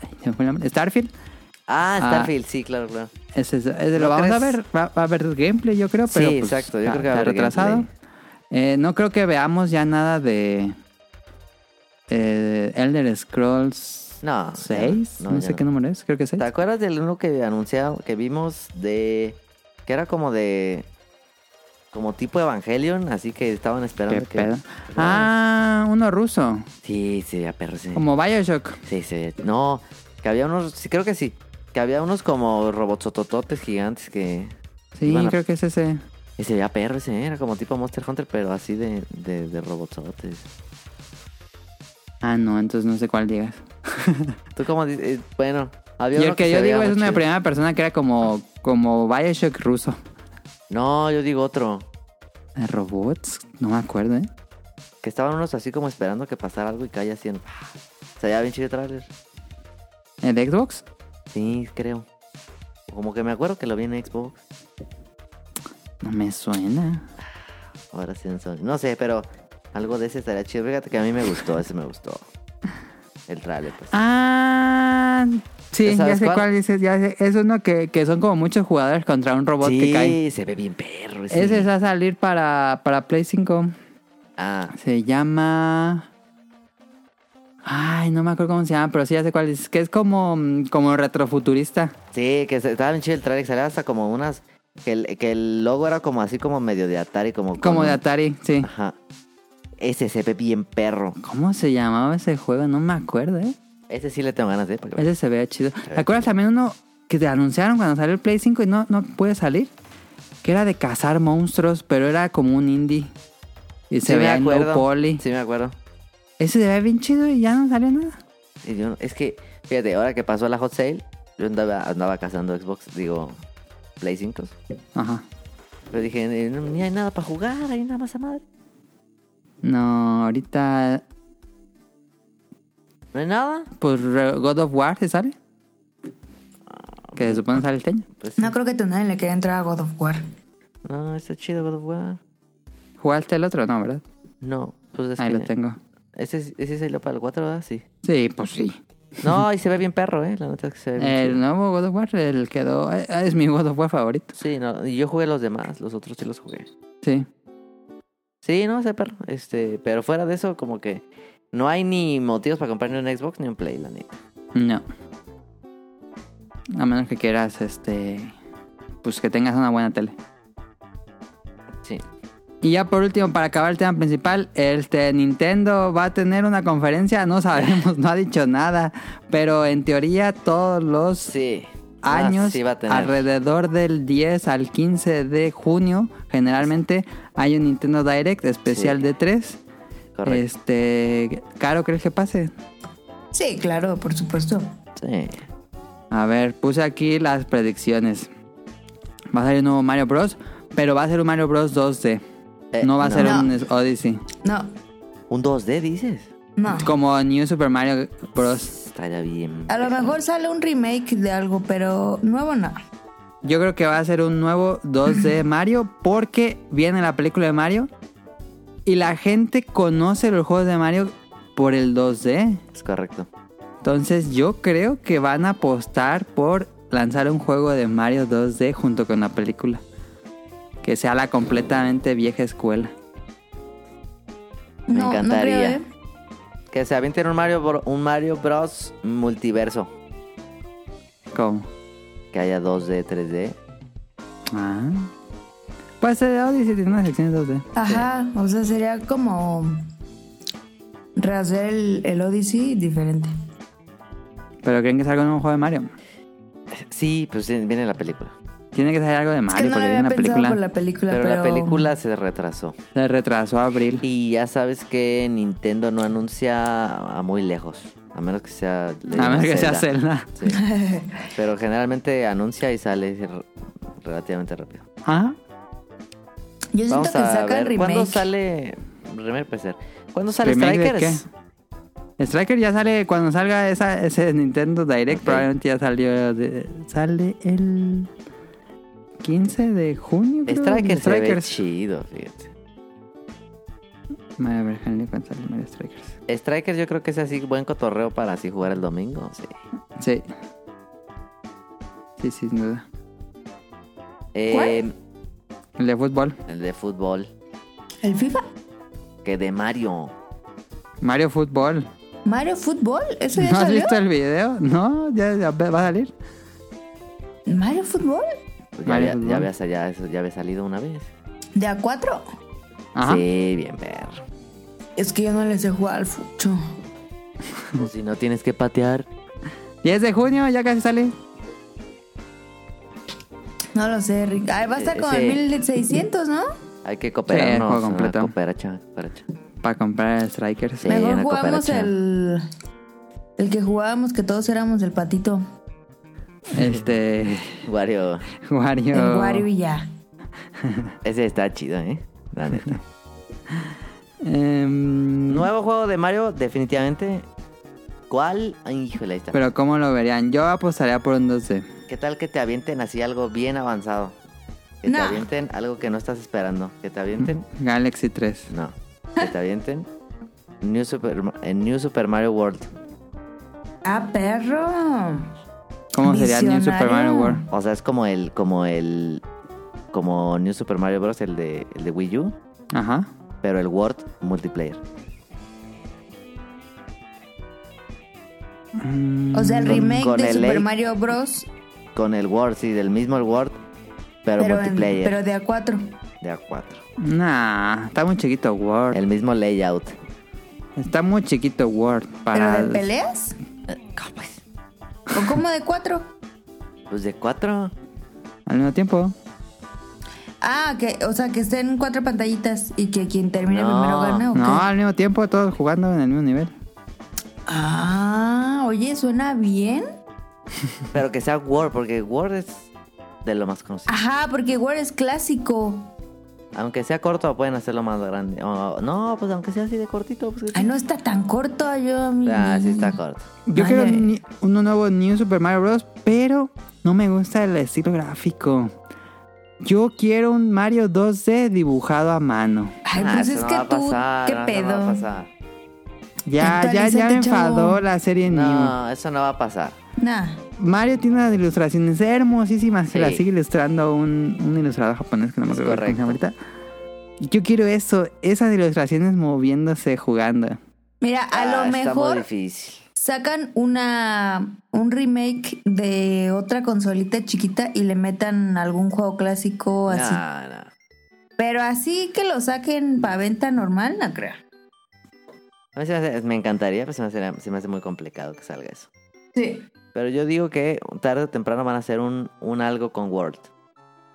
Speaker 2: ay, se me fue el nombre. Starfield. Ah.
Speaker 3: Ah, Starfield, sí, claro, claro.
Speaker 2: Ese es- ese
Speaker 3: ¿No
Speaker 2: lo vamos a
Speaker 3: crees?
Speaker 2: ver. Va, va a haber gameplay, yo creo. Pero,
Speaker 3: Sí,
Speaker 2: pues,
Speaker 3: exacto, yo
Speaker 2: está-
Speaker 3: creo que va a
Speaker 2: está
Speaker 3: haber
Speaker 2: retrasado.
Speaker 3: gameplay.
Speaker 2: Eh, no creo que veamos ya nada de eh, Elder Scrolls
Speaker 3: No.
Speaker 2: 6.
Speaker 3: ya
Speaker 2: No,
Speaker 3: no, ya
Speaker 2: sé qué número es, creo que es 6.
Speaker 3: ¿Te acuerdas del uno que anunciado, que vimos de. que era como de. como tipo Evangelion, así que estaban esperando
Speaker 2: Qué
Speaker 3: que.
Speaker 2: pedo. Ah, uno ruso.
Speaker 3: Sí, sí, a perro, sí.
Speaker 2: Como Bioshock.
Speaker 3: Sí, sí. No, que había unos. Sí, creo que sí. Que había unos como robotsotototes gigantes que.
Speaker 2: Sí,
Speaker 3: Iban a-
Speaker 2: creo que es ese.
Speaker 3: Y se veía perro ese, ¿eh? era como tipo Monster Hunter, pero así de, de, de robotsotes.
Speaker 2: Ah, no, entonces no sé cuál digas.
Speaker 3: Tú como dices, eh, bueno,
Speaker 2: Y
Speaker 3: había
Speaker 2: el
Speaker 3: uno
Speaker 2: que
Speaker 3: se
Speaker 2: yo
Speaker 3: veía
Speaker 2: digo es
Speaker 3: muy
Speaker 2: una
Speaker 3: chido.
Speaker 2: primera persona que era como, como Bioshock ruso.
Speaker 3: No, yo digo otro.
Speaker 2: ¿De ¿Robots? No me acuerdo, ¿eh?
Speaker 3: Que estaban unos así como esperando que pasara algo y caía así en... Se veía bien chido el trailer.
Speaker 2: ¿El de Xbox?
Speaker 3: Sí, creo. Como que me acuerdo que lo vi en Xbox.
Speaker 2: No me suena.
Speaker 3: Ahora sí en Sony. No sé, pero algo de ese estaría chido. Fíjate que a mí me gustó, ese me gustó. El trailer, pues.
Speaker 2: Ah, sí,
Speaker 3: ¿Ya
Speaker 2: ya
Speaker 3: sabes
Speaker 2: sé cuál,
Speaker 3: cuál?
Speaker 2: dices. Ya sé. Es uno que, que son como muchos jugadores contra un robot que cae.
Speaker 3: sí, se ve bien perro. Ese.
Speaker 2: Ese va a salir para, para Play 5.
Speaker 3: Ah,
Speaker 2: Se llama. Ay, no me acuerdo cómo se llama, pero sí ya sé cuál es. Que es como, mm, como retrofuturista.
Speaker 3: sí, que se- estaba bien chido el trailer. que Salía hasta como unas... Que el, que el logo era como así como medio de Atari, como...
Speaker 2: Como
Speaker 3: con-
Speaker 2: de Atari, sí.
Speaker 3: Ajá. Ese se ve bien perro.
Speaker 2: ¿Cómo se llamaba ese juego? No me acuerdo, ¿eh?
Speaker 3: Ese sí le tengo ganas de... ¿eh? porque-
Speaker 2: Ese se veía chido. ¿Te acuerdas también uno que te anunciaron cuando salió el Play 5 y no, no pude salir? Que era de cazar monstruos, pero era como un indie. Y se
Speaker 3: Sí me
Speaker 2: veía en low
Speaker 3: acuerdo.
Speaker 2: poly.
Speaker 3: Sí, me acuerdo.
Speaker 2: Ese se veía bien chido y ya no salió nada.
Speaker 3: Y yo no- es que, fíjate, ahora que pasó la hot sale, yo andaba, andaba cazando Xbox, digo, Play 5.
Speaker 2: Ajá.
Speaker 3: Pero dije, "Eh, no, ni hay nada para jugar, hay nada más a madre.
Speaker 2: No, ahorita.
Speaker 3: No hay nada.
Speaker 2: Pues Re- God of War se sale. Que se supone sale este año.
Speaker 3: Pues,
Speaker 1: No creo que tu nadie le quiera entrar a God of War.
Speaker 3: no, está chido God of War.
Speaker 2: ¿Jugaste el otro? No, ¿verdad?
Speaker 3: No, pues es
Speaker 2: Ahí
Speaker 3: que-
Speaker 2: lo tengo.
Speaker 3: Ese, es- ese salió para el 4, ¿verdad? Sí.
Speaker 2: Sí, pues sí.
Speaker 3: No, y se ve bien perro, ¿eh? La neta es que se ve bien
Speaker 2: El
Speaker 3: chido.
Speaker 2: nuevo God of War, el quedó. eh, Es mi God of War favorito.
Speaker 3: Sí, no, y yo jugué los demás, los otros sí los jugué.
Speaker 2: Sí.
Speaker 3: Sí, no, sé, perro. Este, pero fuera de eso, como que no hay ni motivos para comprar ni un Xbox ni un Play, la neta.
Speaker 2: No. A menos que quieras, este. Pues que tengas una buena tele.
Speaker 3: Sí.
Speaker 2: Y ya por último, para acabar el tema principal, este Nintendo va a tener una conferencia, no sabemos, no ha dicho nada, pero en teoría todos los
Speaker 3: Sí. Ah,
Speaker 2: años,
Speaker 3: sí va a tener.
Speaker 2: alrededor del 10 al 15 de junio, generalmente hay un Nintendo Direct especial
Speaker 3: Sí.
Speaker 2: de 3.
Speaker 3: Correcto.
Speaker 2: Este, Caro, ¿crees que pase?
Speaker 1: Sí, claro, por supuesto.
Speaker 3: Sí.
Speaker 2: A ver, puse aquí las predicciones. Va a salir un nuevo Mario Bros, pero va a ser un Mario Bros 2D.
Speaker 3: Eh,
Speaker 2: no va a ser
Speaker 1: no.
Speaker 2: un Odyssey.
Speaker 1: No,
Speaker 3: Un 2D, dices.
Speaker 1: no.
Speaker 2: Como New Super Mario Bros.
Speaker 3: Estaría bien.
Speaker 1: A lo
Speaker 3: perro.
Speaker 1: mejor sale un remake de algo, pero nuevo no.
Speaker 2: Yo creo que va a ser un nuevo 2D Mario porque viene la película de Mario y la gente conoce los juegos de Mario por el 2D.
Speaker 3: Es correcto.
Speaker 2: Entonces yo creo que van a apostar por lanzar un juego de Mario 2D junto con la película. Que sea la completamente vieja escuela.
Speaker 3: Me
Speaker 1: no, No creo,
Speaker 3: encantaría.
Speaker 1: ¿eh?
Speaker 3: Que se avienten un Mario, Bro- un Mario Bros. multiverso.
Speaker 2: ¿Cómo?
Speaker 3: Que haya 2D, 3D.
Speaker 2: Ah. Pues el Odyssey tiene una sección 2D.
Speaker 1: Ajá, o sea, sería como rehacer el, el Odyssey diferente.
Speaker 2: Pero creen que salga un nuevo juego de Mario.
Speaker 3: Sí, pues sí, viene la película.
Speaker 2: Tiene que salir algo de
Speaker 3: Ah,
Speaker 1: Es que
Speaker 2: Mario
Speaker 1: no lo
Speaker 2: porque viene
Speaker 1: había
Speaker 2: la
Speaker 1: pensado
Speaker 2: película.
Speaker 1: por la película,
Speaker 3: Pero,
Speaker 1: pero...
Speaker 3: la película se retrasó.
Speaker 2: Se retrasó a abril.
Speaker 3: Y ya sabes que Nintendo no anuncia a muy lejos. A menos que sea.
Speaker 2: A menos que sea
Speaker 3: Zelda.
Speaker 2: Zelda.
Speaker 3: Sí. Pero generalmente anuncia y sale r- relativamente rápido.
Speaker 2: Ajá.
Speaker 1: Yo siento
Speaker 3: Vamos
Speaker 1: que
Speaker 3: a
Speaker 1: sacan
Speaker 3: ver.
Speaker 1: remake.
Speaker 3: ¿Cuándo sale. Remake puede ser. ¿Cuándo sale
Speaker 2: ¿Remake de
Speaker 3: Strikers?
Speaker 2: Striker ya sale cuando salga esa, ese Nintendo Direct,
Speaker 3: Ok.
Speaker 2: probablemente ya salió. de- sale el 15 de junio. creo,
Speaker 3: Strikers se ve
Speaker 2: Strikers.
Speaker 3: chido, fíjate.
Speaker 2: Mario Virgen, cuando sale Mario Strikers.
Speaker 3: Strikers yo creo que es así buen cotorreo para así jugar el domingo, sí.
Speaker 2: Sí. Sí, sin duda.
Speaker 3: Eh,
Speaker 2: El de fútbol.
Speaker 3: el de fútbol,
Speaker 1: ¿El FIFA?
Speaker 3: que de Mario.
Speaker 2: Mario Fútbol.
Speaker 1: ¿Mario Fútbol? ¿Eso ya
Speaker 2: ¿No has
Speaker 1: salió?
Speaker 2: visto el video? No, ya, ya va a salir.
Speaker 1: ¿Mario Fútbol?
Speaker 3: Pues Ya,
Speaker 2: Mario
Speaker 3: había-
Speaker 2: Fútbol.
Speaker 3: ya, había, ya eso ya había salido una vez.
Speaker 1: ¿De a cuatro?
Speaker 2: Ajá.
Speaker 3: Sí, bien perro.
Speaker 1: Es que yo no les sé jugar al fucho.
Speaker 3: Pues si no tienes que patear.
Speaker 2: 10 de junio, ya casi sale.
Speaker 1: No lo sé, Rick. Ay, va a estar como
Speaker 3: Eh, Sí.
Speaker 1: el 1600, ¿no?
Speaker 3: Hay que
Speaker 2: Sí, el
Speaker 3: cooperarnos.
Speaker 2: juego
Speaker 3: una
Speaker 2: completo.
Speaker 3: cooperacha, cooperacha.
Speaker 2: Para comprar el Strikers.
Speaker 3: Sí,
Speaker 1: Mejor
Speaker 3: una
Speaker 1: jugamos
Speaker 3: cooperacha.
Speaker 1: el... El que jugábamos, que todos éramos el patito.
Speaker 2: Este.
Speaker 3: Wario,
Speaker 2: Wario.
Speaker 1: El Wario y ya.
Speaker 3: ese está chido, ¿eh? La neta.
Speaker 2: Em,
Speaker 3: Nuevo juego de Mario, definitivamente. ¿Cuál? Ay, Híjole, ahí está.
Speaker 2: Pero ¿cómo lo verían? Yo apostaría por un 12.
Speaker 3: ¿Qué tal que te avienten así algo bien avanzado? Que te
Speaker 1: No.
Speaker 3: avienten algo que no estás esperando. Que te avienten
Speaker 2: Galaxy 3.
Speaker 3: No. Que te avienten. New Super, eh, New Super Mario World.
Speaker 1: ¡Ah, perro!
Speaker 2: ¿Cómo sería New
Speaker 1: Visionario.
Speaker 2: Super Mario World?
Speaker 3: O sea, es como el. como el. como New Super Mario Bros. el de, el de Wii U.
Speaker 2: Ajá.
Speaker 3: Pero el World multiplayer.
Speaker 2: Mm,
Speaker 1: O sea, el
Speaker 3: Con-
Speaker 1: remake
Speaker 3: con
Speaker 1: de
Speaker 3: el
Speaker 1: Super
Speaker 3: Lake.
Speaker 1: Mario Bros.
Speaker 3: Con el World, sí, del mismo el World. Pero,
Speaker 1: Pero, en-
Speaker 3: multiplayer.
Speaker 1: pero de a cuatro.
Speaker 3: De A4.
Speaker 2: Nah, está muy chiquito Word.
Speaker 3: El mismo layout.
Speaker 2: Está muy chiquito Word para...
Speaker 1: ¿Pero de peleas?
Speaker 3: ¿Cómo pues?
Speaker 1: ¿O cómo de cuatro?
Speaker 3: Pues de 4.
Speaker 2: Al mismo tiempo.
Speaker 1: Ah, que, o sea, que estén cuatro pantallitas y que quien termine
Speaker 3: No,
Speaker 1: primero gana. ¿o qué?
Speaker 2: No, al mismo tiempo, todos jugando en el mismo nivel.
Speaker 1: Ah, oye, suena bien.
Speaker 3: Pero que sea World, porque World es de lo más conocido.
Speaker 1: Ajá, porque War es clásico.
Speaker 3: Aunque sea corto, pueden hacerlo más grande. O- no, pues aunque sea así de cortito. Pues,
Speaker 1: Ay, Ah, no está tan corto yo. mi-
Speaker 3: Ah, sí está corto.
Speaker 2: Yo
Speaker 1: Vale.
Speaker 2: quiero un ni- un nuevo New Super Mario Bros. Pero no me gusta el estilo gráfico. Yo quiero un Mario 2D dibujado a mano.
Speaker 1: Ay,
Speaker 3: Ah,
Speaker 1: pues
Speaker 3: eso
Speaker 1: es
Speaker 3: no
Speaker 1: que
Speaker 3: va a
Speaker 1: tú,
Speaker 3: pasar,
Speaker 1: qué
Speaker 3: no, eso no va a
Speaker 1: pedo.
Speaker 3: pasar.
Speaker 2: Ya, ya, ya
Speaker 1: Actualízate,
Speaker 2: me enfadó
Speaker 1: chavo.
Speaker 2: la serie New.
Speaker 3: No, eso no va a pasar.
Speaker 1: Nah.
Speaker 2: Mario tiene unas ilustraciones hermosísimas que
Speaker 3: Sí.
Speaker 2: las sigue ilustrando un, un ilustrador japonés que no me
Speaker 3: Es
Speaker 2: acuerdo cómo se llama
Speaker 3: correcto.
Speaker 2: ahorita. Yo quiero eso, esas ilustraciones moviéndose, jugando.
Speaker 1: Mira, a
Speaker 3: Ah,
Speaker 1: lo
Speaker 3: Está muy
Speaker 1: mejor
Speaker 3: difícil.
Speaker 1: sacan una un remake de otra consolita chiquita y le metan algún juego clásico así.
Speaker 3: No, no.
Speaker 1: Pero así que lo saquen para venta normal, no creo.
Speaker 3: A mí se me, hace- me encantaría, pero se me, hace, se me hace muy complicado que salga eso.
Speaker 1: Sí.
Speaker 3: Pero yo digo que tarde o temprano van a hacer un, un algo con World.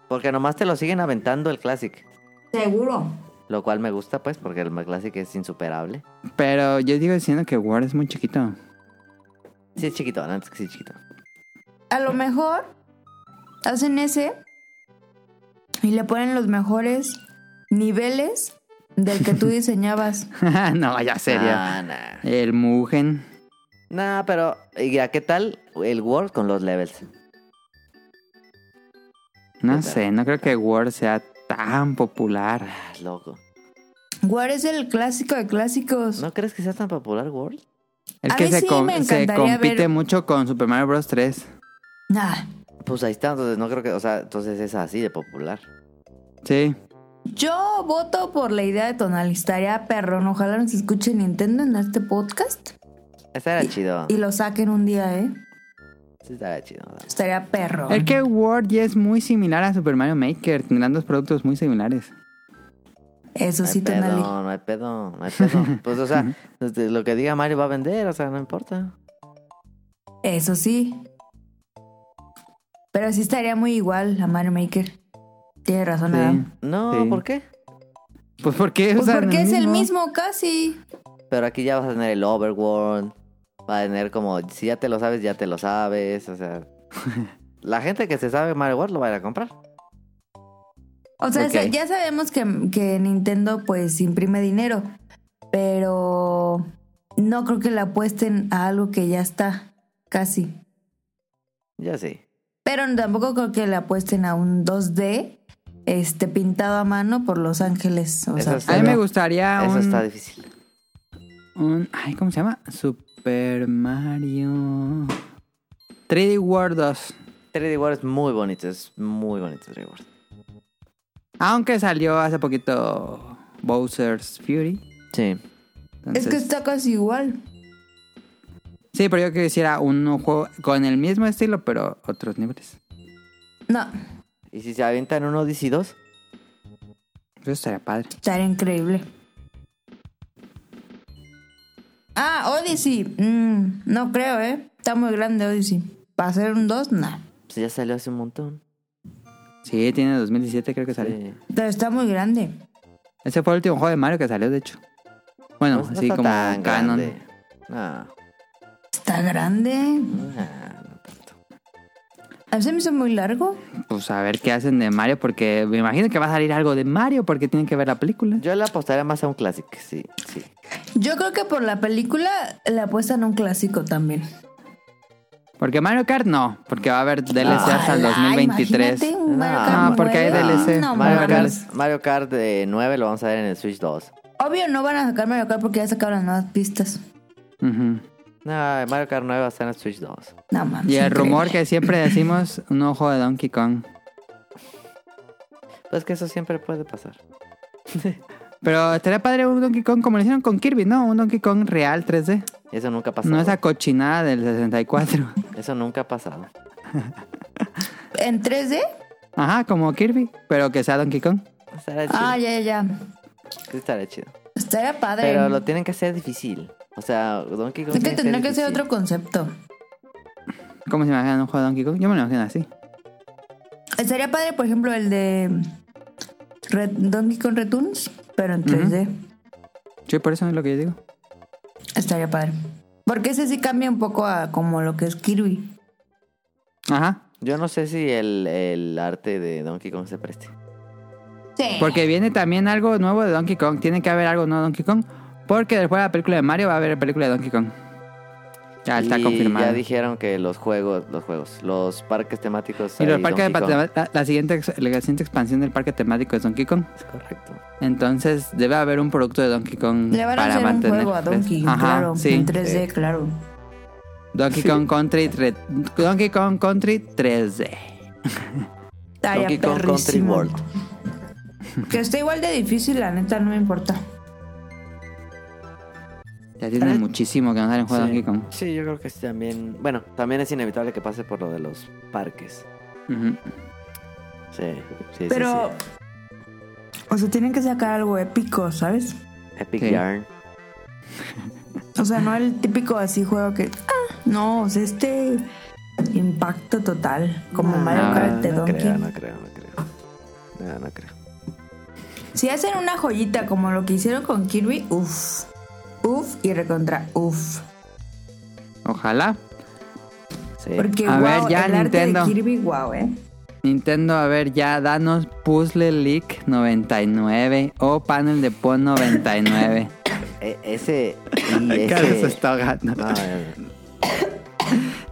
Speaker 3: Porque nomás te lo siguen aventando el Classic.
Speaker 1: Seguro.
Speaker 3: Lo cual me gusta, pues, porque el Classic es insuperable.
Speaker 2: Pero yo digo diciendo que Word es muy chiquito.
Speaker 3: Sí, es chiquito, antes que sí, es chiquito.
Speaker 1: A lo mejor hacen ese y le ponen los mejores niveles del que tú diseñabas.
Speaker 2: no, ya serio.
Speaker 3: Nah, nah.
Speaker 2: El Mugen.
Speaker 3: Nah, pero, ¿y a qué tal el World con los levels?
Speaker 2: No
Speaker 3: ¿Qué tal?
Speaker 2: sé, no creo que Word sea tan popular.
Speaker 3: Ah, loco.
Speaker 1: ¿Cuál es el clásico de clásicos?
Speaker 3: ¿No crees que sea tan popular World?
Speaker 2: Es
Speaker 1: A
Speaker 2: que
Speaker 1: mí
Speaker 2: se,
Speaker 1: sí
Speaker 2: com-
Speaker 1: me
Speaker 2: se
Speaker 1: encantaría
Speaker 2: compite
Speaker 1: ver-
Speaker 2: mucho con Super Mario Bros. 3.
Speaker 1: Nah.
Speaker 3: Pues ahí está, entonces no creo que, o sea, entonces es así de popular.
Speaker 2: Sí.
Speaker 1: Yo voto por la idea de Tonal. Estaría perrón. Ojalá nos escuche Nintendo en este podcast
Speaker 3: Estaría chido.
Speaker 1: y lo saquen un día, ¿eh?
Speaker 3: Sí, estaría chido. ¿no?
Speaker 1: Estaría perro.
Speaker 2: Es que Word ya es muy similar a Super Mario Maker. Tendrán dos productos muy similares.
Speaker 1: Eso
Speaker 3: No hay
Speaker 1: sí, Tonali.
Speaker 3: pedo, no hay pedo, no hay pedo. Pues, o sea, este, lo que diga Mario va a vender, o sea, no importa.
Speaker 1: Eso sí. Pero sí estaría muy igual a Mario Maker. Tiene razón,
Speaker 2: Sí.
Speaker 1: Adam.
Speaker 3: No,
Speaker 2: Sí.
Speaker 3: ¿por qué?
Speaker 2: Pues porque
Speaker 1: Ah. Pues porque es el mismo casi.
Speaker 3: Pero aquí ya vas a tener el Overworld, va a tener como, si ya te lo sabes, ya te lo sabes, o sea... La gente que se sabe Mario World lo va a ir a comprar.
Speaker 1: O sea,
Speaker 3: Ok.
Speaker 1: sa- ya sabemos que, que Nintendo pues imprime dinero, pero no creo que le apuesten a algo que ya está, casi.
Speaker 3: Ya sí.
Speaker 1: Pero tampoco creo que le apuesten a un 2D este pintado a mano por Los Ángeles. O
Speaker 3: Eso
Speaker 1: sea,
Speaker 3: está-
Speaker 2: A mí me
Speaker 3: Pero
Speaker 2: gustaría
Speaker 3: Eso
Speaker 2: un,
Speaker 3: está difícil.
Speaker 2: un- Ay, ¿cómo se llama? Super Mario... 3D World 2.
Speaker 3: 3D World es muy bonito, es muy bonito 3D World.
Speaker 2: Aunque salió hace poquito Bowser's Fury.
Speaker 3: Sí.
Speaker 1: es
Speaker 2: Entonces-
Speaker 1: que está casi igual.
Speaker 2: Sí, pero yo quisiera un juego con el mismo estilo, pero otros niveles.
Speaker 1: No,
Speaker 3: ¿Y si se avientan un Odyssey 2?
Speaker 2: Eso estaría padre.
Speaker 1: estaría increíble. Ah, Odyssey. Mm, no creo, ¿eh? Está muy grande Odyssey. ¿Para hacer un 2? No.
Speaker 3: Pues ya salió hace un montón.
Speaker 2: Sí, tiene 2017 creo que salió.
Speaker 3: Sí.
Speaker 1: Pero está muy grande.
Speaker 2: Ese fue el último juego de Mario que salió, de hecho. Bueno,
Speaker 3: Pues
Speaker 2: así
Speaker 3: está
Speaker 2: como
Speaker 3: tan
Speaker 2: canon.
Speaker 3: grande. No,
Speaker 1: Está grande.
Speaker 3: no, no tanto.
Speaker 1: A mí se me hizo muy largo.
Speaker 2: Pues a ver qué hacen de Mario, porque me imagino que va a salir algo de Mario, porque tienen que ver la película.
Speaker 3: Yo le apostaría más a un Classic, sí, sí.
Speaker 1: Yo creo que por la película le apuestan a un clásico también.
Speaker 2: Porque Mario Kart no, porque va a haber DLC hasta el
Speaker 1: Ojalá,
Speaker 2: 2023.
Speaker 1: imagínate un Mario
Speaker 3: No,
Speaker 1: Kart
Speaker 2: Ah, porque hay
Speaker 1: nueve.
Speaker 2: DLC.
Speaker 1: No,
Speaker 3: Mario, Kart,
Speaker 1: mames.
Speaker 3: Mario Kart de 9 lo vamos a ver en el Switch 2.
Speaker 1: Obvio no van a sacar Mario Kart porque ya sacaron las nuevas pistas.
Speaker 2: Ujú.
Speaker 3: No, Mario Kart 9 va a estar en el Switch 2.
Speaker 1: No mames.
Speaker 2: Y el
Speaker 1: increíble.
Speaker 2: rumor que siempre decimos, un ojo de Donkey Kong.
Speaker 3: Pues que eso siempre puede pasar.
Speaker 2: Pero estaría padre un Donkey Kong como lo hicieron con Kirby, ¿no? Un Donkey Kong real 3D.
Speaker 3: Eso nunca ha pasado.
Speaker 2: No esa cochinada del 64.
Speaker 3: Eso nunca ha pasado.
Speaker 1: ¿En 3D?
Speaker 2: Ajá, como Kirby, pero que sea Donkey Kong.
Speaker 3: Estará chido.
Speaker 1: Ah, ya, ya, ya.
Speaker 3: sí Estará chido.
Speaker 1: Estaría padre.
Speaker 3: Pero lo tienen que hacer difícil. O sea, Donkey Kong.
Speaker 1: es que
Speaker 3: tiene
Speaker 1: tendría que ser
Speaker 3: difícil.
Speaker 1: otro concepto.
Speaker 2: ¿Cómo se imagina un juego de Donkey Kong? Yo me lo imagino así.
Speaker 1: Estaría padre, por ejemplo, el de Red- Donkey Kong Returns, pero en 3D.
Speaker 2: Sí, por eso es lo que yo digo.
Speaker 1: Estaría padre. Porque ese sí cambia un poco a como lo que es Kirby.
Speaker 2: Ajá.
Speaker 3: Yo no sé si el, el arte de Donkey Kong se preste.
Speaker 1: Sí.
Speaker 2: Porque viene también algo nuevo de Donkey Kong. Tiene que haber algo nuevo de Donkey Kong. Porque después de la película de Mario va a haber película de Donkey Kong. Ya Ah, está
Speaker 3: Y
Speaker 2: confirmado.
Speaker 3: Ya dijeron que los juegos, los juegos, los parques temáticos.
Speaker 2: Y
Speaker 3: ahí,
Speaker 2: los parques de
Speaker 3: Donkey Kong.
Speaker 2: la, la siguiente, ex- la siguiente expansión del parque temático es Donkey Kong.
Speaker 3: Es correcto.
Speaker 2: Entonces debe haber un producto de Donkey Kong
Speaker 1: Le van a
Speaker 2: para
Speaker 1: hacer un
Speaker 2: mantener.
Speaker 1: juego a Donkey,
Speaker 2: Ajá,
Speaker 1: claro.
Speaker 2: sí.
Speaker 1: En 3D,
Speaker 3: Sí.
Speaker 1: claro.
Speaker 2: Donkey Kong Country tre- Donkey Kong Country 3D.
Speaker 1: Estaría
Speaker 3: Donkey Kong Country
Speaker 1: perrísimo.
Speaker 3: World.
Speaker 1: Que esté igual de difícil, la neta, no me importa.
Speaker 2: Ya tiene
Speaker 3: Ah.
Speaker 2: muchísimo que no sale en juego
Speaker 3: Sí.
Speaker 2: Donkey Kong.
Speaker 3: Sí, yo creo que es también. Bueno, también es inevitable que pase por lo de los parques.
Speaker 2: Ujú.
Speaker 3: Sí, sí, sí,
Speaker 1: Pero. O sea, tienen que sacar algo épico, ¿sabes?
Speaker 3: sí. Epic
Speaker 2: Sí.
Speaker 3: Yarn.
Speaker 1: O sea, no el típico así juego que. Ah, no, o sea, este impacto total. Como
Speaker 3: No,
Speaker 2: Ah.
Speaker 1: Mario Kart de
Speaker 3: Ah, no
Speaker 1: Donkey.
Speaker 3: creo, no creo, no creo. No, no creo.
Speaker 1: Si hacen una joyita como lo que hicieron con Kirby, uff. Uff y recontra uff.
Speaker 2: Ojalá.
Speaker 3: Sí.
Speaker 1: Porque
Speaker 2: A
Speaker 1: wow,
Speaker 2: ver, ya,
Speaker 1: el
Speaker 2: Nintendo.
Speaker 1: arte de Kirby, wow, eh.
Speaker 2: Nintendo, a ver, ya danos Puzzle Leak 99 o Panel de Pon 99.
Speaker 3: E- ese. y ese-
Speaker 2: Cara, se está ahogando.
Speaker 3: No, eh,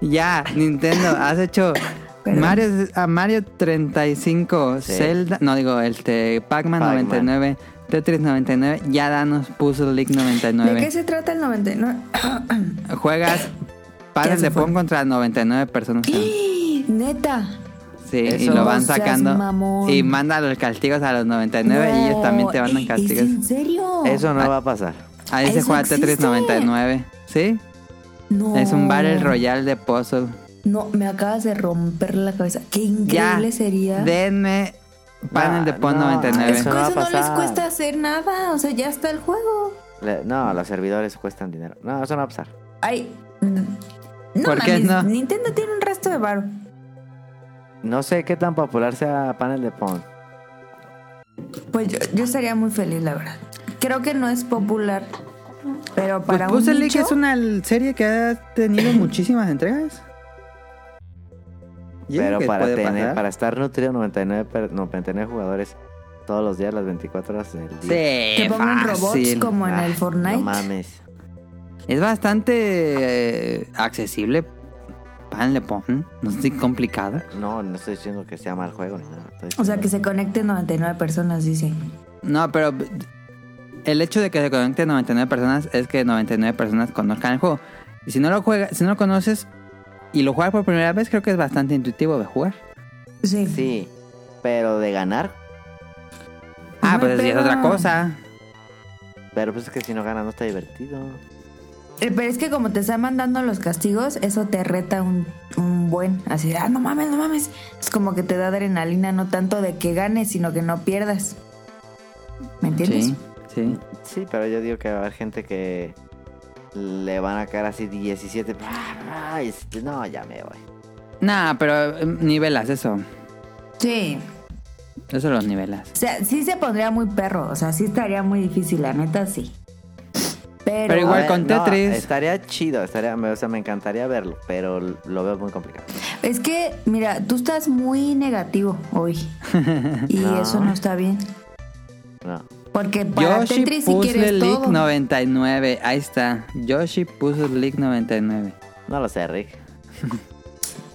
Speaker 2: Ya, Nintendo, has hecho
Speaker 1: Perdón.
Speaker 2: Mario, a Mario 35,
Speaker 3: Sí.
Speaker 2: Zelda, no digo, este, Pac-Man
Speaker 3: Pac-Man.
Speaker 2: 99, Tetris 99, ya danos Puzzle League
Speaker 1: ¿De qué
Speaker 2: 99.
Speaker 1: se trata el 99?
Speaker 2: Juegas
Speaker 1: Ya
Speaker 2: Padres
Speaker 1: se
Speaker 2: de
Speaker 1: fue.
Speaker 2: Pon contra 99 personas. Sí,
Speaker 1: Neta.
Speaker 2: y
Speaker 3: Eso.
Speaker 2: lo van
Speaker 1: No seas
Speaker 2: sacando.
Speaker 1: mamón.
Speaker 2: Y mandan los castigos a los 99 y ellos también te mandan
Speaker 1: ¿es-
Speaker 2: castigos.
Speaker 1: ¿Es en serio?
Speaker 3: Eso no va a pasar.
Speaker 2: Ahí se
Speaker 1: ¿Eso
Speaker 2: juega Tetris
Speaker 1: existe?
Speaker 2: 99. ¿Sí?
Speaker 1: No.
Speaker 2: Es un Battle
Speaker 1: Oh.
Speaker 2: Royale de puzzle.
Speaker 1: No, me acabas de romper la cabeza. Qué
Speaker 2: Ya.
Speaker 1: increíble sería.
Speaker 2: Denme panel
Speaker 3: No,
Speaker 2: de Pon
Speaker 3: no,
Speaker 1: Es que
Speaker 2: 99.
Speaker 3: eso no va a
Speaker 1: eso no les
Speaker 3: pasar.
Speaker 1: cuesta hacer nada. O sea, ya está el juego.
Speaker 3: Le- No, los servidores cuestan dinero. No, eso no va a pasar.
Speaker 1: Ay. mm, No,
Speaker 2: ¿Por qué
Speaker 1: mames,
Speaker 2: no?
Speaker 1: Nintendo tiene un resto de varo.
Speaker 3: No sé qué tan popular sea Panel de Pon.
Speaker 1: Pues yo, yo estaría muy feliz, la verdad. Creo que no es popular. Pero
Speaker 2: Pues
Speaker 1: para
Speaker 2: Puzzle
Speaker 1: un
Speaker 2: League
Speaker 1: nicho,
Speaker 2: es una serie que ha tenido muchísimas entregas. Yo
Speaker 3: Pero
Speaker 2: creo que
Speaker 3: para
Speaker 2: puede
Speaker 3: tener,
Speaker 2: pasar.
Speaker 3: para estar nutrido 99, per- no, 99 jugadores todos los días, las 24 horas del día.
Speaker 1: que
Speaker 2: Sí,
Speaker 1: pongan robots
Speaker 2: fácil.
Speaker 1: como en
Speaker 3: Ah,
Speaker 1: el Fortnite.
Speaker 3: No mames.
Speaker 2: Es bastante eh, accesible. Panel de Pon. No es complicado.
Speaker 3: No, no estoy diciendo que sea mal juego. ni nada. Estoy
Speaker 1: O sea,
Speaker 3: diciendo-
Speaker 1: que se conecten 99 personas, dicen.
Speaker 2: No, pero el hecho de que se conecten 99 personas es que 99 personas conozcan el juego. Y si no lo juegas, si no lo conoces y lo juegas por primera vez, creo que es bastante intuitivo de jugar.
Speaker 1: Sí.
Speaker 3: Sí, pero de ganar.
Speaker 2: Ah,
Speaker 1: Ay,
Speaker 2: pues sí, es
Speaker 1: pero-
Speaker 2: otra cosa.
Speaker 3: Pero pues es que si no ganas no está divertido.
Speaker 1: Eh, Pero es que como te están mandando los castigos, eso te reta un, un buen. Así de, ah, no mames, no mames. Es como que te da adrenalina, no tanto de que ganes, sino que no pierdas. ¿Me entiendes?
Speaker 2: Sí, sí.
Speaker 3: Sí, pero yo digo que va a haber gente que le van a caer así 17. bra, bra, y s- No, ya me voy.
Speaker 2: Nah, pero eh, nivelas eso.
Speaker 1: Sí.
Speaker 2: Eso los nivelas.
Speaker 1: O sea, sí se pondría muy perro. O sea, sí estaría muy difícil, la neta, sí. Pero,
Speaker 2: Pero igual
Speaker 3: A
Speaker 2: con Tetris.
Speaker 3: estaría chido, estaría, me- o sea, me encantaría verlo, pero lo veo muy complicado.
Speaker 1: es que, mira, tú estás muy negativo hoy. y
Speaker 3: No.
Speaker 1: eso no está bien.
Speaker 3: No.
Speaker 1: Porque para
Speaker 2: Yoshi
Speaker 1: Tetris sí
Speaker 2: Puzzle
Speaker 1: quieres
Speaker 2: League
Speaker 1: todo.
Speaker 2: 99. Ahí está. Yoshi Puzzle League 99.
Speaker 3: No lo sé, Rick.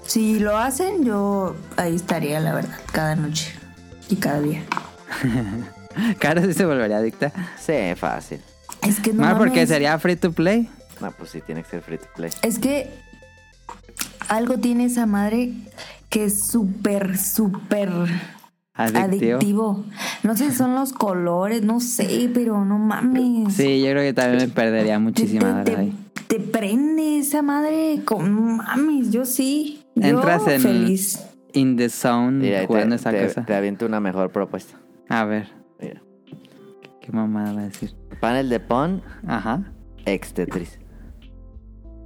Speaker 1: Si lo hacen, yo ahí estaría, la verdad, cada noche y cada día.
Speaker 2: Cara sí se volvería adicta.
Speaker 3: Sí, fácil.
Speaker 1: Es que no
Speaker 2: Mal Ah, porque
Speaker 1: mames,
Speaker 2: sería free to play.
Speaker 3: No, pues sí, tiene que ser free to play.
Speaker 2: Mm,
Speaker 1: Es que algo tiene esa madre que es súper, súper
Speaker 2: Adictivo.
Speaker 1: adictivo. No sé si son los colores, no sé, pero no mames.
Speaker 2: Sí, yo creo que también me perdería
Speaker 1: Te- te-
Speaker 2: muchísimas
Speaker 1: te,
Speaker 2: horas ahí.
Speaker 1: te prende esa madre. Con, no mames, yo sí.
Speaker 2: Entras
Speaker 1: yo
Speaker 2: en-
Speaker 1: feliz.
Speaker 2: In the zone
Speaker 3: Mira, ahí
Speaker 2: jugando
Speaker 3: te,
Speaker 2: esa
Speaker 3: te-
Speaker 2: cosa.
Speaker 3: te aviento una mejor propuesta.
Speaker 2: A ver,
Speaker 3: Mira.
Speaker 2: ¿qué mamada va a decir?
Speaker 3: Panel de Pon,
Speaker 2: Ajá. Ah,
Speaker 3: ex Tetris.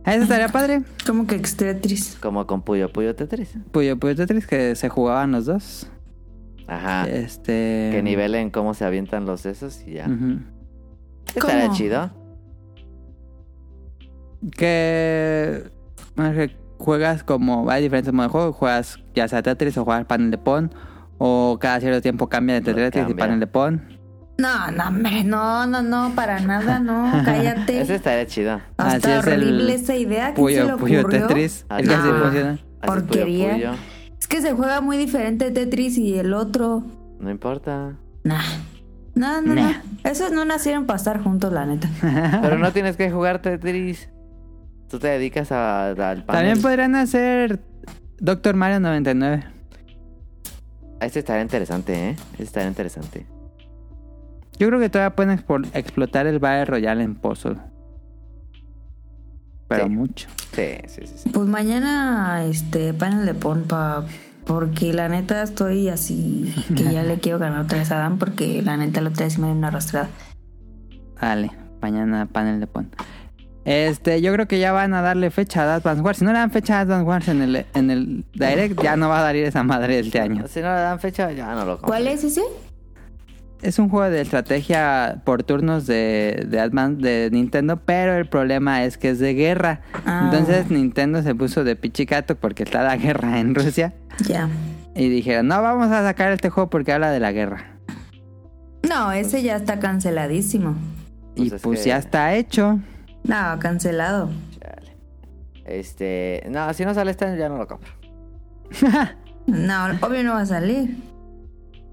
Speaker 2: Eso estaría padre.
Speaker 1: Como que extratriz.
Speaker 3: Como con Puyo Puyo Tetris.
Speaker 2: Puyo Puyo Tetris, que se jugaban los dos.
Speaker 3: Ajá.
Speaker 2: Este.
Speaker 3: Que nivelen cómo se avientan los esos y ya.
Speaker 2: Ujú.
Speaker 3: Estaría
Speaker 1: ¿Cómo?
Speaker 3: chido.
Speaker 2: Que. bueno, que Juegas como. Hay diferentes modos de juego. Juegas ya sea Tetris o juegas panel de Pon. O cada cierto tiempo cambia entre
Speaker 3: Lo
Speaker 2: Tetris y
Speaker 3: cambia.
Speaker 2: panel de Pon.
Speaker 1: No, no, hombre, no, no, no, para nada, no, cállate.
Speaker 3: Esa estaría chida.
Speaker 1: Hasta
Speaker 2: Así es el
Speaker 1: horrible esa idea. ¿Quién Ah, se le
Speaker 2: Puyo, Puyo
Speaker 1: ocurrió?
Speaker 2: Tetris.
Speaker 3: Ah,
Speaker 2: Es que así
Speaker 1: no.
Speaker 2: funciona.
Speaker 3: Así es, Puyo
Speaker 1: Porquería.
Speaker 3: Puyo.
Speaker 1: Es que se juega muy diferente Tetris y el otro.
Speaker 3: No importa.
Speaker 1: Nah. No, no,
Speaker 2: Nah.
Speaker 1: no. Esos no nacieron para estar juntos, la neta.
Speaker 3: Pero no tienes que jugar Tetris. Tú te dedicas a- al panel.
Speaker 2: También podrían hacer Doctor Mario 99.
Speaker 3: Este estaría interesante, ¿eh? Este estaría interesante.
Speaker 2: Yo creo que todavía pueden expor- explotar el Battle Royale en Puzzle. Pero
Speaker 3: Sí.
Speaker 2: mucho.
Speaker 3: Sí, sí, sí. sí.
Speaker 1: Pues mañana, este, panel de pompa. Porque la neta estoy así. Que ya le quiero ganar otra vez a Dan. Porque la neta la otra vez me dio una arrastrada.
Speaker 2: Dale, mañana panel de pon. Este, yo creo que ya van a darle fecha a Advance Wars. Si no le dan fecha a Advance Wars en el, en el Direct, ya no va a dar ir esa madre este año.
Speaker 3: Si no le dan fecha, ya no lo compro.
Speaker 1: ¿Cuál es ese?
Speaker 2: Es un juego de estrategia por turnos de, de Advance de Nintendo, pero el problema es que es de guerra.
Speaker 1: Ah.
Speaker 2: Entonces Nintendo se puso de pichicato porque está la guerra en Rusia.
Speaker 1: Ya.
Speaker 2: Y dijeron, no, vamos a sacar este juego porque habla de la guerra.
Speaker 1: No, ese ya está canceladísimo.
Speaker 2: Y
Speaker 3: Pues es
Speaker 2: pues
Speaker 3: que-
Speaker 2: ya está hecho.
Speaker 1: No, cancelado.
Speaker 3: Chale. Este. No, si no sale este año, ya no lo compro.
Speaker 1: No, obvio no va a salir.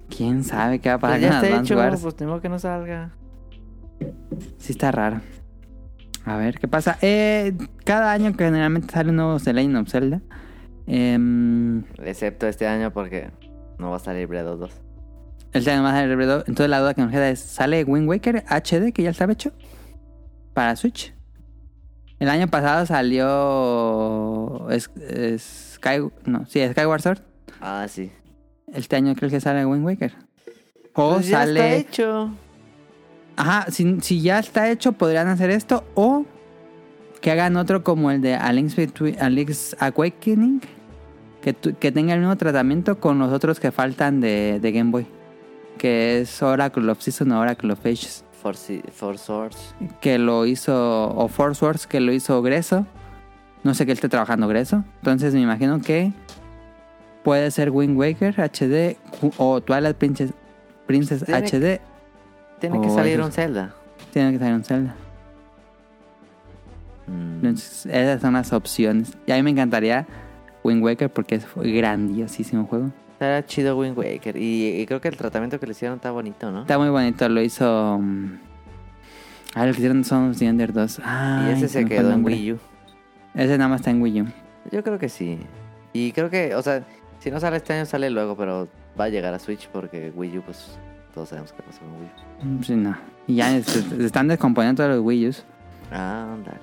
Speaker 2: ¿Quién sabe qué va a
Speaker 3: Pues
Speaker 2: pasar
Speaker 3: ya
Speaker 2: con
Speaker 3: está
Speaker 2: Advance
Speaker 3: hecho,
Speaker 2: Wars?
Speaker 3: pues ni modo que no salga.
Speaker 2: Sí está raro. A ver, ¿qué pasa? Eh, cada año que generalmente sale un nuevo The Legend of Zelda. Em,
Speaker 3: Excepto este año porque no va a salir Breath of 2.
Speaker 2: el tema más del alrededor. Entonces la duda que nos queda es, ¿sale Wind Waker HD que ya estaba hecho? Para Switch. El año pasado salió es- es- Sky, no, sí, Skyward Sword.
Speaker 3: Ah, sí.
Speaker 2: Este año creo que sale Wind Waker. O
Speaker 3: Pues ya está
Speaker 2: sale...
Speaker 3: hecho.
Speaker 2: Ajá, si, si ya está hecho, podrían hacer esto. O que hagan otro como el de A Link's, Between- A Link's Awakening. Que, tu- que tenga el mismo tratamiento con los otros que faltan de, de Game Boy. Que es Oracle of Season o Oracle of Ages.
Speaker 3: For, si- for Swords.
Speaker 2: Que lo hizo. O Four Swords, que lo hizo Greso. No sé qué esté trabajando Greso. Entonces me imagino que. Puede ser Wind Waker HD. ju- O Twilight Princess, Princess
Speaker 3: Tiene-
Speaker 2: HD.
Speaker 3: Tiene que
Speaker 2: Oh,
Speaker 3: salir
Speaker 2: eso
Speaker 3: un Zelda.
Speaker 2: Tiene que salir un Zelda.
Speaker 3: Mm,
Speaker 2: Entonces, esas son las opciones. Y a mí me encantaría Wind Waker porque es un grandiosísimo juego.
Speaker 3: Estará chido Wind Waker. Y, y creo que el tratamiento que le hicieron está bonito, ¿no?
Speaker 2: Está muy bonito, lo hizo. mm, Ah, lo que hicieron son los Under 2. Ah,
Speaker 3: y ese se quedó en Wii U.
Speaker 2: Ese nada más está en Wii U.
Speaker 3: Yo creo que sí. Y creo que, o sea, si no sale este año, sale luego, pero va a llegar a Switch porque Wii U, pues todos sabemos qué pasó con Wii U.
Speaker 2: Mm, Sí, no. Y ya es- se, están descomponiendo todos los Wii Us.
Speaker 3: Ah, ándale.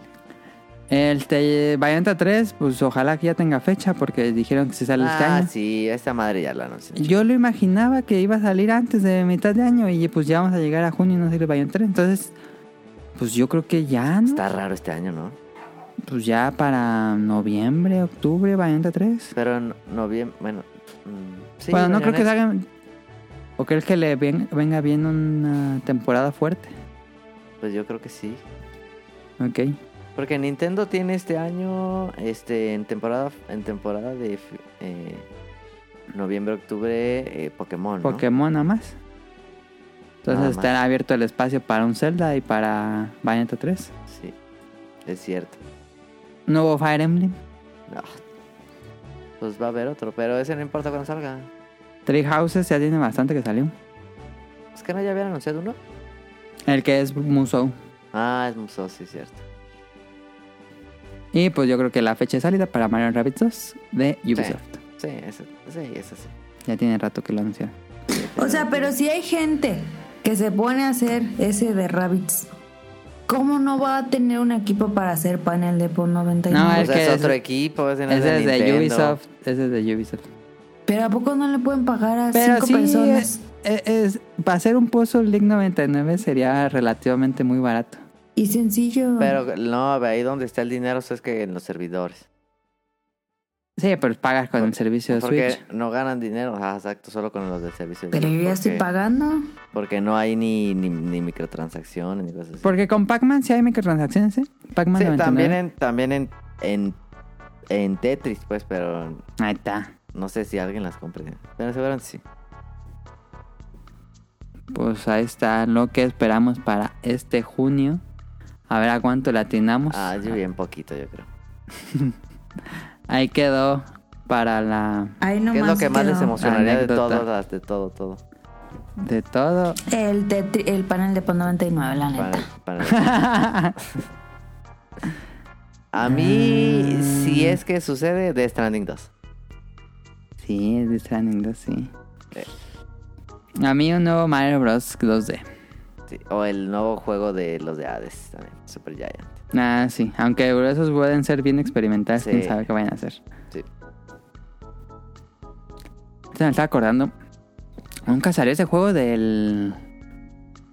Speaker 2: El te, Bayonetta 3, pues ojalá que ya tenga fecha porque dijeron que se sale este
Speaker 3: Ah,
Speaker 2: año.
Speaker 3: sí, esta madre ya la anunció.
Speaker 2: Yo lo imaginaba que iba a salir antes de mitad de año y pues ya vamos a llegar a junio y no sirve Bayonetta 3. Entonces, pues yo creo que ya. ¿no?
Speaker 3: Está raro este año, ¿no?
Speaker 2: Pues ya para noviembre, octubre, Bayonetta 3.
Speaker 3: Pero en noviembre, bueno. mm, sí,
Speaker 2: bueno, no creo
Speaker 3: mañana
Speaker 2: que
Speaker 3: es-
Speaker 2: salgan. ¿O crees que le ven- venga bien una temporada fuerte?
Speaker 3: Pues yo creo que sí. Pues
Speaker 2: Ok.
Speaker 3: Porque Nintendo tiene este año, este, en temporada, en temporada de fi- eh, noviembre, octubre, eh, Pokémon. ¿no?
Speaker 2: Pokémon nada más.
Speaker 3: Nada
Speaker 2: Entonces
Speaker 3: más.
Speaker 2: estará abierto el espacio para un Zelda y para Bayonetta 3.
Speaker 3: Sí, es cierto.
Speaker 2: Nuevo Fire Emblem.
Speaker 3: No. Pues va a haber otro, pero ese no importa cuando salga.
Speaker 2: Three Houses ya tiene bastante que salió.
Speaker 3: Es que no ya habían anunciado uno.
Speaker 2: El que es Musou.
Speaker 3: Ah, es Musou, sí, cierto.
Speaker 2: Y pues yo creo que la fecha de salida para Mario Rabbit 2 de Ubisoft.
Speaker 3: Sí, ese, sí, ese sí.
Speaker 2: Ya tiene rato que lo anunciaron.
Speaker 1: O sea, pero si hay gente que se pone a hacer ese de Rabbits, ¿cómo no va a tener un equipo para hacer panel de por 99?
Speaker 2: No,
Speaker 3: O
Speaker 2: Ah, es
Speaker 3: sea,
Speaker 2: que
Speaker 3: es
Speaker 2: ese-
Speaker 3: otro equipo, ese no
Speaker 2: Ese es
Speaker 3: de
Speaker 2: de
Speaker 3: Nintendo.
Speaker 2: Ubisoft. Ese es de Ubisoft.
Speaker 1: Pero ¿a poco no le pueden pagar a
Speaker 2: Pero
Speaker 1: cinco
Speaker 2: sí,
Speaker 1: personas?
Speaker 2: eh, es- para hacer un puzzle League 99 sería relativamente muy barato.
Speaker 1: Y sencillo.
Speaker 3: Pero no, ahí donde está el dinero o sea, es que en los servidores.
Speaker 2: Sí, pero pagas con el servicio de
Speaker 3: Porque
Speaker 2: Switch.
Speaker 3: no ganan dinero, ajá, exacto, solo con los del servicio. de
Speaker 1: Pero yo
Speaker 3: Switch,
Speaker 1: ya estoy
Speaker 3: porque-
Speaker 1: pagando.
Speaker 3: Porque no hay ni, ni, ni microtransacciones ni cosas así.
Speaker 2: Porque con Pac-Man sí hay microtransacciones, ¿eh? Pac-Man
Speaker 3: Sí,
Speaker 2: 99.
Speaker 3: también en, también en, en, en Tetris, pues, pero
Speaker 2: Ahí está.
Speaker 3: no sé si alguien las compre. Pero seguramente sí.
Speaker 2: Pues ahí está lo que esperamos para este junio. A ver a cuánto le atinamos.
Speaker 3: Ah, yo bien poquito, yo creo.
Speaker 2: Ahí quedó para la...
Speaker 1: Ahí
Speaker 3: ¿Qué es lo
Speaker 1: nomás
Speaker 3: que más les
Speaker 1: quedó
Speaker 3: emocionaría de
Speaker 2: Anécdota.
Speaker 3: todo, de todo, todo?
Speaker 2: De todo.
Speaker 1: El, tetri- el panel de PON 99, la
Speaker 3: Para-
Speaker 1: neta.
Speaker 3: para- A mí, si es que sucede, de Stranding 2.
Speaker 2: sí, es de Stranding 2, sí. A mí un nuevo Mario Bros. 2D.
Speaker 3: Sí, O el nuevo juego de los de Hades también, Super Giant.
Speaker 2: Ah, sí. Aunque esos pueden ser bien experimentales,
Speaker 3: Sí.
Speaker 2: quién sabe qué vayan a hacer.
Speaker 3: Sí.
Speaker 2: Se me estaba acordando. Nunca salió ese juego del.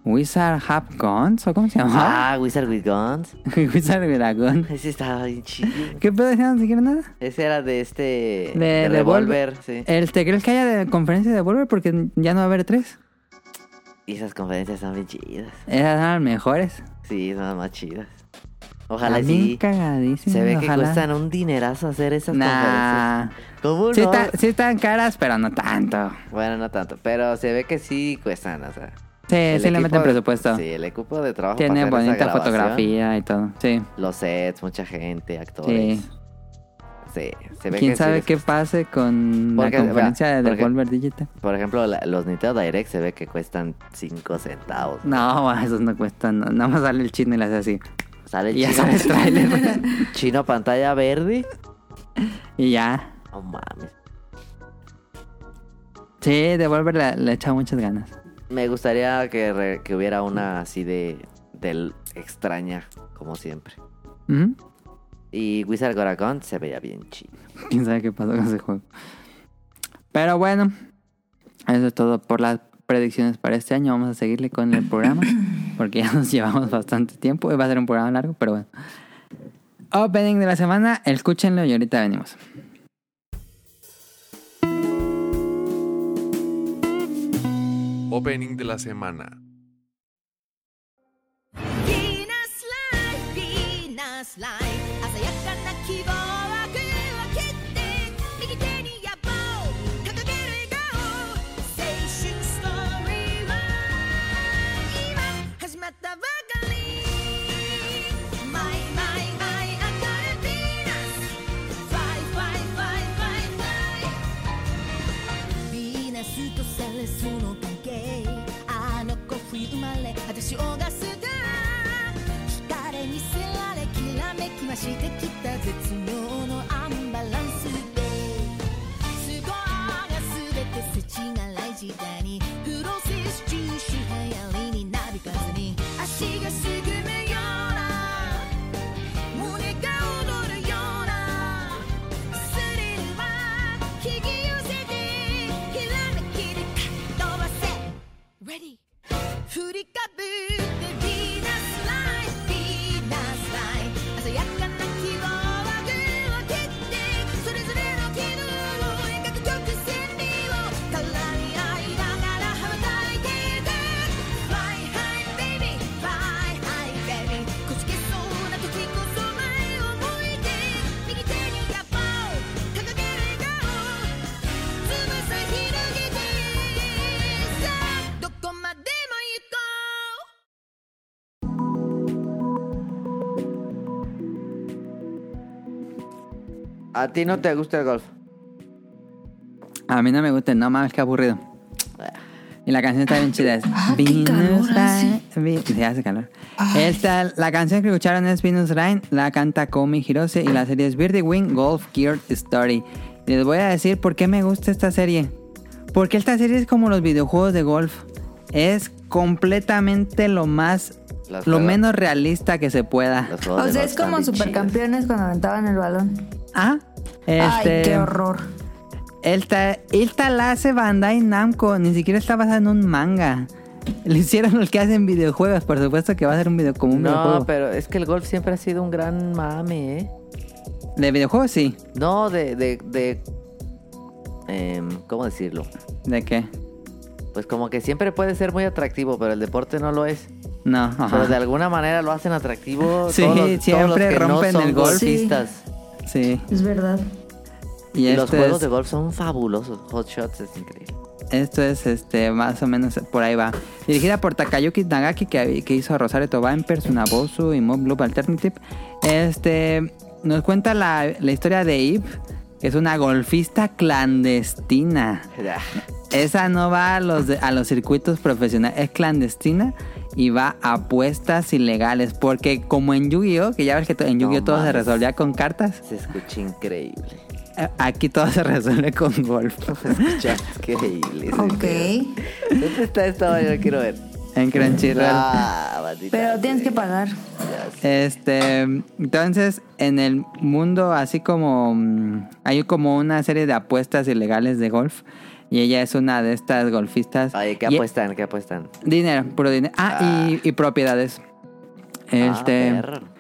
Speaker 2: Wizard Have Guns, ¿o cómo se llama?
Speaker 3: Ah, Wizard with Guns.
Speaker 2: Wizard with a Gun.
Speaker 3: Ese estaba bien chido.
Speaker 2: ¿Qué pedo? ¿Ya ¿No siquiera nada?
Speaker 3: Ese era de este.
Speaker 2: De-
Speaker 3: de
Speaker 2: de
Speaker 3: Revolver, sí.
Speaker 2: El, ¿Te crees que haya de conferencia de Volver? Porque ya no va a haber tres.
Speaker 3: Y esas conferencias están bien chidas.
Speaker 2: Esas eran las mejores.
Speaker 3: Sí, son las más chidas. Ojalá
Speaker 2: Están
Speaker 3: sí.
Speaker 2: bien cagadísimas,
Speaker 3: Se ve que
Speaker 2: ojalá.
Speaker 3: cuestan un dinerazo hacer esas conferencias.
Speaker 2: Nah.
Speaker 3: ¿Cómo no?
Speaker 2: Sí, está- sí están caras, pero no tanto.
Speaker 3: Bueno, no tanto. Pero se ve que sí cuestan, o sea.
Speaker 2: Sí,
Speaker 3: el
Speaker 2: sí le
Speaker 3: equipo
Speaker 2: meten
Speaker 3: de-
Speaker 2: presupuesto.
Speaker 3: Sí, el equipo de trabajo.
Speaker 2: Tiene
Speaker 3: para hacer
Speaker 2: bonita
Speaker 3: esa grabación,
Speaker 2: fotografía y todo. Sí.
Speaker 3: Los sets, mucha gente, actores.
Speaker 2: Sí.
Speaker 3: Sí. se ve
Speaker 2: ¿Quién
Speaker 3: que sí
Speaker 2: sabe
Speaker 3: les
Speaker 2: qué pase con
Speaker 3: Porque,
Speaker 2: la
Speaker 3: vea,
Speaker 2: conferencia de
Speaker 3: porque-
Speaker 2: Devolver Digital?
Speaker 3: Por ejemplo, la- los Nintendo Direct se ve que cuestan 5 centavos.
Speaker 2: No, ma, esos no cuestan. no- Nada más sale el chino y las hace así.
Speaker 3: Sale el
Speaker 2: Y ya
Speaker 3: chino,
Speaker 2: sale el trailer.
Speaker 3: chino pantalla verde.
Speaker 2: y ya.
Speaker 3: No mames.
Speaker 2: Sí, Devolver le, le echa muchas ganas.
Speaker 3: Me gustaría que, re- que hubiera una así de, del extraña, como siempre. ¿Mm?
Speaker 2: Ujú.
Speaker 3: Y Wizard Goracon se veía bien chido.
Speaker 2: Quién sabe qué pasó con ese juego. Pero bueno, eso es todo por las predicciones para este año. Vamos a seguirle con el programa porque ya nos llevamos bastante tiempo. Hoy Va a ser un programa largo, pero bueno. Opening de la semana, escúchenlo y ahorita venimos.
Speaker 4: Opening de la semana.
Speaker 5: Venus Life, Venus Life 鮮やかな希望はグーを切って右手に野望掲げる笑顔青春ストーリーは今始まったばかり My, my, my 明るい Venus Fly, fly, fly, fly, fly ヴィーナスとセレスの関係あの子冬生まれ私オーガスター光にせられきらめきましてきた絶妙のアンバランスでスコアが全て世知辛い時代にプロセス中止流行りになびかずに足がすぐめような胸が踊るようなスリルは引き寄せてひらめきでかっ飛ばせ Ready 振りかぶってヴィーナスライフヴィーナスライフ鮮やかな希望は群を切ってそれぞれの軌道を描く曲線美を絡み合いながら羽ばたいていく Fly high baby fly high baby こじけそうな時こそ前を向いて右手に野望掲げる笑顔翼広げてさあどこまでも行こう
Speaker 3: ¿A ti no te gusta el golf?
Speaker 2: A mí no me gusta, no mames, qué aburrido. Y la canción está bien chida. Es
Speaker 1: Ah, qué calor hace.
Speaker 2: Rain. Vi- Sí, hace calor. Esta, la canción que escucharon es Venus Rain, la canta Komi Hirose y la serie es Birdie Wing Golf Geared Story. Les voy a decir por qué me gusta esta serie. Porque esta serie es como los videojuegos de golf. Es completamente lo más,
Speaker 3: Las
Speaker 2: lo
Speaker 3: juega-
Speaker 2: menos realista que se pueda.
Speaker 3: Los juegos
Speaker 1: O
Speaker 3: de
Speaker 1: sea,
Speaker 3: golf
Speaker 1: es como
Speaker 3: están bien
Speaker 1: supercampeones cuando aventaban el balón.
Speaker 2: Ah,
Speaker 1: Ay,
Speaker 2: este,
Speaker 1: qué horror.
Speaker 2: Esta, esta la hace Bandai Namco, ni siquiera está basada en un manga. Lo hicieron los que hacen videojuegos, por supuesto que va a ser un video como
Speaker 3: chidas.
Speaker 2: un
Speaker 3: No,
Speaker 2: videojuego.
Speaker 3: pero es que el golf siempre ha sido un gran mame, ¿eh?
Speaker 2: De videojuegos sí.
Speaker 3: No, de... de, de em, ¿Cómo decirlo?
Speaker 2: ¿De qué?
Speaker 3: Pues como que siempre puede ser muy atractivo, pero el deporte no lo es.
Speaker 2: No, ajá.
Speaker 3: Pero de alguna manera lo hacen atractivo.
Speaker 2: Sí,
Speaker 3: todos los- todos
Speaker 2: siempre
Speaker 3: los que
Speaker 2: rompen
Speaker 3: no son
Speaker 2: el golf.
Speaker 3: golfistas.
Speaker 2: Sí.
Speaker 1: Es verdad.
Speaker 2: Y
Speaker 3: Y los
Speaker 2: este
Speaker 3: juegos
Speaker 2: es-
Speaker 3: de golf son fabulosos. Hot Shots es increíble.
Speaker 2: Esto es este más o menos por ahí va. Dirigida por Takayuki Nagaki, que, que hizo a Rosario Tobá en Persunabosu y Mob Loop Alternative. Este nos cuenta la, la historia de Eve, que es una golfista clandestina.
Speaker 3: Ya.
Speaker 2: Esa no va a los, de- a los circuitos profesionales, es clandestina y va a apuestas ilegales. Porque como en Yu-Gi-Oh, que ya ves que to- en
Speaker 3: No
Speaker 2: Yu-Gi-Oh todo se
Speaker 3: mames.
Speaker 2: resolvía con cartas,
Speaker 3: Se escucha increíble.
Speaker 2: eh, aquí todo se resuelve con golf.
Speaker 3: Se escucha increíble. ese
Speaker 1: Ok.
Speaker 3: pedo. ¿Dónde está esta vaina? Yo quiero ver.
Speaker 2: En Crunchyroll.
Speaker 3: Ah, maldita
Speaker 1: Pero tienes
Speaker 3: sea.
Speaker 1: que pagar.
Speaker 3: Ya sé.
Speaker 2: Este, entonces, en el mundo, así como mm, hay como una serie de apuestas ilegales de golf. Y ella es una de estas golfistas.
Speaker 3: Oye, ¿qué
Speaker 2: Y-
Speaker 3: apuestan? ¿Qué apuestan?
Speaker 2: Dinero, puro dinero. Ah, y- Y, propiedades. Este.
Speaker 3: Ah, perro.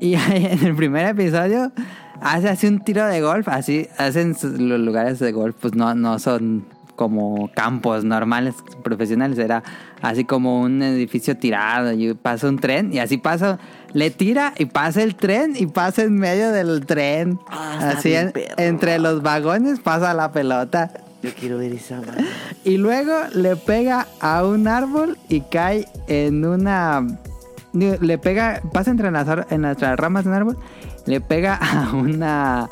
Speaker 2: Y en el primer episodio hace así un tiro de golf, así hacen sus- los lugares de golf, pues no, no son como campos normales profesionales, era así como un edificio tirado y pasa un tren y así pasa, le tira y pasa el tren y pasa en medio del tren,
Speaker 3: Ah, está
Speaker 2: así
Speaker 3: bien,
Speaker 2: en-
Speaker 3: perro.
Speaker 2: entre los vagones pasa la pelota
Speaker 3: Yo quiero ver esa madre.
Speaker 2: y luego le pega a un árbol y cae en una le pega pasa entre las ar- en las ramas de un árbol le pega a una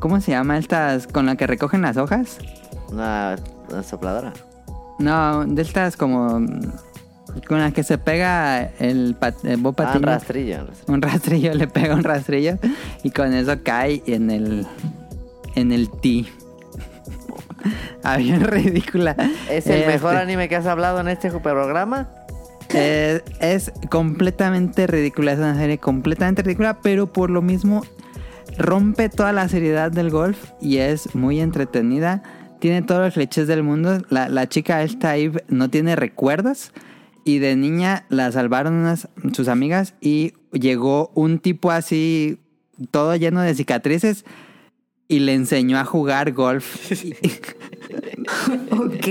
Speaker 2: ¿cómo se llama estas con la que recogen las hojas?
Speaker 3: Una, una sopladora. Ah,
Speaker 2: No, de estas como con las que se pega el, pat, el Bob
Speaker 3: Ah, un
Speaker 2: Patiño.
Speaker 3: rastrillo. un rastrillo.
Speaker 2: un rastrillo le pega un rastrillo y con eso cae en el en el tee. Ah, bien ridícula.
Speaker 3: ¿Es el mejor
Speaker 2: Este.
Speaker 3: anime que has hablado en este programa?
Speaker 2: Eh, es completamente ridícula, es una serie completamente ridícula, pero por lo mismo rompe toda la seriedad del golf y es muy entretenida. Tiene todos los clichés del mundo. La, la chica esta Eve no tiene recuerdos y de niña la salvaron unas, sus amigas y llegó un tipo así todo lleno de cicatrices y le enseñó a jugar golf.
Speaker 1: Ok.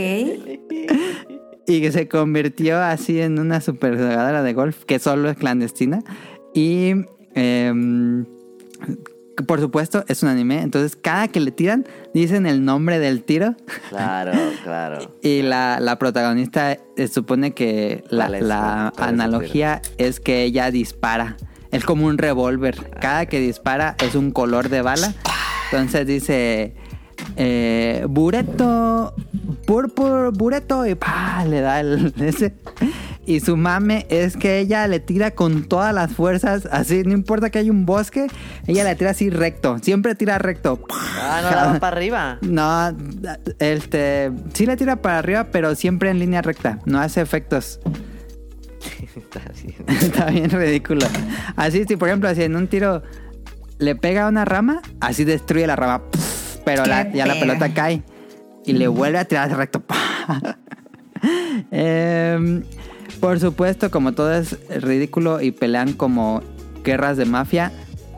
Speaker 2: Y que se convirtió así en una super jugadora de golf que solo es clandestina. Y em, por supuesto es un anime. Entonces cada que le tiran dicen el nombre del tiro.
Speaker 3: Claro, claro.
Speaker 2: Y la, la protagonista eh, supone que la,
Speaker 3: ¿Cuál es?
Speaker 2: la
Speaker 3: ¿Cuál es el
Speaker 2: analogía es que ella dispara. Es como un revólver. Cada que dispara es un color de bala. Entonces dice eh, Bureto, Purpur, Bureto y pa, le da el ese. Y su mame es que ella le tira con todas las fuerzas, así, no importa que haya un bosque, ella le tira así recto, siempre tira recto.
Speaker 3: Ah, no, la va para arriba.
Speaker 2: No, este sí le tira para arriba, pero siempre en línea recta. No hace efectos.
Speaker 3: Está bien.
Speaker 2: Está bien ridículo. Así, si por ejemplo, así en un tiro le pega a una rama, así destruye la rama. Pff, Pero la-
Speaker 1: Qué
Speaker 2: ya la
Speaker 1: pega.
Speaker 2: pelota cae. Y le vuelve a tirar recto. Em, por supuesto, como todo es ridículo y pelean como guerras de mafia,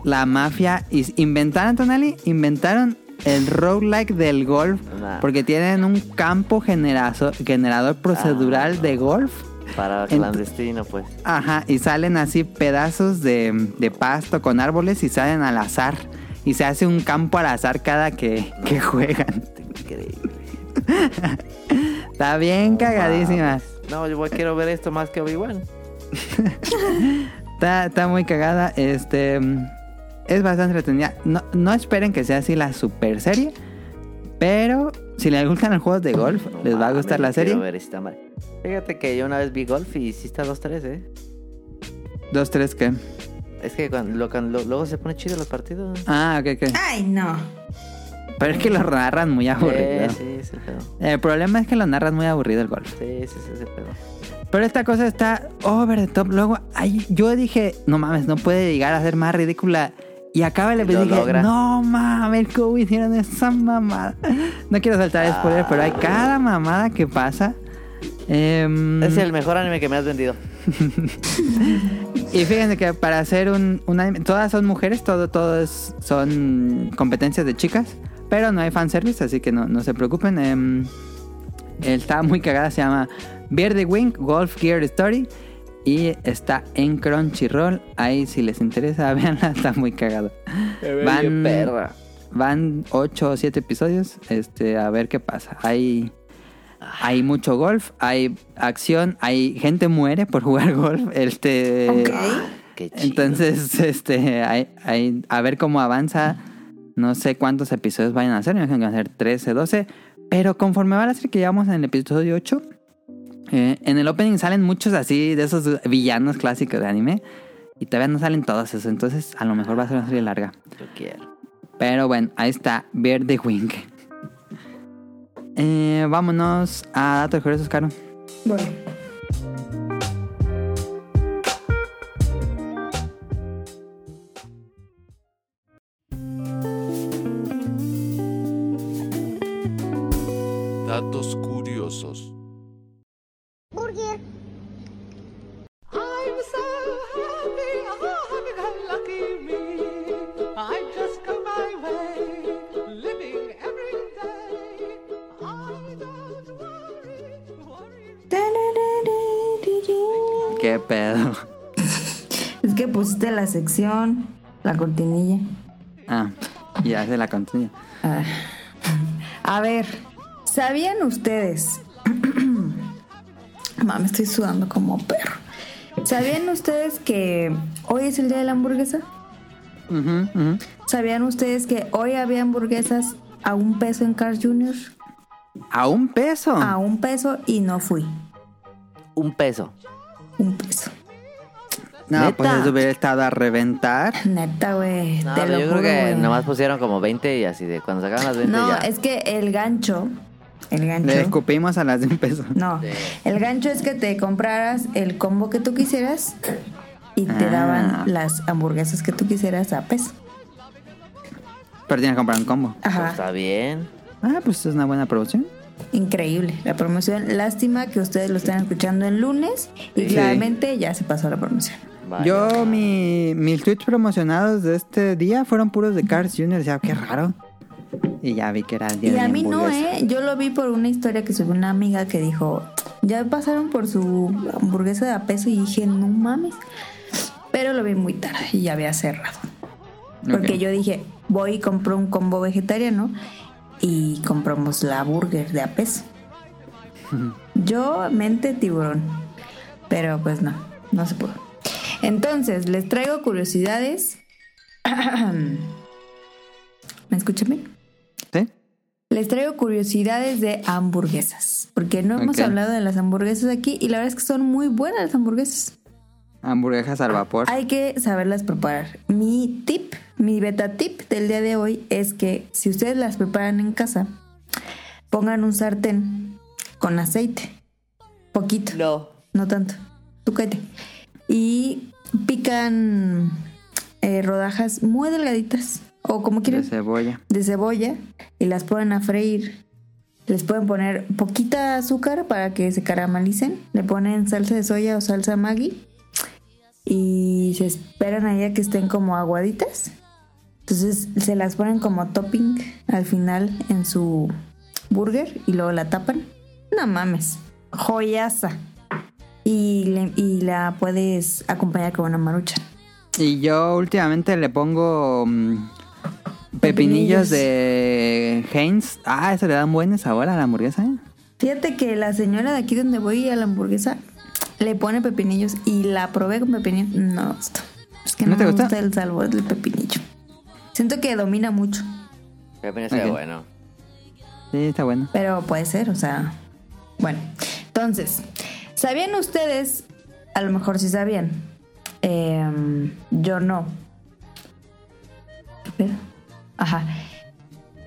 Speaker 2: la mafia is- inventaron, Tonali, inventaron el roguelike del golf.
Speaker 3: Nah.
Speaker 2: Porque tienen un campo generazo- generador procedural de golf.
Speaker 3: Para
Speaker 2: Ent-
Speaker 3: clandestino, pues.
Speaker 2: Ajá, y salen así pedazos de, de pasto con árboles y salen al azar. Y se hace un campo al azar cada que, que juegan.
Speaker 3: Está Increíble.
Speaker 2: Está bien cagadísima.
Speaker 3: No, yo voy- quiero ver esto más que Obi-Wan.
Speaker 2: Está, está muy cagada. Este mm, es bastante entretenida. No, no esperen que sea así la super serie. Pero si les gustan los juegos de golf,
Speaker 3: No
Speaker 2: les va a
Speaker 3: mames,
Speaker 2: gustar
Speaker 3: yo
Speaker 2: la serie.
Speaker 3: Quiero ver esta madre. Fíjate que yo una vez vi golf y sí está 2-3, ¿eh?
Speaker 2: Dos, tres, ¿qué?
Speaker 3: Es que cuando, lo- cuando- luego se pone chido los partidos.
Speaker 2: Ah, ok, ok.
Speaker 1: Ay, no.
Speaker 2: Pero es que lo narran muy Ah, aburrido.
Speaker 3: Eh, sí, ese pedo.
Speaker 2: El problema es que lo narran muy aburrido el golf.
Speaker 3: Sí, ese es ese pedo.
Speaker 2: Pero esta cosa está over the top. Luego, ay, yo dije, no mames, no puede llegar a ser más ridícula. Y acaba el
Speaker 3: Y lo
Speaker 2: episodio y dije,
Speaker 3: logra.
Speaker 2: no mames, ¿cómo hicieron esa mamada? No quiero saltar spoilers, pero hay cada mamada que pasa. Em,
Speaker 3: Es el mejor anime que me has vendido.
Speaker 2: Y fíjense que para hacer un, un anime, todas son mujeres, todo, todos son competencias de chicas, pero no hay fanservice, así que no, no se preocupen. Em, está muy cagada, se llama Beer the Wing Golf Gear Story y está en Crunchyroll. Ahí si les interesa, véanla, está muy cagado. Van,
Speaker 3: Perra.
Speaker 2: van 8 o 7 episodios, este, a ver qué pasa. Hay, Hay mucho golf, hay acción, hay gente muere por jugar golf.
Speaker 3: Eh,
Speaker 2: Este,
Speaker 3: Qué chido.
Speaker 2: entonces, este, hay, hay- a ver cómo avanza. No sé cuántos episodios vayan a hacer, me imagino que van a ser 13, 12. Pero conforme va a ser que llevamos en el episodio 8, eh, en el opening salen muchos así de esos villanos clásicos de anime. Y todavía no salen todos esos. Entonces, a lo mejor va a ser una serie larga.
Speaker 3: Yo quiero.
Speaker 2: Pero bueno, ahí está Bear the Wing. Eh, vámonos a datos curiosos, Caro.
Speaker 1: Bueno.
Speaker 4: Datos curiosos.
Speaker 6: I'm so happy, oh, happy go lucky me. I just go my way, living every day. I don't worry, worry.
Speaker 2: Qué pedo.
Speaker 1: Es que pusiste la sección, la cortinilla.
Speaker 2: Ah, ya se la continúa.
Speaker 1: Ah. A ver, ¿sabían ustedes? Mami, estoy sudando como perro. ¿Sabían ustedes que hoy es el día de la hamburguesa?
Speaker 2: Ujú, ujú.
Speaker 1: ¿Sabían ustedes que hoy había hamburguesas a un peso en Carl Jr.?
Speaker 2: A un peso.
Speaker 3: Ah.
Speaker 1: A un peso y no fui.
Speaker 3: Un peso.
Speaker 1: Un peso.
Speaker 2: no,
Speaker 3: ¿Neta?
Speaker 2: pues eso hubiera estado a reventar.
Speaker 1: Neta, güey.
Speaker 3: No,
Speaker 1: te
Speaker 3: pero
Speaker 1: lo
Speaker 3: yo
Speaker 1: juro,
Speaker 3: creo que
Speaker 1: güey.
Speaker 3: nomás pusieron como 20 y así de cuando sacaban las 20
Speaker 1: No,
Speaker 3: ya.
Speaker 1: es que el gancho. El
Speaker 2: Le
Speaker 1: gancho.
Speaker 2: escupimos a las de un peso.
Speaker 1: No, el gancho es que te compraras el combo que tú quisieras y te
Speaker 2: Ah.
Speaker 1: daban las hamburguesas que tú quisieras a peso.
Speaker 2: Pero tienes que comprar un combo.
Speaker 3: Pues
Speaker 1: Ajá,
Speaker 3: está bien.
Speaker 2: Ah, pues es una buena producción.
Speaker 1: increíble la promoción. Lástima que ustedes lo están escuchando el lunes y
Speaker 2: Sí.
Speaker 1: claramente ya se pasó la promoción.
Speaker 3: Vaya.
Speaker 2: Yo, mi, mis tweets promocionados de este día fueron puros de Cars Jr. Decía, qué raro. Y ya vi que era el día
Speaker 1: Y
Speaker 2: de la
Speaker 1: a mí no,
Speaker 2: hamburguesa.
Speaker 1: ¿eh? Yo lo vi por una historia que subió una amiga que dijo, ya pasaron por su hamburguesa de a peso y dije, no mames. Pero lo vi muy tarde y ya había cerrado. Porque
Speaker 2: Ok.
Speaker 1: yo dije, voy y compro un combo vegetariano y compramos la burger de a peso. yo, mente tiburón. Pero pues no, no se pudo. Entonces, les traigo curiosidades. ¿Me escuchan bien?
Speaker 2: ¿Sí?
Speaker 1: Les traigo curiosidades de hamburguesas, porque no hemos
Speaker 2: Ok.
Speaker 1: hablado de las hamburguesas aquí y la verdad es que son muy buenas las hamburguesas.
Speaker 2: Hamburguesas
Speaker 1: Ah,
Speaker 2: al vapor.
Speaker 1: Hay que saberlas preparar. Mi tip, mi beta tip del día de hoy es que si ustedes las preparan en casa, pongan un sartén con aceite, poquito,
Speaker 3: No.
Speaker 1: no tanto, tú cállate, y pican eh, rodajas muy delgaditas o como
Speaker 2: de
Speaker 1: quieran
Speaker 2: cebolla.
Speaker 1: de cebolla y las ponen a freír. Les pueden poner poquita azúcar para que se caramelicen. Le ponen salsa de soya o salsa Maggi. Y se esperan ahí a que estén como aguaditas. Entonces se las ponen como topping al final en su burger y luego la tapan. No mames, joyaza. Y, le- y la puedes acompañar con una marucha.
Speaker 2: Y yo últimamente le pongo mm,
Speaker 1: Pepinillos.
Speaker 2: pepinillos de Heinz. Ah, eso le dan buen sabor a la hamburguesa, ¿eh?
Speaker 1: Fíjate que la señora de aquí donde voy a la hamburguesa le pone pepinillos y la probé con pepinillos. No me gustó. Es que no,
Speaker 2: ¿No te
Speaker 1: me
Speaker 2: gusta?
Speaker 1: gusta el sabor del pepinillo. Siento que domina mucho,
Speaker 3: Yo pensé,
Speaker 2: Ok.
Speaker 3: bueno.
Speaker 2: Sí, está bueno.
Speaker 1: pero puede ser, o sea. Bueno, entonces, ¿sabían ustedes? A lo mejor sí sabían. Em, yo no. ¿Qué pedo? Ajá.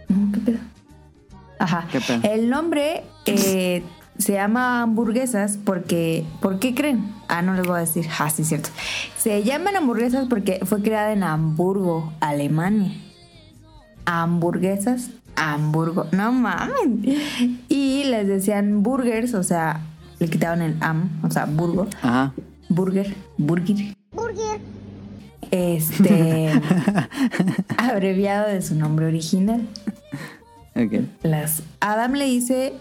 Speaker 1: No, ¿Qué pedo? Ajá.
Speaker 2: ¿Qué pedo?
Speaker 1: El nombre eh, se llama hamburguesas porque. ¿Por qué creen? Ah, no les voy a decir. Ah, sí, cierto. Se llaman hamburguesas porque fue creada en Hamburgo, Alemania. Hamburguesas, Hamburgo. No mamen. Y les decían burgers, o sea, le quitaban el am, o sea, burgo.
Speaker 2: Ajá.
Speaker 1: Burger, burger. Burger. Este. abreviado de su nombre original.
Speaker 2: Ok.
Speaker 1: Las Adam le dice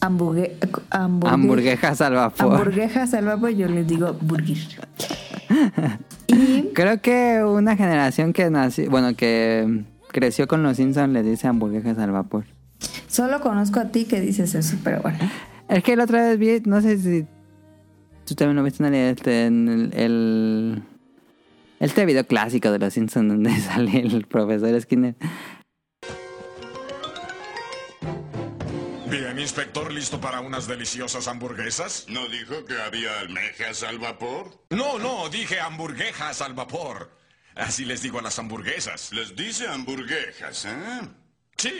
Speaker 1: hamburgue, hamburgue-
Speaker 2: Hamburguesas al vapor.
Speaker 1: hamburguejas al vapor, yo les digo burger. y
Speaker 2: Creo que una generación que nació, bueno, que mm, creció con los Simpsons le dice hamburguesas al vapor.
Speaker 1: solo conozco a ti que dices eso, pero bueno.
Speaker 2: Es que la otra vez vi, no sé si tú también lo viste en el, este, en el, el- este video clásico de los Simpsons donde sale el profesor Skinner.
Speaker 7: Bien, inspector, ¿listo para unas deliciosas hamburguesas?
Speaker 8: ¿No dijo que había almejas al vapor?
Speaker 7: No, no, dije hamburguesas al vapor. Así les digo a las hamburguesas.
Speaker 8: Les dice hamburguesas, ¿eh?
Speaker 7: Sí,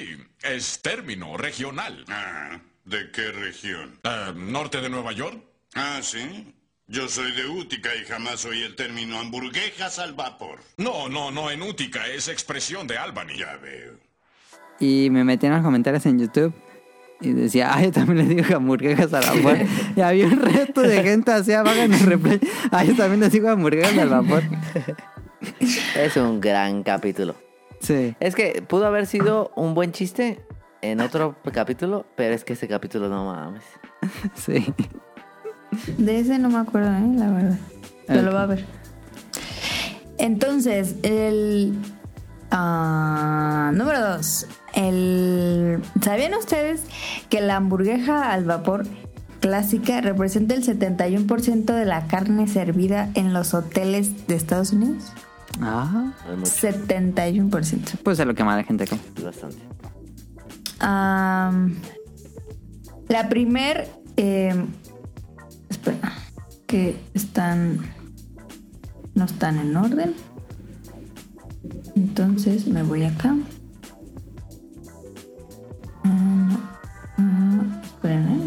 Speaker 7: es término regional.
Speaker 8: Ah, ¿de qué región?
Speaker 7: Eh, ¿Norte de Nueva York?
Speaker 8: Ah, sí. Yo soy de Útica y jamás oí el término hamburguesas al vapor.
Speaker 7: No, no, no, en Útica, es expresión de Albany.
Speaker 8: Ya veo.
Speaker 2: Y me metí en los comentarios en YouTube y decía, ah, yo también les digo hamburguesas al vapor. y había un resto de gente así abajo en el replay. Ah, yo también les digo hamburguesas al vapor.
Speaker 3: Es un gran capítulo.
Speaker 2: Sí.
Speaker 3: Es que pudo haber sido un buen chiste en otro capítulo, pero es que ese capítulo no mames.
Speaker 2: Sí.
Speaker 1: De ese no me acuerdo, ¿eh? la verdad. Pero lo va a ver. Entonces, el. ah, número dos. El, ¿Sabían ustedes que la hamburguesa al vapor clásica representa el 71% de la carne servida en los hoteles de Estados Unidos?
Speaker 2: Ah,
Speaker 3: Es mucho,
Speaker 1: 71%.
Speaker 2: pues es lo que más la gente come.
Speaker 3: es bastante.
Speaker 1: Am, la primer... eh, espera, que están... No están en orden. Entonces me voy acá. Mm, ah, esperen, ¿eh?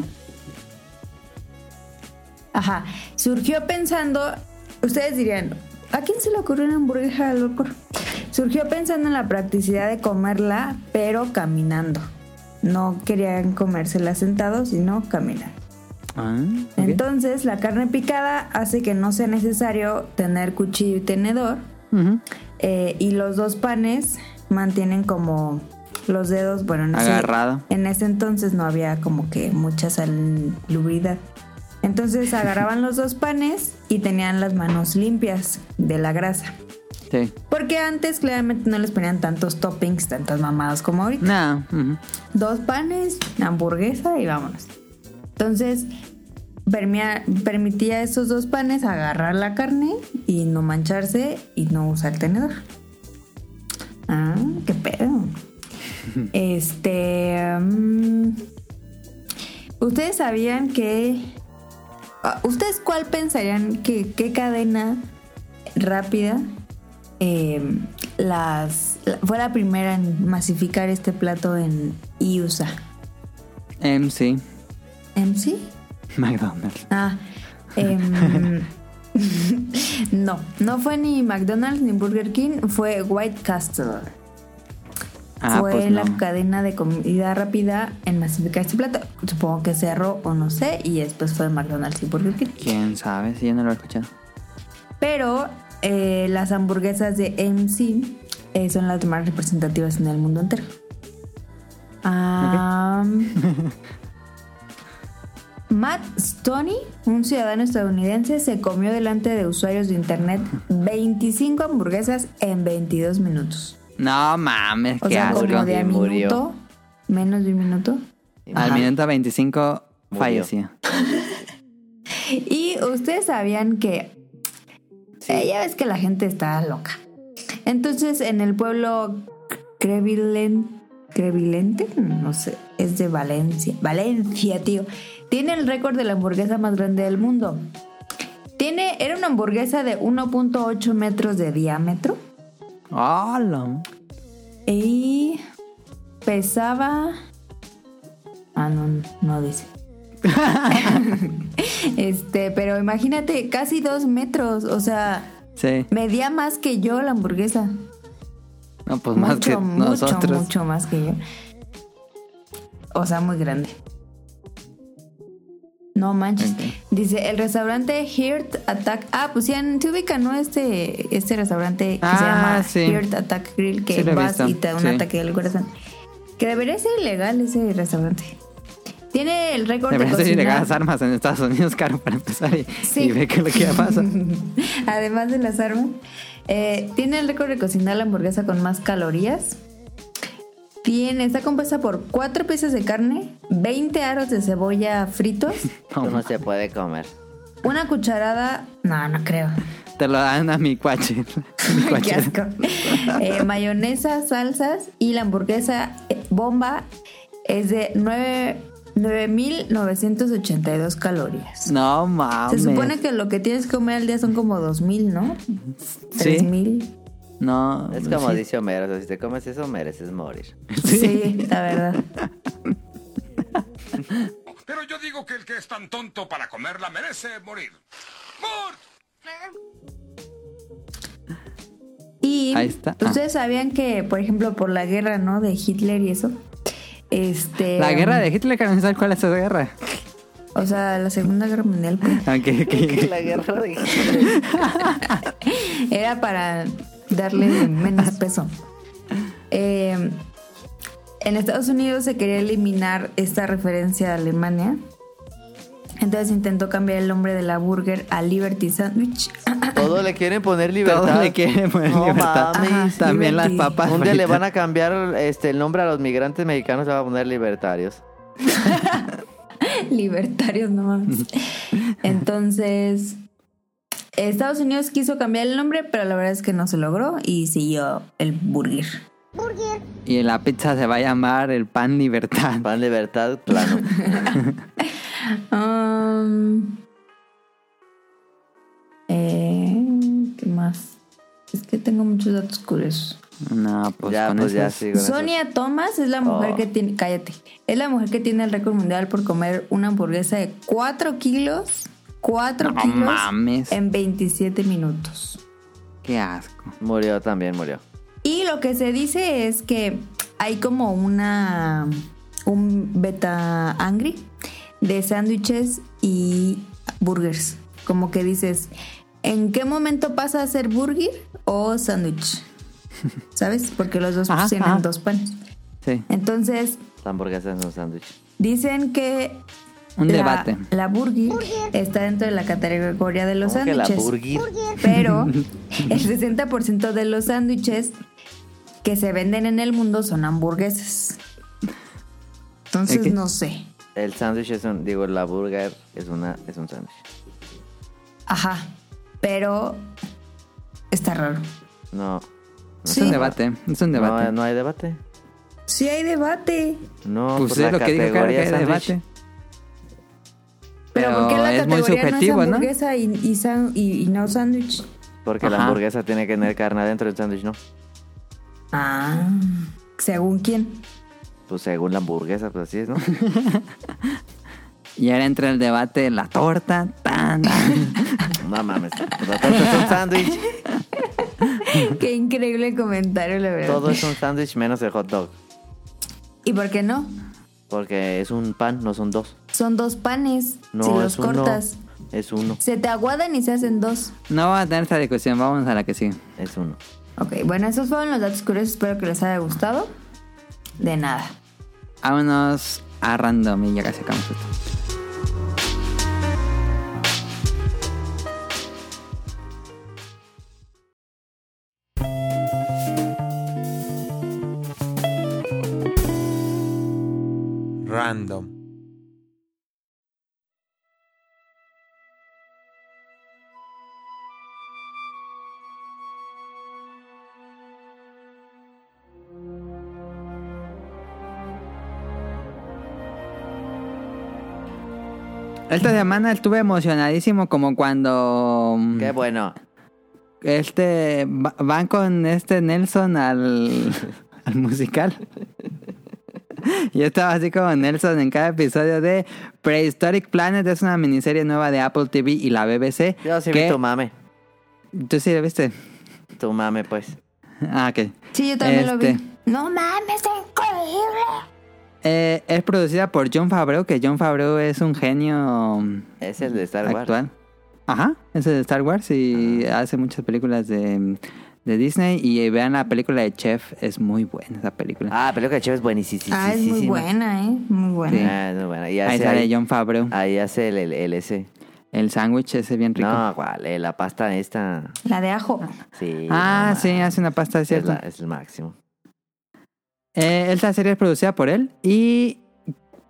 Speaker 1: Ajá, surgió pensando, ustedes dirían, ¿a quién se le ocurrió una hamburguesa al vapor? Surgió pensando en la practicidad de comerla, pero caminando. No querían comérsela sentados, sino caminar.
Speaker 2: Ah, ok.
Speaker 1: Entonces, la carne picada hace que no sea necesario tener cuchillo y tenedor.
Speaker 2: Ujú.
Speaker 1: eh, y los dos panes mantienen como los dedos, bueno, no sé,
Speaker 2: Agarrado.
Speaker 1: en ese entonces no había como que mucha salubridad. Entonces agarraban los dos panes y tenían las manos limpias de la grasa.
Speaker 2: Sí.
Speaker 1: Porque antes claramente no les ponían tantos toppings, tantas mamadas como ahorita.
Speaker 2: Nada. ujú.
Speaker 1: Dos panes, hamburguesa y vámonos. Entonces permea- permitía a esos dos panes agarrar la carne y no mancharse y no usar tenedor. Ah, qué pedo. Este. mm, Ustedes sabían que. ah, ¿Ustedes cuál pensarían que qué cadena rápida eh, las la- fue la primera en masificar este plato en y USA?
Speaker 2: MC.
Speaker 1: ¿MC?
Speaker 2: McDonald's.
Speaker 1: Ah. em, no, no fue ni McDonald's ni Burger King, fue White Castle.
Speaker 2: Ah,
Speaker 1: fue
Speaker 2: pues
Speaker 1: la
Speaker 2: no.
Speaker 1: cadena de comida rápida en masificar este plato. Supongo que cerró o no sé, y después fue McDonald's y Burger King.
Speaker 2: ¿Quién sabe? Si yo no lo he escuchado.
Speaker 1: Pero eh, las hamburguesas de MC eh, son las más representativas en el mundo entero. Ah, Matt Stoney, un ciudadano estadounidense, se comió delante de usuarios de internet 25 hamburguesas en 22 minutos.
Speaker 2: No mames,
Speaker 1: O
Speaker 2: qué
Speaker 1: sea,
Speaker 2: asco.
Speaker 1: como de a
Speaker 3: Y murió.
Speaker 1: minuto, menos de un minuto.
Speaker 2: Al minuto 25
Speaker 3: Murió.
Speaker 2: falleció.
Speaker 1: Y ustedes sabían que eh, ya ves que la gente está loca. Entonces, en el pueblo Crevilen, Crevilente, no sé, es de Valencia. Valencia, tío. Tiene el récord de la hamburguesa más grande del mundo. Tiene, era una hamburguesa de 1.8 metros de diámetro
Speaker 2: ¡Hola!
Speaker 1: y pesaba... Ah, no, no dice. este, pero imagínate, casi dos metros, o sea,
Speaker 2: Sí,
Speaker 1: medía más que yo la hamburguesa.
Speaker 2: no, pues más
Speaker 1: mucho,
Speaker 2: que
Speaker 1: mucho,
Speaker 2: nosotros.
Speaker 1: mucho más que yo. O sea, muy grande. No manches.
Speaker 2: Ok.
Speaker 1: Dice, el restaurante Heart Attack. Ah, pues ya se ubican, ¿no? Este, este restaurante que se
Speaker 2: Ah,
Speaker 1: llama
Speaker 2: sí.
Speaker 1: Heart Attack Grill, que
Speaker 2: Sí lo he
Speaker 1: vas
Speaker 2: visto,
Speaker 1: y te da un
Speaker 2: sí.
Speaker 1: ataque del corazón. Que debería ser ilegal ese restaurante. Tiene el récord de
Speaker 2: Deberían ser
Speaker 1: cocinar.
Speaker 2: ilegales armas en Estados Unidos, caro, para empezar. Y,
Speaker 1: Sí.
Speaker 2: y ve qué es lo que ya pasa.
Speaker 1: Además de las armas. Eh, tiene el récord de cocinar la hamburguesa con más calorías. Bien, está compuesta por cuatro piezas de carne, 20 aros de cebolla fritos,
Speaker 3: Eso
Speaker 2: pues,
Speaker 3: no se puede comer.
Speaker 1: una cucharada... No, no creo.
Speaker 2: Te lo dan a mi cuache. Mi
Speaker 1: Ay, Qué
Speaker 2: cuache.
Speaker 1: asco. Eh, mayonesa, salsas y la hamburguesa eh, bomba es de nueve- 9.982 calorías.
Speaker 2: No mames.
Speaker 1: Se supone que lo que tienes que comer al día son como 2.000, ¿no? 3.000.
Speaker 2: No.
Speaker 3: Es como
Speaker 2: sí.
Speaker 3: dice Homero, o sea, si te comes eso mereces morir.
Speaker 1: Sí. la verdad.
Speaker 7: Pero yo digo que el que es tan tonto para comerla merece morir. ¡Mort!
Speaker 1: Y
Speaker 2: Ahí está. Ah.
Speaker 1: ustedes sabían que, por ejemplo, por la guerra, ¿no? De Hitler y eso. Este,
Speaker 3: Em,
Speaker 2: La guerra de Hitler, que no sabes cuál es esa guerra.
Speaker 1: O sea, la Segunda Guerra Mundial. pues.
Speaker 2: Aunque que-
Speaker 3: La guerra de
Speaker 1: Era para darle menos peso. Eh, en Estados Unidos se quería eliminar esta referencia a Alemania. Entonces intentó cambiar el nombre de la burger a Liberty Sandwich.
Speaker 3: Todo le quieren poner libertad.
Speaker 2: todos le quieren poner
Speaker 3: No
Speaker 2: libertad.
Speaker 3: mames.
Speaker 1: Ajá,
Speaker 2: También las
Speaker 1: liberty.
Speaker 2: papas.
Speaker 3: Un día le
Speaker 2: fritas.
Speaker 3: van a cambiar este, el nombre a los migrantes mexicanos, se va a poner libertarios.
Speaker 1: Libertarios, no mames. Entonces, Estados Unidos quiso cambiar el nombre, pero la verdad es que no se logró y siguió el burger.
Speaker 2: Y la pizza se va a llamar el pan libertad.
Speaker 3: Van libertad plano.
Speaker 1: Um, eh, ¿Qué más? Es que tengo muchos datos curiosos.
Speaker 2: No, pues
Speaker 3: ya,
Speaker 2: con
Speaker 3: pues ya
Speaker 2: esas-
Speaker 3: sigo.
Speaker 1: Sonia Thomas es la mujer
Speaker 3: Oh.
Speaker 1: que tiene. Cállate. Es la mujer que tiene el récord mundial por comer una hamburguesa de 4 kilos. 4
Speaker 2: No
Speaker 1: kilos
Speaker 2: mames.
Speaker 1: en 27 minutos.
Speaker 2: Qué asco.
Speaker 3: Murió también, murió.
Speaker 1: Y lo que se dice es que hay como una un beta angry de sándwiches y burgers. Como que dices, ¿en qué momento pasa a ser burger o sándwich? ¿Sabes? Porque los dos
Speaker 2: Ajá,
Speaker 1: tienen
Speaker 2: ajá.
Speaker 1: dos panes.
Speaker 2: Sí.
Speaker 1: Entonces,
Speaker 3: La hamburguesa es un sándwich.
Speaker 1: dicen que
Speaker 2: Un
Speaker 1: la,
Speaker 2: debate.
Speaker 1: La burger, está dentro de la categoría de los
Speaker 3: ¿Cómo que la
Speaker 1: sándwiches.
Speaker 3: burger?
Speaker 1: Pero el 60% de los sándwiches que se venden en el mundo son hamburguesas. Entonces
Speaker 2: Ok.
Speaker 1: no sé.
Speaker 3: El sándwich es un, digo, la burger es una, es un sándwich.
Speaker 1: Ajá. Pero está raro.
Speaker 3: No,
Speaker 2: Es
Speaker 1: Sí.
Speaker 2: un debate. Es un debate.
Speaker 3: no, no hay debate.
Speaker 1: Sí hay debate.
Speaker 3: No,
Speaker 2: pues
Speaker 3: por
Speaker 2: es
Speaker 3: la
Speaker 2: lo que dijo Cara, que
Speaker 3: categoría
Speaker 2: hay
Speaker 3: sándwich.
Speaker 2: debate.
Speaker 1: Pero, ¿por qué la
Speaker 2: es muy
Speaker 1: categoría
Speaker 2: subjetivo,
Speaker 1: no
Speaker 2: ¿no?
Speaker 1: es hamburguesa y, y san- y- y no sándwich?
Speaker 3: Porque la
Speaker 2: Ajá.
Speaker 3: hamburguesa tiene que tener carne adentro del sándwich, ¿no?
Speaker 1: Ah. Según quién.
Speaker 3: Pues según la hamburguesa, pues así es, ¿no?
Speaker 2: Y ahora entra el debate de la torta. Tan, tan.
Speaker 3: no mames. Pues la torta es un sándwich.
Speaker 1: Qué increíble comentario, la verdad.
Speaker 3: Todo es un sándwich menos el hot dog.
Speaker 1: ¿Y por qué no?
Speaker 3: Porque es un pan, no son dos.
Speaker 1: Son dos panes.
Speaker 3: No,
Speaker 1: si
Speaker 3: es
Speaker 1: los
Speaker 3: uno.
Speaker 1: cortas,
Speaker 3: Es uno.
Speaker 1: se te aguadan y se hacen dos.
Speaker 2: No vamos a tener esta discusión. Vamos a la que sigue.
Speaker 3: Es uno.
Speaker 1: Ok, bueno, esos fueron los datos curiosos. Espero que les haya gustado. De nada.
Speaker 2: Vámonos a random y ya casi acabamos esto.
Speaker 4: Random.
Speaker 2: Esta semana estuve emocionadísimo como cuando mm,
Speaker 3: Qué bueno.
Speaker 2: este va- van con este Nelson al, al musical. Yo estaba así como Nelson en cada episodio de Prehistoric Planet. Es una miniserie nueva de Apple TV y la BBC.
Speaker 3: Yo sí vi
Speaker 2: que-
Speaker 3: tu mame.
Speaker 2: ¿Tú sí la viste?
Speaker 3: Tu mame, pues.
Speaker 2: Ah, ok.
Speaker 1: Sí, yo también lo
Speaker 2: Este.
Speaker 1: vi. No mames, es increíble.
Speaker 2: Eh, es producida por John Favreau, que John Favreau es un genio mm,
Speaker 3: Es el de Star Wars.
Speaker 2: actual. Ajá, es de Star Wars y hace muchas películas de, de Disney. Y eh, vean la película de Chef, es muy buena esa película.
Speaker 3: Ah, película de Chef es buenísima.
Speaker 1: ah, es muy buena, ¿eh? Muy buena.
Speaker 3: Ah, es muy buena.
Speaker 2: Ahí
Speaker 3: Y hace,
Speaker 2: sale
Speaker 3: ahí,
Speaker 2: John Favreau.
Speaker 3: ahí hace el, el, el ese.
Speaker 2: El sándwich ese bien rico.
Speaker 3: No, cuál, eh, la pasta esta.
Speaker 1: La de ajo.
Speaker 3: Sí.
Speaker 2: ah,
Speaker 3: no,
Speaker 2: sí, hace una pasta, es
Speaker 3: Es,
Speaker 2: cierto.
Speaker 3: la- es el máximo.
Speaker 2: Eh, esta serie es producida por él y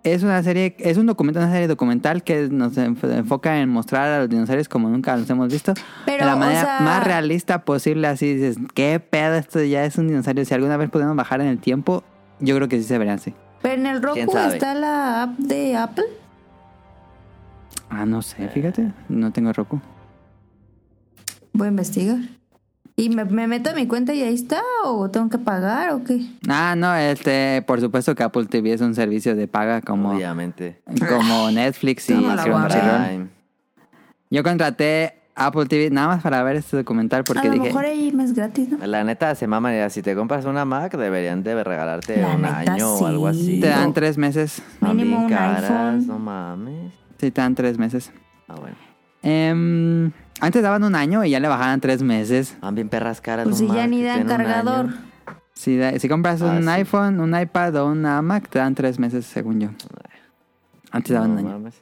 Speaker 2: es una serie, es un documental, una serie documental que nos enf- enfoca en mostrar a los dinosaurios como nunca los hemos visto,
Speaker 1: Pero,
Speaker 2: de la
Speaker 1: o
Speaker 2: manera
Speaker 1: sea-
Speaker 2: más realista posible. Así dices, qué pedo, esto ya es un dinosaurio. Si alguna vez podemos bajar en el tiempo, yo creo que sí se verán así.
Speaker 1: Pero en el
Speaker 3: ¿Quién
Speaker 1: Roku
Speaker 3: sabe?
Speaker 1: está la app de Apple.
Speaker 2: Ah, no sé, fíjate, no tengo Roku.
Speaker 1: Voy a investigar. ¿Y me, me meto a mi cuenta y ahí está? ¿O tengo que pagar o qué?
Speaker 2: Ah, no, este, por supuesto que Apple TV es un servicio de paga como,
Speaker 3: Obviamente.
Speaker 2: como Netflix y
Speaker 1: No, no la voy a
Speaker 2: Crunchyroll.
Speaker 1: ver.
Speaker 3: Prime.
Speaker 2: Yo contraté Apple TV nada más para ver este documental porque
Speaker 1: a lo
Speaker 2: dije,
Speaker 1: mejor ahí me es gratis, ¿no?
Speaker 3: La neta, se maman. ya, Si te compras una Mac, deberían de regalarte
Speaker 1: La
Speaker 3: un
Speaker 1: neta,
Speaker 3: año
Speaker 1: sí.
Speaker 3: o algo así.
Speaker 2: te dan tres meses.
Speaker 3: Están
Speaker 1: mínimo
Speaker 3: bien
Speaker 1: un
Speaker 3: caras,
Speaker 1: iPhone.
Speaker 3: No mames.
Speaker 2: Sí, te dan tres meses.
Speaker 3: Ah, bueno.
Speaker 2: Em, antes daban un año y ya le bajaban tres meses.
Speaker 3: Van bien perras caras.
Speaker 1: Pues
Speaker 3: no
Speaker 1: si ya
Speaker 3: mames,
Speaker 1: ni
Speaker 3: que
Speaker 1: dan
Speaker 3: tienen un
Speaker 1: cargador.
Speaker 3: año.
Speaker 2: Si, da- si compras
Speaker 3: Ah,
Speaker 2: un
Speaker 3: sí.
Speaker 2: iPhone, un iPad o una Mac, te dan tres meses, según yo. Antes daban
Speaker 3: No
Speaker 2: un año.
Speaker 3: mames.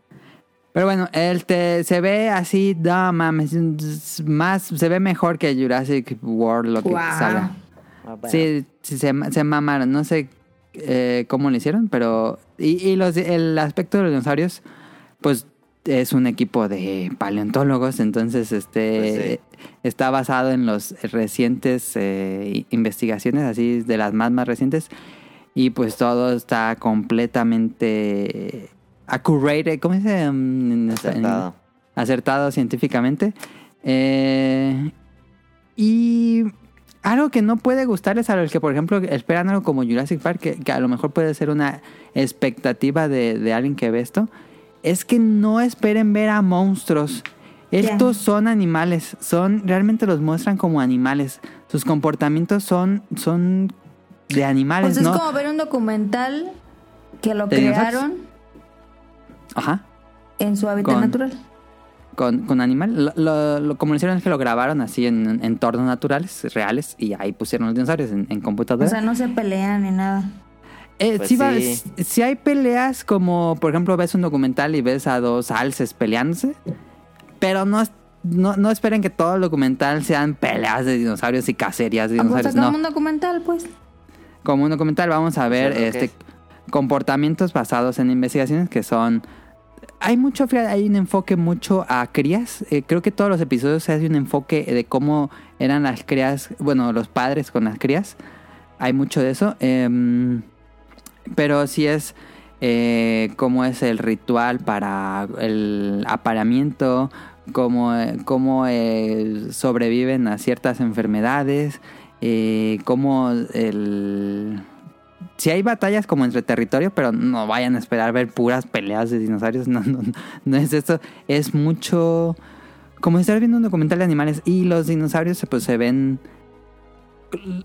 Speaker 2: Pero bueno, el te- se ve así, no mames, más, se ve mejor que Jurassic World, lo que
Speaker 1: Guau.
Speaker 2: salga.
Speaker 3: Ah, bueno.
Speaker 2: Sí, sí, se, se mamaron. No sé eh, cómo lo hicieron, pero. Y, y los, el aspecto de los dinosaurios, pues es un equipo de paleontólogos, entonces
Speaker 3: Pues
Speaker 2: este está basado en las recientes eh, investigaciones, así de las más más recientes, y pues todo está completamente eh, accurate, ¿cómo se dice? Mm, en-
Speaker 3: Acertado.
Speaker 2: acertado científicamente. Eh, y algo que no puede gustarles a los que, por ejemplo, esperan algo como Jurassic Park, que, que a lo mejor puede ser una expectativa de, de alguien que ve esto, es que no esperen ver a monstruos. Estos son animales, son realmente los muestran como animales. Sus comportamientos son, son de animales,
Speaker 1: Pues es
Speaker 2: ¿no?
Speaker 1: como ver un documental que lo
Speaker 2: ¿De dinosaurios?
Speaker 1: crearon
Speaker 2: Ajá.
Speaker 1: en su hábitat
Speaker 2: Con-
Speaker 1: natural.
Speaker 2: con, con animal. Lo, lo- lo- como lo hicieron es que lo grabaron así en, en entornos naturales, reales, y ahí pusieron los dinosaurios en, en computadora.
Speaker 1: O sea, no se pelean ni nada.
Speaker 2: Eh,
Speaker 3: pues
Speaker 2: sí va-
Speaker 3: sí.
Speaker 2: si- si hay peleas como, por ejemplo, ves un documental y ves a dos alces peleándose, pero no, es- no, no esperen que todo el documental sean peleas de dinosaurios y cacerías de
Speaker 1: Ah, Pues
Speaker 2: dinosaurios.
Speaker 1: sacamos
Speaker 2: No,
Speaker 1: un documental, pues.
Speaker 2: como un documental vamos a ver
Speaker 3: Pero lo que
Speaker 2: este comportamientos basados en investigaciones que son hay mucho fíjate, hay un enfoque mucho a crías Eh, creo que todos los episodios se hace un enfoque de cómo eran las crías bueno los padres con las crías hay mucho de eso em, pero sí es eh, cómo es el ritual para el apareamiento, cómo, eh, cómo, eh, sobreviven a ciertas enfermedades, eh, cómo el... Si hay batallas como entre territorios, pero no vayan a esperar ver puras peleas de dinosaurios, no, no, no es esto, es mucho... Como estar viendo un documental de animales y los dinosaurios pues se ven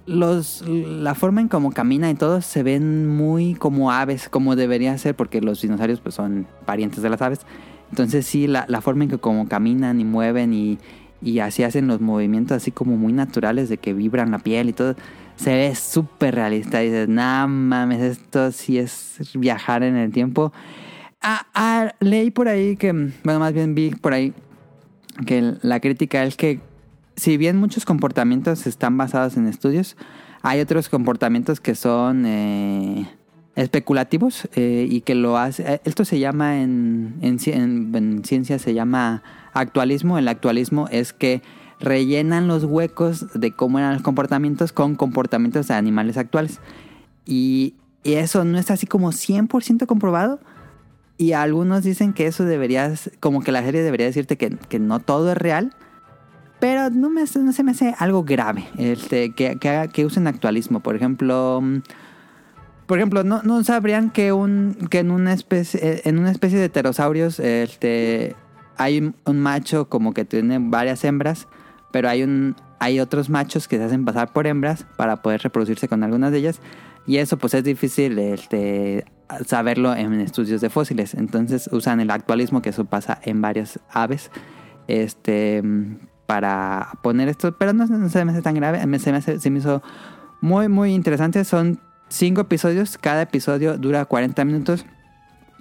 Speaker 2: los la forma en cómo camina y todo se ven muy como aves, como debería ser, porque los dinosaurios pues son parientes de las aves. Entonces sí, la, la forma en que como caminan y mueven y, y así hacen los movimientos así como muy naturales de que vibran la piel y todo, se ve súper realista. Y dices, nah mames, esto sí es viajar en el tiempo. Ah, ah, leí por ahí que, bueno, más bien vi por ahí que la crítica es que si bien muchos comportamientos están basados en estudios, hay otros comportamientos que son eh, especulativos eh, y que lo hace. eh, Esto se llama en, en, ci- en- en ciencia se llama actualismo. El actualismo es que rellenan los huecos de cómo eran los comportamientos con comportamientos de animales actuales. Y, y eso no está así como 100% comprobado, y algunos dicen que eso deberías, como que la serie debería decirte que, que no todo es real. Pero no, me, no se me hace algo grave este, que, que, haga- que usen actualismo. Por ejemplo, mm, por ejemplo no, no sabrían que, un, que en, una especie, eh, en una especie de pterosaurios este, hay un- un macho como que tiene varias hembras, pero hay, un, hay otros machos que se hacen pasar por hembras para poder reproducirse con algunas de ellas. Y eso pues es difícil este, saberlo en estudios de fósiles. Entonces usan el actualismo, que eso pasa en varias aves, este, mm, para poner esto. Pero no, no se me hace tan grave, me- se me, hace- se me hizo muy, muy interesante. Son cinco episodios, cada episodio dura 40 minutos.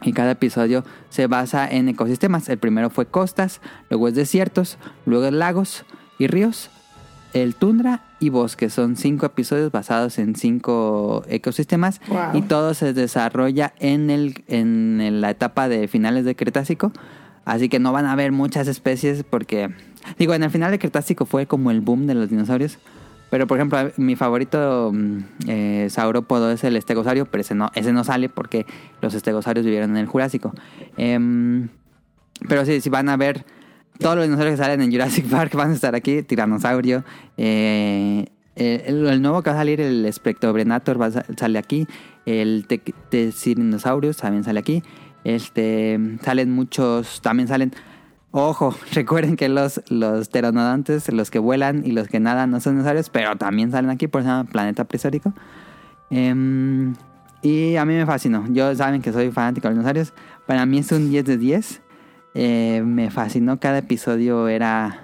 Speaker 2: Y cada episodio se basa en ecosistemas. El primero fue costas, luego es desiertos, luego es lagos y ríos. el tundra y bosque. Son cinco episodios basados en cinco ecosistemas
Speaker 1: Wow.
Speaker 2: y todo se desarrolla en, el, en el- la etapa de finales de Cretácico. Así que no van a haber muchas especies porque, digo, en el final de Cretácico fue como el boom de los dinosaurios. Pero, por ejemplo, mi favorito mm, eh, saurópodo es el estegosaurio, pero ese no, ese no sale porque los estegosaurios vivieron en el Jurásico. Em, pero sí, si van a ver todos los dinosaurios que salen en Jurassic Park, van a estar aquí. Tiranosaurio. eh, eh, el, el nuevo que va a salir, el Spectobrenator, va a sa- sale aquí. El Te- Tesirinosaurus también sale aquí. Este, salen muchos, también salen... Ojo, recuerden que los, los pteranodontes, los que vuelan y los que nadan no son dinosaurios, pero también salen aquí por ser planeta prehistórico. Em, y a mí me fascinó. Yo saben que soy fanático de los dinosaurios. Para mí es un 10 de 10. Eh, me fascinó. Cada episodio era,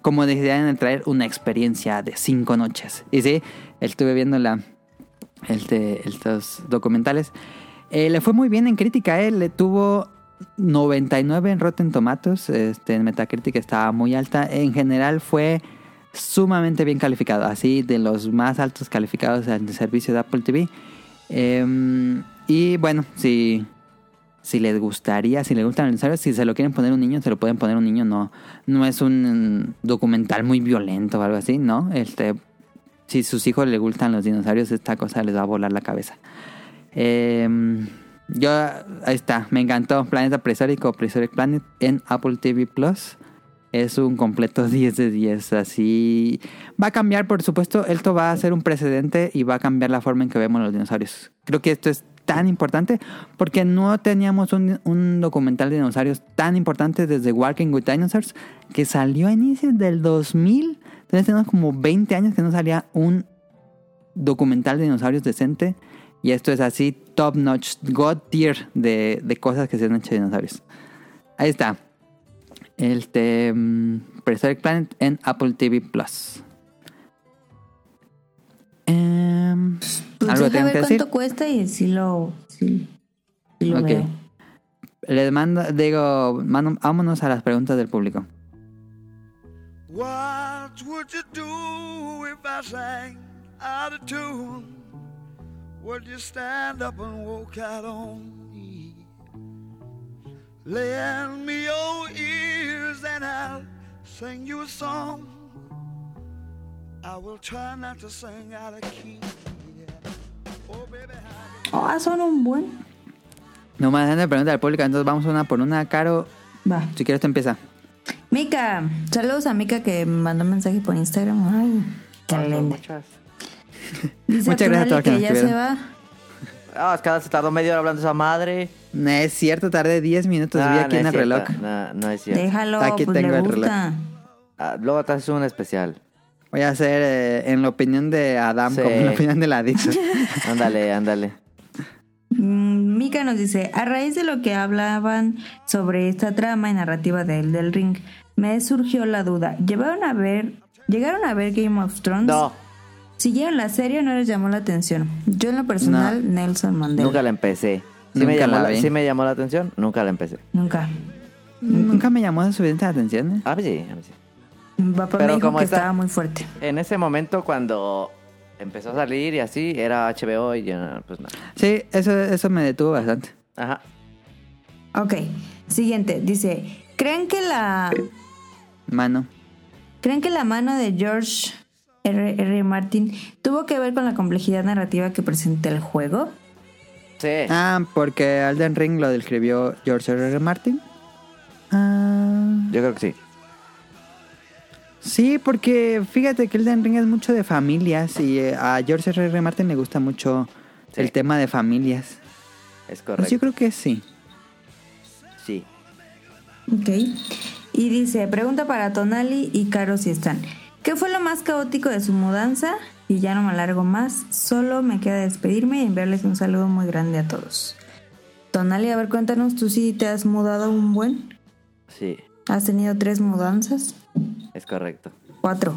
Speaker 2: como decían en el traer, una experiencia de cinco noches. Y sí, estuve viendo la, este, estos documentales. Eh, le fue muy bien en crítica. eh. Le tuvo 99 en Rotten Tomatoes. Este, en Metacritic estaba muy alta. En general fue sumamente bien calificado. Así de los más altos calificados en el servicio de Apple TV. Em, y bueno, si, si les gustaría, si les gustan los dinosaurios, si se lo quieren poner a un niño, se lo pueden poner a un niño. No, no es un mm, documental muy violento o algo así, ¿no? Este, si sus hijos les gustan los dinosaurios, esta cosa les va a volar la cabeza. Em, yo, ahí está, me encantó Planeta Prehistórico, Prehistoric Planet en Apple TV Plus. Es un completo 10 de 10, así. Va a cambiar, por supuesto, esto va a ser un precedente y va a cambiar la forma en que vemos los dinosaurios. Creo que esto es tan importante porque no teníamos un, un documental de dinosaurios tan importante desde Walking with Dinosaurs que salió a inicios del 2000. Entonces tenemos como 20 años que no salía un documental de dinosaurios decente. Y esto es así, top notch, god tier de, de cosas que se han hecho de dinosaurios. Ahí está. Este. mm, Prehistoric Planet en Apple TV Plus. Em,
Speaker 1: Pues
Speaker 2: ¿Algo
Speaker 1: deja
Speaker 2: tengo
Speaker 1: ver
Speaker 2: que
Speaker 1: cuánto
Speaker 2: decir?
Speaker 1: cuesta y si lo, sí, sí lo
Speaker 2: Ok.
Speaker 1: veo.
Speaker 2: Les mando, digo, mando- vámonos a las preguntas del público.
Speaker 9: What would you do if I sang out of tune? Would you stand up and walk out on me? Lend me your ears and I'll sing you a song. I will try not to sing out of key. Oh, baby, how
Speaker 1: Ah, son un buen.
Speaker 2: No más haciendo preguntas del público, entonces vamos una por una. Caro,
Speaker 1: Va.
Speaker 2: si quieres, tú empieza.
Speaker 1: Mika, saludos a Mika que me mandó mensaje por Instagram. Ay, qué linda.
Speaker 3: Ah, Muchas.
Speaker 1: Dice
Speaker 2: Muchas gracias a
Speaker 1: Tonali
Speaker 2: todos los que
Speaker 1: que
Speaker 2: nos
Speaker 1: ya se
Speaker 2: escribieron.
Speaker 1: va.
Speaker 3: Ah, es que ahora se tardó media hora hablando esa madre.
Speaker 2: No es cierto, tardé 10 minutos, vi
Speaker 3: Ah,
Speaker 2: aquí
Speaker 3: no
Speaker 2: en el
Speaker 3: es
Speaker 2: reloj.
Speaker 3: cierto. No, no es cierto.
Speaker 1: Déjalo,
Speaker 2: Aquí
Speaker 1: pues
Speaker 2: tengo
Speaker 1: le
Speaker 2: el reloj.
Speaker 1: gusta.
Speaker 3: Ah, luego te haces un especial.
Speaker 2: Voy a hacer eh, en la opinión de Adam,
Speaker 3: Sí.
Speaker 2: como en la opinión de la Dixon.
Speaker 3: Ándale, ándale.
Speaker 1: Mm, Mika nos dice, a raíz de lo que hablaban sobre esta trama y narrativa del del ring, me surgió la duda. ¿Llevaron a ver, llegaron a ver Game of Thrones?
Speaker 3: No,
Speaker 1: ¿Siguieron la serie o no les llamó la atención? Yo en lo personal, Nelson Mandela.
Speaker 3: nunca la empecé. Sí, me
Speaker 2: Nunca
Speaker 3: llamó,
Speaker 2: la
Speaker 3: la-
Speaker 2: vi.
Speaker 3: sí me llamó la atención, nunca la empecé.
Speaker 1: Nunca.
Speaker 2: Nunca me llamó la suficiente atención. ¿eh?
Speaker 3: Ah, pues sí, ah, pues sí.
Speaker 1: Mi papá
Speaker 3: Pero
Speaker 1: me dijo
Speaker 3: como
Speaker 1: que
Speaker 3: está-
Speaker 1: estaba muy fuerte.
Speaker 3: En ese momento cuando empezó a salir y así, era HBO y yo, no, pues no.
Speaker 2: Sí, eso, eso me detuvo bastante.
Speaker 3: Ajá.
Speaker 1: Ok, siguiente. Dice, ¿creen que la,
Speaker 2: Mano.
Speaker 1: ¿creen que la mano de George R. R. Martin tuvo que ver con la complejidad narrativa que presenta el juego?
Speaker 3: Sí.
Speaker 2: Ah, porque Alden Ring lo describió George R. Martin. Ah,
Speaker 3: Yo creo que sí.
Speaker 2: sí, porque fíjate que Elden Ring es mucho de familias y eh, a George R. R. Martin le gusta mucho
Speaker 3: Sí.
Speaker 2: el tema de familias. Pues
Speaker 3: Es
Speaker 2: yo
Speaker 3: correcto.
Speaker 2: creo que sí.
Speaker 3: Sí.
Speaker 1: Ok. Y dice, pregunta para Tonali y Caro si están. ¿Qué fue lo más caótico de su mudanza? Y ya no me alargo más, solo me queda despedirme y enviarles un saludo muy grande a todos. Tonali, a ver, cuéntanos, ¿tú sí te has mudado un buen?
Speaker 3: Sí.
Speaker 1: ¿Has tenido tres mudanzas?
Speaker 3: Es correcto.
Speaker 1: Cuatro.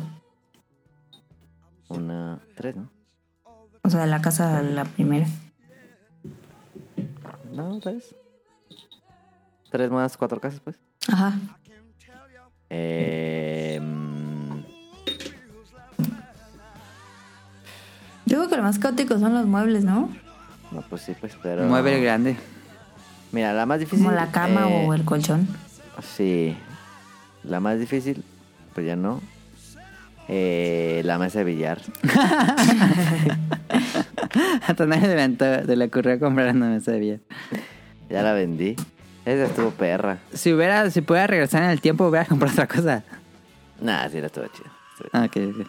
Speaker 3: Una, tres, ¿no?
Speaker 1: O sea, de la casa a la primera.
Speaker 3: No, tres. Tres más cuatro casas, pues.
Speaker 1: Ajá.
Speaker 3: Em, Eh, mm,
Speaker 1: creo que lo más caótico son los muebles, ¿no?
Speaker 3: No, pues sí, pues, pero...
Speaker 2: Mueble grande.
Speaker 3: Mira, la más difícil...
Speaker 1: Como la cama
Speaker 3: eh,
Speaker 1: o el colchón.
Speaker 3: Sí. La más difícil, pues ya no. Eh, la mesa de billar.
Speaker 2: Hasta nadie le, aventó- se le ocurrió comprar una mesa de billar.
Speaker 3: Ya la vendí. Esa estuvo perra.
Speaker 2: Si hubiera, si pudiera regresar en el tiempo, hubiera comprado otra cosa.
Speaker 3: Nah, sí, la estuvo chida. Estuvo chida.
Speaker 2: Ah, ok, ok.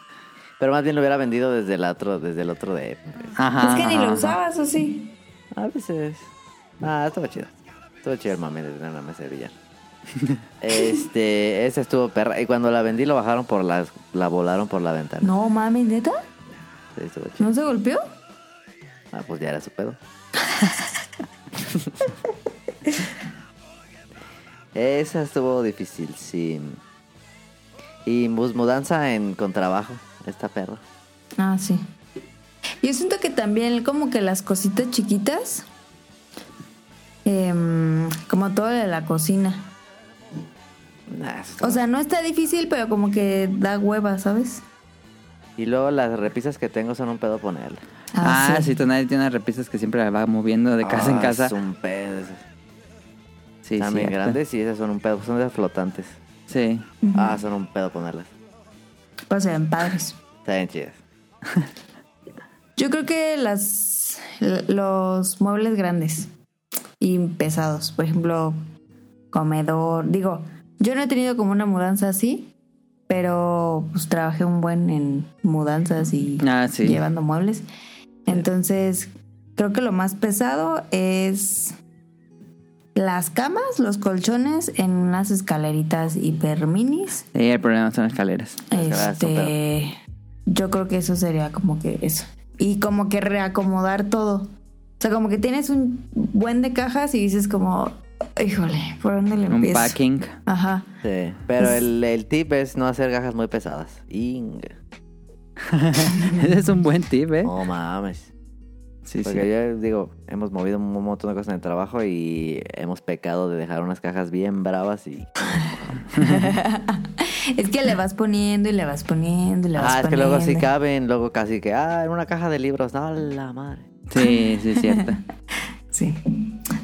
Speaker 3: Pero más bien lo hubiera vendido desde el otro, desde el otro de...
Speaker 2: Ajá.
Speaker 1: es que ni
Speaker 2: ajá,
Speaker 1: lo
Speaker 2: ajá.
Speaker 1: usabas, ¿o sí?
Speaker 3: A veces. Ah, estuvo chido. Estuvo chido el mame de tener una mesa de billar. este, esa estuvo perra. Y cuando la vendí, lo bajaron por las. La volaron por la ventana.
Speaker 1: No, mami, ¿neta?
Speaker 3: Sí, estuvo chido.
Speaker 1: ¿No se golpeó?
Speaker 3: Ah, pues ya era su pedo. esa estuvo difícil, sí. Y mus- mudanza en con trabajo. Esta perra.
Speaker 1: Ah, sí. Yo siento que también como que las cositas chiquitas, em, como todo lo de la cocina.
Speaker 3: Nah, eso estuvo-
Speaker 1: O sea, no está difícil, pero como que da hueva, ¿sabes?
Speaker 3: y luego las repisas que tengo son un pedo ponerle.
Speaker 2: Ah, sí, tú nadie tiene unas repisas que siempre la va moviendo de casa en
Speaker 3: Ah,
Speaker 2: casa.
Speaker 3: Es un pedo.
Speaker 2: Sí,
Speaker 3: Están bien
Speaker 2: cierto.
Speaker 3: grandes y esas son un pedo. Son de las flotantes.
Speaker 2: Sí.
Speaker 3: Ah, son un pedo ponerlas.
Speaker 1: Pues se ven padres.
Speaker 3: Está bien chidas.
Speaker 1: Yo creo que las l- los muebles grandes y pesados, por ejemplo, comedor, digo, yo no he tenido como una mudanza así, pero pues trabajé un buen en mudanzas y
Speaker 2: Ah, sí.
Speaker 1: llevando muebles. Entonces, creo que lo más pesado es las camas, los colchones en unas escaleritas hiper minis.
Speaker 2: Sí, el problema son las escaleras.
Speaker 3: escaleras son
Speaker 1: Este, yo creo que eso sería como que eso. Y como que reacomodar todo. O sea, como que tienes un buen de cajas y dices como, híjole, ¿por dónde le
Speaker 2: Un
Speaker 1: empiezo?
Speaker 2: packing.
Speaker 1: Ajá.
Speaker 3: Sí. Pero
Speaker 1: Pues
Speaker 3: el, el tip es no hacer cajas muy pesadas. Ing.
Speaker 2: Ese es un buen tip, ¿eh?
Speaker 3: No mames.
Speaker 2: sí, sí.
Speaker 3: Porque yo digo, hemos movido un montón de cosas en el trabajo y hemos pecado de dejar unas cajas bien bravas y.
Speaker 1: Es que le vas poniendo y le vas poniendo y le vas
Speaker 3: Ah, es que
Speaker 1: poniendo.
Speaker 3: luego sí caben, luego casi que, ah, en una caja de libros, no, la madre.
Speaker 2: Sí, sí, es cierto.
Speaker 1: Sí.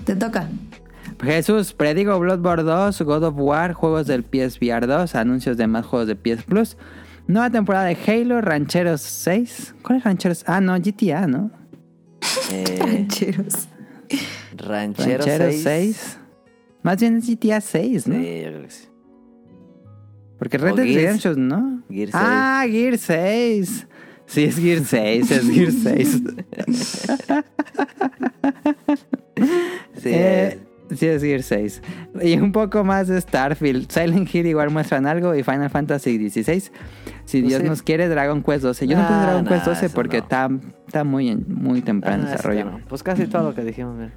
Speaker 1: Te toca.
Speaker 2: Jesús, predigo Bloodborne 2, God of War, juegos del PSVR 2, anuncios de más juegos de PS Plus, nueva temporada de Halo, Rancheros 6. ¿Cuál es Rancheros? Ah, no, GTA, ¿no?
Speaker 3: Eh,
Speaker 1: Rancheros.
Speaker 3: ranchero,
Speaker 2: Rancheros
Speaker 3: 6.
Speaker 2: 6. Más bien es GTA 6, ¿no?
Speaker 3: Sí, yo creo que sí.
Speaker 2: Porque Red
Speaker 3: O
Speaker 2: Dead
Speaker 3: Gears.
Speaker 2: Redemption, ¿no?
Speaker 3: Gear 6.
Speaker 2: Ah, Gear 6. Sí, es Gear 6, es Gear 6.
Speaker 3: Sí,
Speaker 2: Eh, sí, es Gear 6. Y un poco más de Starfield. Silent Hill igual muestran algo y Final Fantasy 16. Si
Speaker 3: Pues
Speaker 2: Dios
Speaker 3: sí.
Speaker 2: nos quiere, Dragon Quest 12. Yo no
Speaker 3: Ah,
Speaker 2: puse Dragon
Speaker 3: no,
Speaker 2: Quest 12
Speaker 3: eso
Speaker 2: porque
Speaker 3: no.
Speaker 2: está, está muy, en- muy
Speaker 3: Ah,
Speaker 2: temprano
Speaker 3: eso
Speaker 2: en desarrollo.
Speaker 3: ya no. Pues casi todo lo que dijimos, mira.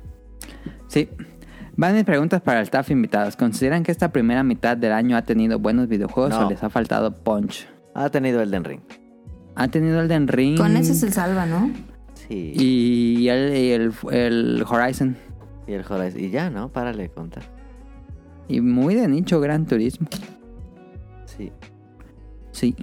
Speaker 2: Sí. Van mis preguntas para el staff invitados. ¿Consideran que esta primera mitad del año ha tenido buenos videojuegos
Speaker 3: No.
Speaker 2: o les ha faltado punch?
Speaker 3: Ha tenido Elden Ring.
Speaker 2: Ha tenido Elden Ring.
Speaker 1: Con eso se salva, ¿no?
Speaker 3: Sí.
Speaker 2: Y el, y el, el Horizon.
Speaker 3: Y el Horizon. Y ya, ¿no? Párale de contar.
Speaker 2: Y muy de nicho Gran Turismo.
Speaker 3: Sí.
Speaker 2: Sí.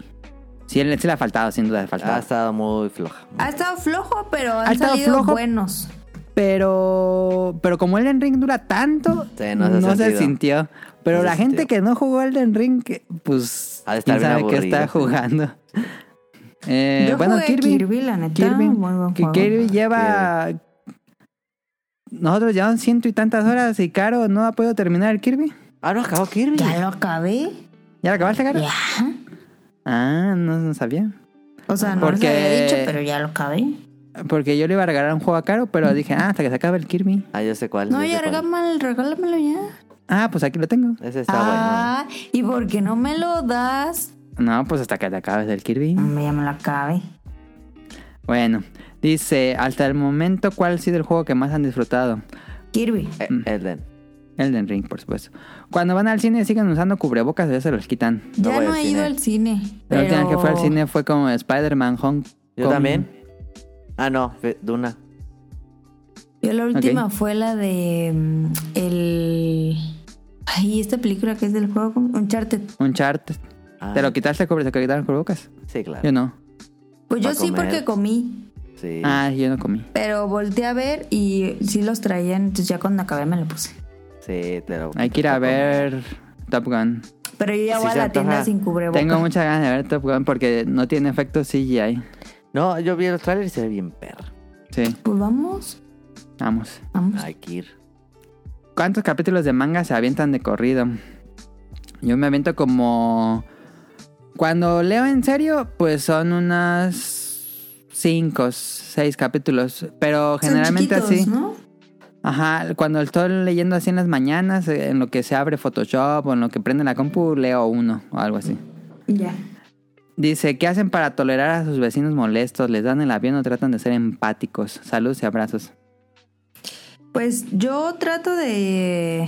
Speaker 2: Sí, él sí le ha faltado, sin duda le ha faltado.
Speaker 3: Ha estado muy floja.
Speaker 1: Ha estado flojo, pero
Speaker 2: Ha
Speaker 1: han
Speaker 2: estado
Speaker 1: salido
Speaker 2: flojo.
Speaker 1: buenos.
Speaker 2: Pero, pero como Elden Ring dura tanto,
Speaker 3: Sí, no
Speaker 2: no,
Speaker 3: se ha
Speaker 2: se
Speaker 3: sentido.
Speaker 2: sintió. Pero
Speaker 3: No se
Speaker 2: la gente
Speaker 3: sintió.
Speaker 2: que no jugó Elden Ring, que, pues,
Speaker 3: Ha de estar
Speaker 2: quién
Speaker 3: bien
Speaker 2: sabe qué
Speaker 3: aburrido.
Speaker 2: está jugando. Eh,
Speaker 1: Yo
Speaker 2: bueno,
Speaker 1: jugué
Speaker 2: Kirby. Kirby,
Speaker 1: la neta. muy buen
Speaker 2: que
Speaker 1: juego.
Speaker 3: Ah,
Speaker 2: Kirby lleva... Nosotros llevamos ciento y tantas horas y Caro no ha podido terminar el Kirby.
Speaker 3: Ah, no acabó Kirby.
Speaker 1: Ya lo acabé.
Speaker 2: ¿Ya lo acabaste, Caro?
Speaker 1: Ya.
Speaker 2: Ah, no, no sabía.
Speaker 1: O sea, no
Speaker 2: Porque-
Speaker 1: les había dicho, pero ya lo acabé.
Speaker 2: Porque yo le iba a regalar un juego a Caro,
Speaker 1: Mm.
Speaker 2: pero dije, ah, hasta que se acabe el Kirby.
Speaker 3: Ah, yo sé cuál.
Speaker 1: No,
Speaker 3: yo sé
Speaker 1: ya
Speaker 3: cuál.
Speaker 1: regálamelo, regálamelo ya.
Speaker 2: Ah, pues aquí lo tengo.
Speaker 3: Ese está
Speaker 1: ah, ¿y por qué no me lo das?
Speaker 2: No, pues hasta que te acabes el Kirby.
Speaker 1: Hombre, ya me lo acabé.
Speaker 2: Bueno, dice, hasta el momento, ¿cuál ha sido el juego que más han disfrutado?
Speaker 1: Kirby.
Speaker 3: bueno. Eh, Elden.
Speaker 2: Elden Ring, por supuesto. Cuando van al cine siguen usando cubrebocas, ya se los quitan.
Speaker 3: No
Speaker 1: ya
Speaker 3: voy
Speaker 1: no
Speaker 3: al
Speaker 1: he
Speaker 3: cine.
Speaker 1: ido al cine.
Speaker 2: La
Speaker 1: pero...
Speaker 2: última que fue al cine fue como Spider-Man Hong
Speaker 3: Yo
Speaker 2: Kong.
Speaker 3: también. Ah, no, fe- Duna.
Speaker 1: Yo la última fue la de. mm, El. Ay, esta película que es del juego. ¿cómo? Uncharted.
Speaker 2: Un chart.
Speaker 3: Ah,
Speaker 2: ¿Te lo quitaste el cubre- te quitaron el cubrebocas?
Speaker 3: Sí, claro.
Speaker 2: Yo no.
Speaker 1: Pues yo
Speaker 3: Pa'
Speaker 1: sí,
Speaker 3: comer.
Speaker 1: porque comí.
Speaker 3: Sí. Sí.
Speaker 2: Ah, yo no comí.
Speaker 1: Pero volteé a ver y sí los traían, entonces ya cuando acabé me lo puse.
Speaker 3: Sí, te lo.
Speaker 2: Hay que ir a ver Top Gun.
Speaker 1: Pero yo ya
Speaker 3: Sí
Speaker 1: voy a
Speaker 3: se
Speaker 1: la
Speaker 3: antoja.
Speaker 1: tienda sin cubrebocas.
Speaker 2: Tengo muchas ganas de ver Top Gun porque no tiene efecto CGI.
Speaker 3: No, yo vi el trailer y se ve bien perro.
Speaker 2: Sí,
Speaker 1: Pues vamos,
Speaker 2: vamos.
Speaker 1: vamos.
Speaker 3: Hay que ir.
Speaker 2: ¿Cuántos capítulos de manga se avientan de corrido? Yo me aviento como... Cuando leo en serio, pues son unas 5, 6 capítulos. Pero generalmente
Speaker 1: Son
Speaker 2: así...
Speaker 1: chiquitos, ¿no?
Speaker 2: Ajá, cuando estoy leyendo así en las mañanas, eh, en lo que se abre Photoshop o en lo que prende la compu, leo uno o algo así.
Speaker 1: Ya.
Speaker 2: Dice, ¿qué hacen para tolerar a sus vecinos molestos? ¿Les dan el avión o tratan de ser empáticos? Saludos y abrazos.
Speaker 1: Pues yo trato de...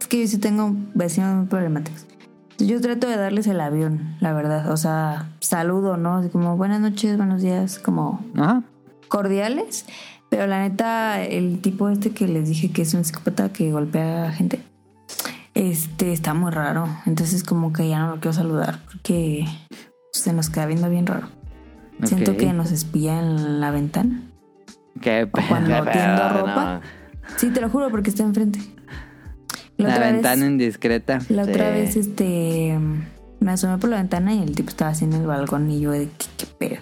Speaker 1: Es que yo sí tengo vecinos muy problemáticos. Yo trato de darles el avión, la verdad. O sea, saludo, ¿no? Así como buenas noches, buenos días, como
Speaker 2: Ajá.
Speaker 1: cordiales. Pero la neta, el tipo este que les dije que es un psicópata que golpea a gente, este está muy raro. Entonces como que ya no lo quiero saludar porque se nos queda viendo bien raro. Siento
Speaker 2: Ok.
Speaker 1: que nos espía en la ventana.
Speaker 2: Qué pe-
Speaker 1: cuando
Speaker 3: Qué
Speaker 1: tiendo
Speaker 3: pedo,
Speaker 1: ropa. Sí, te lo juro, porque está enfrente. La,
Speaker 2: La
Speaker 1: otra
Speaker 2: ventana
Speaker 1: vez,
Speaker 2: indiscreta.
Speaker 1: la otra
Speaker 3: Sí.
Speaker 1: vez, este, me asomé por la ventana y el tipo estaba así en el balcón y yo de qué, qué pedo.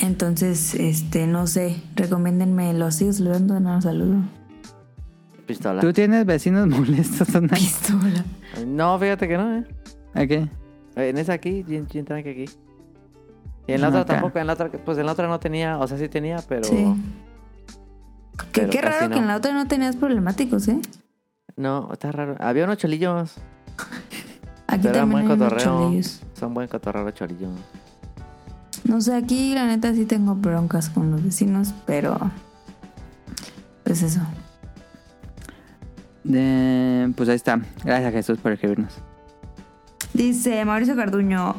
Speaker 1: Entonces, este, no sé, recomiéndenme los sigo saludando, no los saludo.
Speaker 3: no. Pistola.
Speaker 2: ¿Tú tienes vecinos molestos, Ana?
Speaker 1: Pistola.
Speaker 3: No, fíjate que no, eh.
Speaker 2: Ok.
Speaker 3: En esa aquí, bien, bien tranqui aquí. Y en la
Speaker 2: No,
Speaker 3: otra
Speaker 2: acá.
Speaker 3: tampoco, en la otra, pues en la otra no tenía, o sea, sí tenía, pero
Speaker 1: Sí. Que
Speaker 3: Pero
Speaker 1: qué
Speaker 3: casi
Speaker 1: raro
Speaker 3: no.
Speaker 1: que en la otra no tenías problemáticos, ¿eh?
Speaker 3: no, está raro. Había unos cholillos,
Speaker 1: Aquí
Speaker 3: pero eran buen
Speaker 1: también hay muchos
Speaker 3: cotorreo.
Speaker 1: de ellos.
Speaker 3: Son buen cotorreo los cholillos.
Speaker 1: No sé, aquí la neta sí tengo broncas con los vecinos, pero pues eso.
Speaker 2: De- Pues ahí está. Gracias, Jesús, por escribirnos.
Speaker 1: Dice Mauricio Carduño,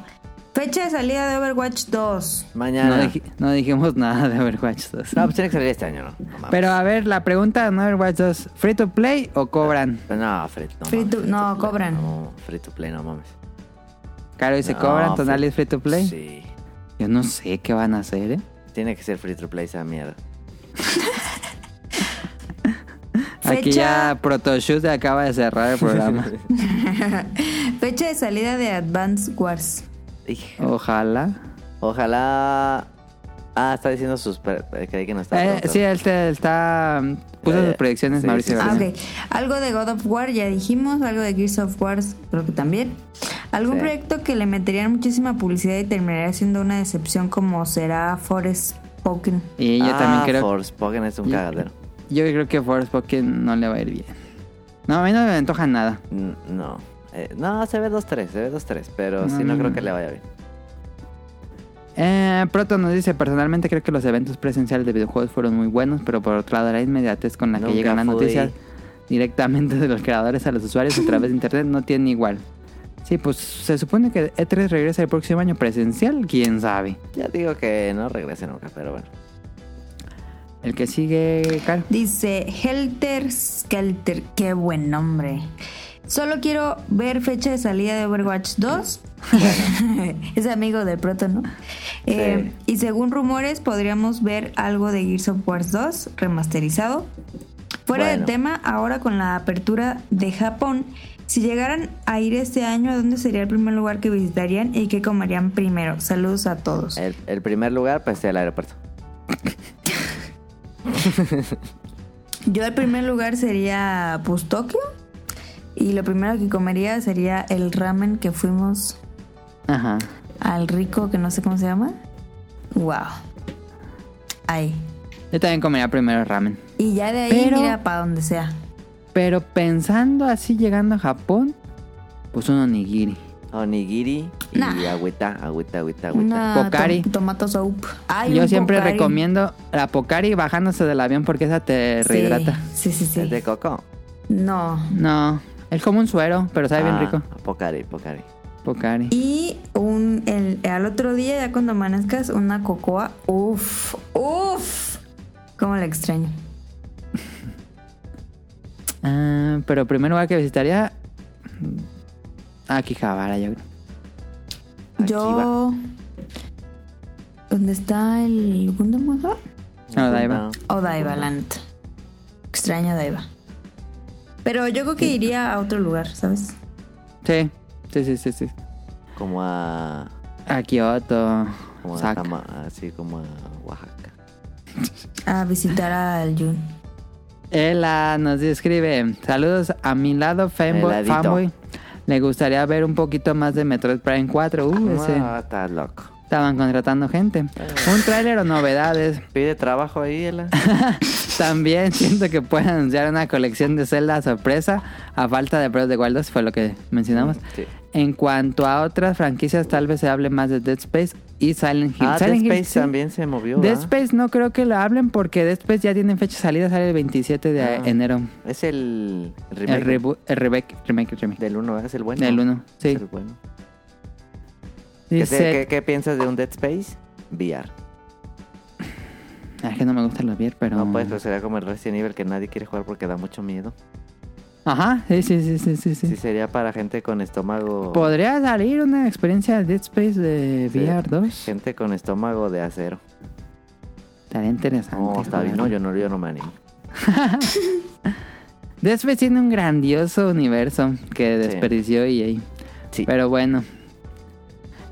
Speaker 1: fecha de salida de Overwatch 2.
Speaker 2: No,
Speaker 3: Mañana. No,
Speaker 2: dij- no dijimos nada de Overwatch 2.
Speaker 3: pues tiene que salir este año, ¿no? No, mames.
Speaker 2: Pero a ver, la pregunta de Overwatch 2. ¿Free to play o cobran?
Speaker 3: Pero no, free, no,
Speaker 1: Free to-
Speaker 3: mames,
Speaker 1: no,
Speaker 3: play,
Speaker 1: cobran.
Speaker 3: No, free to play, no mames.
Speaker 2: Caro dice
Speaker 3: No,
Speaker 2: cobran,
Speaker 3: free-
Speaker 2: Tonali es free to play.
Speaker 3: Sí.
Speaker 2: Yo no sé qué van a hacer, ¿eh?
Speaker 3: Tiene que ser free to play esa mierda.
Speaker 2: Aquí
Speaker 1: Fecha-
Speaker 2: ya Protoshoot acaba de cerrar el programa.
Speaker 1: Fecha de salida de Advance Wars.
Speaker 3: Ij,
Speaker 2: Ojalá.
Speaker 3: Ojalá. Ah, está diciendo sus. pre- Creí que no estaba.
Speaker 2: Eh,
Speaker 3: preguntando.
Speaker 2: sí, él te- él está. mm, Puso
Speaker 3: Ya, ya.
Speaker 2: sus proyecciones,
Speaker 3: Eh, Sí,
Speaker 2: Mauricio.
Speaker 3: sí, sí.
Speaker 1: Ah,
Speaker 2: ¿verdad?
Speaker 1: ok. Algo de God of War ya dijimos, algo de Gears of War creo que también. Algún
Speaker 3: Sí.
Speaker 1: proyecto que le meterían muchísima publicidad y terminaría siendo una decepción como será Forest Pokémon.
Speaker 2: Y yo
Speaker 3: ah,
Speaker 2: también creo.
Speaker 3: Forspoken es un
Speaker 2: Yo-
Speaker 3: cagadero.
Speaker 2: Yo creo que Forspoken no le va a ir bien. No, a mí no me antoja nada.
Speaker 3: N- No. Eh, no, se ve 2-3, se ve 2-3, pero
Speaker 2: No,
Speaker 3: sí,
Speaker 2: no,
Speaker 3: no creo
Speaker 2: no.
Speaker 3: que le vaya bien.
Speaker 2: Eh, Proto nos dice, personalmente creo que los eventos presenciales de videojuegos fueron muy buenos, pero por otro lado la inmediatez con la que
Speaker 3: Nunca
Speaker 2: llegan las
Speaker 3: fui.
Speaker 2: noticias directamente de los creadores a los usuarios a través de internet no tiene igual. Sí, pues se supone que E3 regresa el próximo año presencial, quién sabe.
Speaker 3: Ya digo que no regrese nunca, pero bueno.
Speaker 2: El que sigue, Carl.
Speaker 1: Dice Helter Skelter, qué buen nombre. Solo quiero ver fecha de salida de Overwatch 2. es amigo del proto, ¿no? Eh, y según rumores podríamos ver algo de Gears of War 2 remasterizado. Fuera
Speaker 3: Bueno.
Speaker 1: del tema, ahora con la apertura de Japón, si llegaran a ir este año, ¿a dónde sería el primer lugar que visitarían y qué comerían primero? Saludos a todos.
Speaker 3: El, el primer lugar, pues el aeropuerto.
Speaker 1: Yo el primer lugar sería pues Tokio y lo primero que comería sería el ramen que fuimos
Speaker 2: Ajá.
Speaker 1: al rico que no sé cómo se llama. Wow. Ahí.
Speaker 2: Yo también comería primero ramen.
Speaker 1: Y ya de ahí
Speaker 2: Pero-
Speaker 1: mira para donde sea.
Speaker 2: Pero pensando así llegando a Japón, pues un onigiri.
Speaker 3: Onigiri y
Speaker 1: Nah.
Speaker 3: agüita, agüita, agüita, agüita.
Speaker 1: Una to-
Speaker 2: Pocari.
Speaker 1: tomato soup. Ay,
Speaker 2: Yo
Speaker 1: un
Speaker 2: siempre
Speaker 1: pocari.
Speaker 2: recomiendo la Pocari bajándose del avión porque esa te
Speaker 1: Sí,
Speaker 2: rehidrata.
Speaker 1: Sí, sí, sí.
Speaker 3: ¿Es de coco?
Speaker 1: No.
Speaker 2: No, es como un suero, pero sabe bien
Speaker 3: Ah,
Speaker 2: rico.
Speaker 3: Pocari, Pocari.
Speaker 2: Pocari.
Speaker 1: Y un el, al otro día, ya cuando amanezcas, una cocoa. Uf, uf. Cómo la extraño.
Speaker 2: Ah, pero primer lugar que visitaría. Akihabara, yo creo.
Speaker 3: Aquí
Speaker 1: Yo. ¿Dónde está el Gundam Oda?
Speaker 2: No, de Ah, ahí va.
Speaker 1: Odaiba, la neta. Extraña Odaiba. Pero yo creo que iría a otro lugar, ¿sabes?
Speaker 2: Sí, sí, sí, sí. sí.
Speaker 3: Como a.
Speaker 2: A Kioto.
Speaker 3: Como a
Speaker 2: Osaka.
Speaker 3: Tama- así como a Oaxaca.
Speaker 1: A visitar al Jun.
Speaker 2: Ela nos escribe, saludos a mi lado fanboy.
Speaker 3: Heladito.
Speaker 2: fanboy. Le gustaría ver un poquito más de Metroid Prime 4. Uh, ese.
Speaker 3: Ah, estás loco.
Speaker 2: Estaban contratando gente. Un tráiler o novedades.
Speaker 3: Pide trabajo ahí, Ela.
Speaker 2: También siento que pueden anunciar una colección de Zelda sorpresa a falta de Breath de the Wild 2, fue lo que mencionamos.
Speaker 3: Sí.
Speaker 2: En cuanto a otras franquicias, tal vez se hable más de Dead Space y Silent Hill.
Speaker 3: Ah, Dead
Speaker 2: Silent Hill,
Speaker 3: Space
Speaker 2: sí.
Speaker 3: también se movió.
Speaker 2: Dead
Speaker 3: ¿ah?
Speaker 2: Space no creo que lo hablen porque Dead Space ya tiene fecha de salida, sale el 27 de
Speaker 3: Ah.
Speaker 2: enero.
Speaker 3: Es el remake
Speaker 2: El, rebu- el remake, remake, remake.
Speaker 3: del 1, es el bueno.
Speaker 2: Del uno, sí.
Speaker 3: Es el bueno. ¿Qué, te-
Speaker 2: Dice,
Speaker 3: qué- qué piensas de un Dead Space? VR.
Speaker 2: Ah, es que no me gusta los VR, pero...
Speaker 3: No, pues, pues sería como el Resident Evil que nadie quiere jugar porque da mucho miedo.
Speaker 2: Ajá, sí, sí, sí, sí, sí, sí.
Speaker 3: Sí, sería para gente con estómago.
Speaker 2: ¿Podría salir una experiencia de Dead Space de
Speaker 3: Sí.
Speaker 2: VR 2?
Speaker 3: Gente con estómago de acero.
Speaker 2: Estaría interesante.
Speaker 3: No, está bien. No,
Speaker 2: jugarlo.
Speaker 3: yo no, yo no me animo.
Speaker 2: Dead Space tiene un grandioso universo que
Speaker 3: Sí.
Speaker 2: desperdició EA.
Speaker 3: Sí.
Speaker 2: Pero bueno.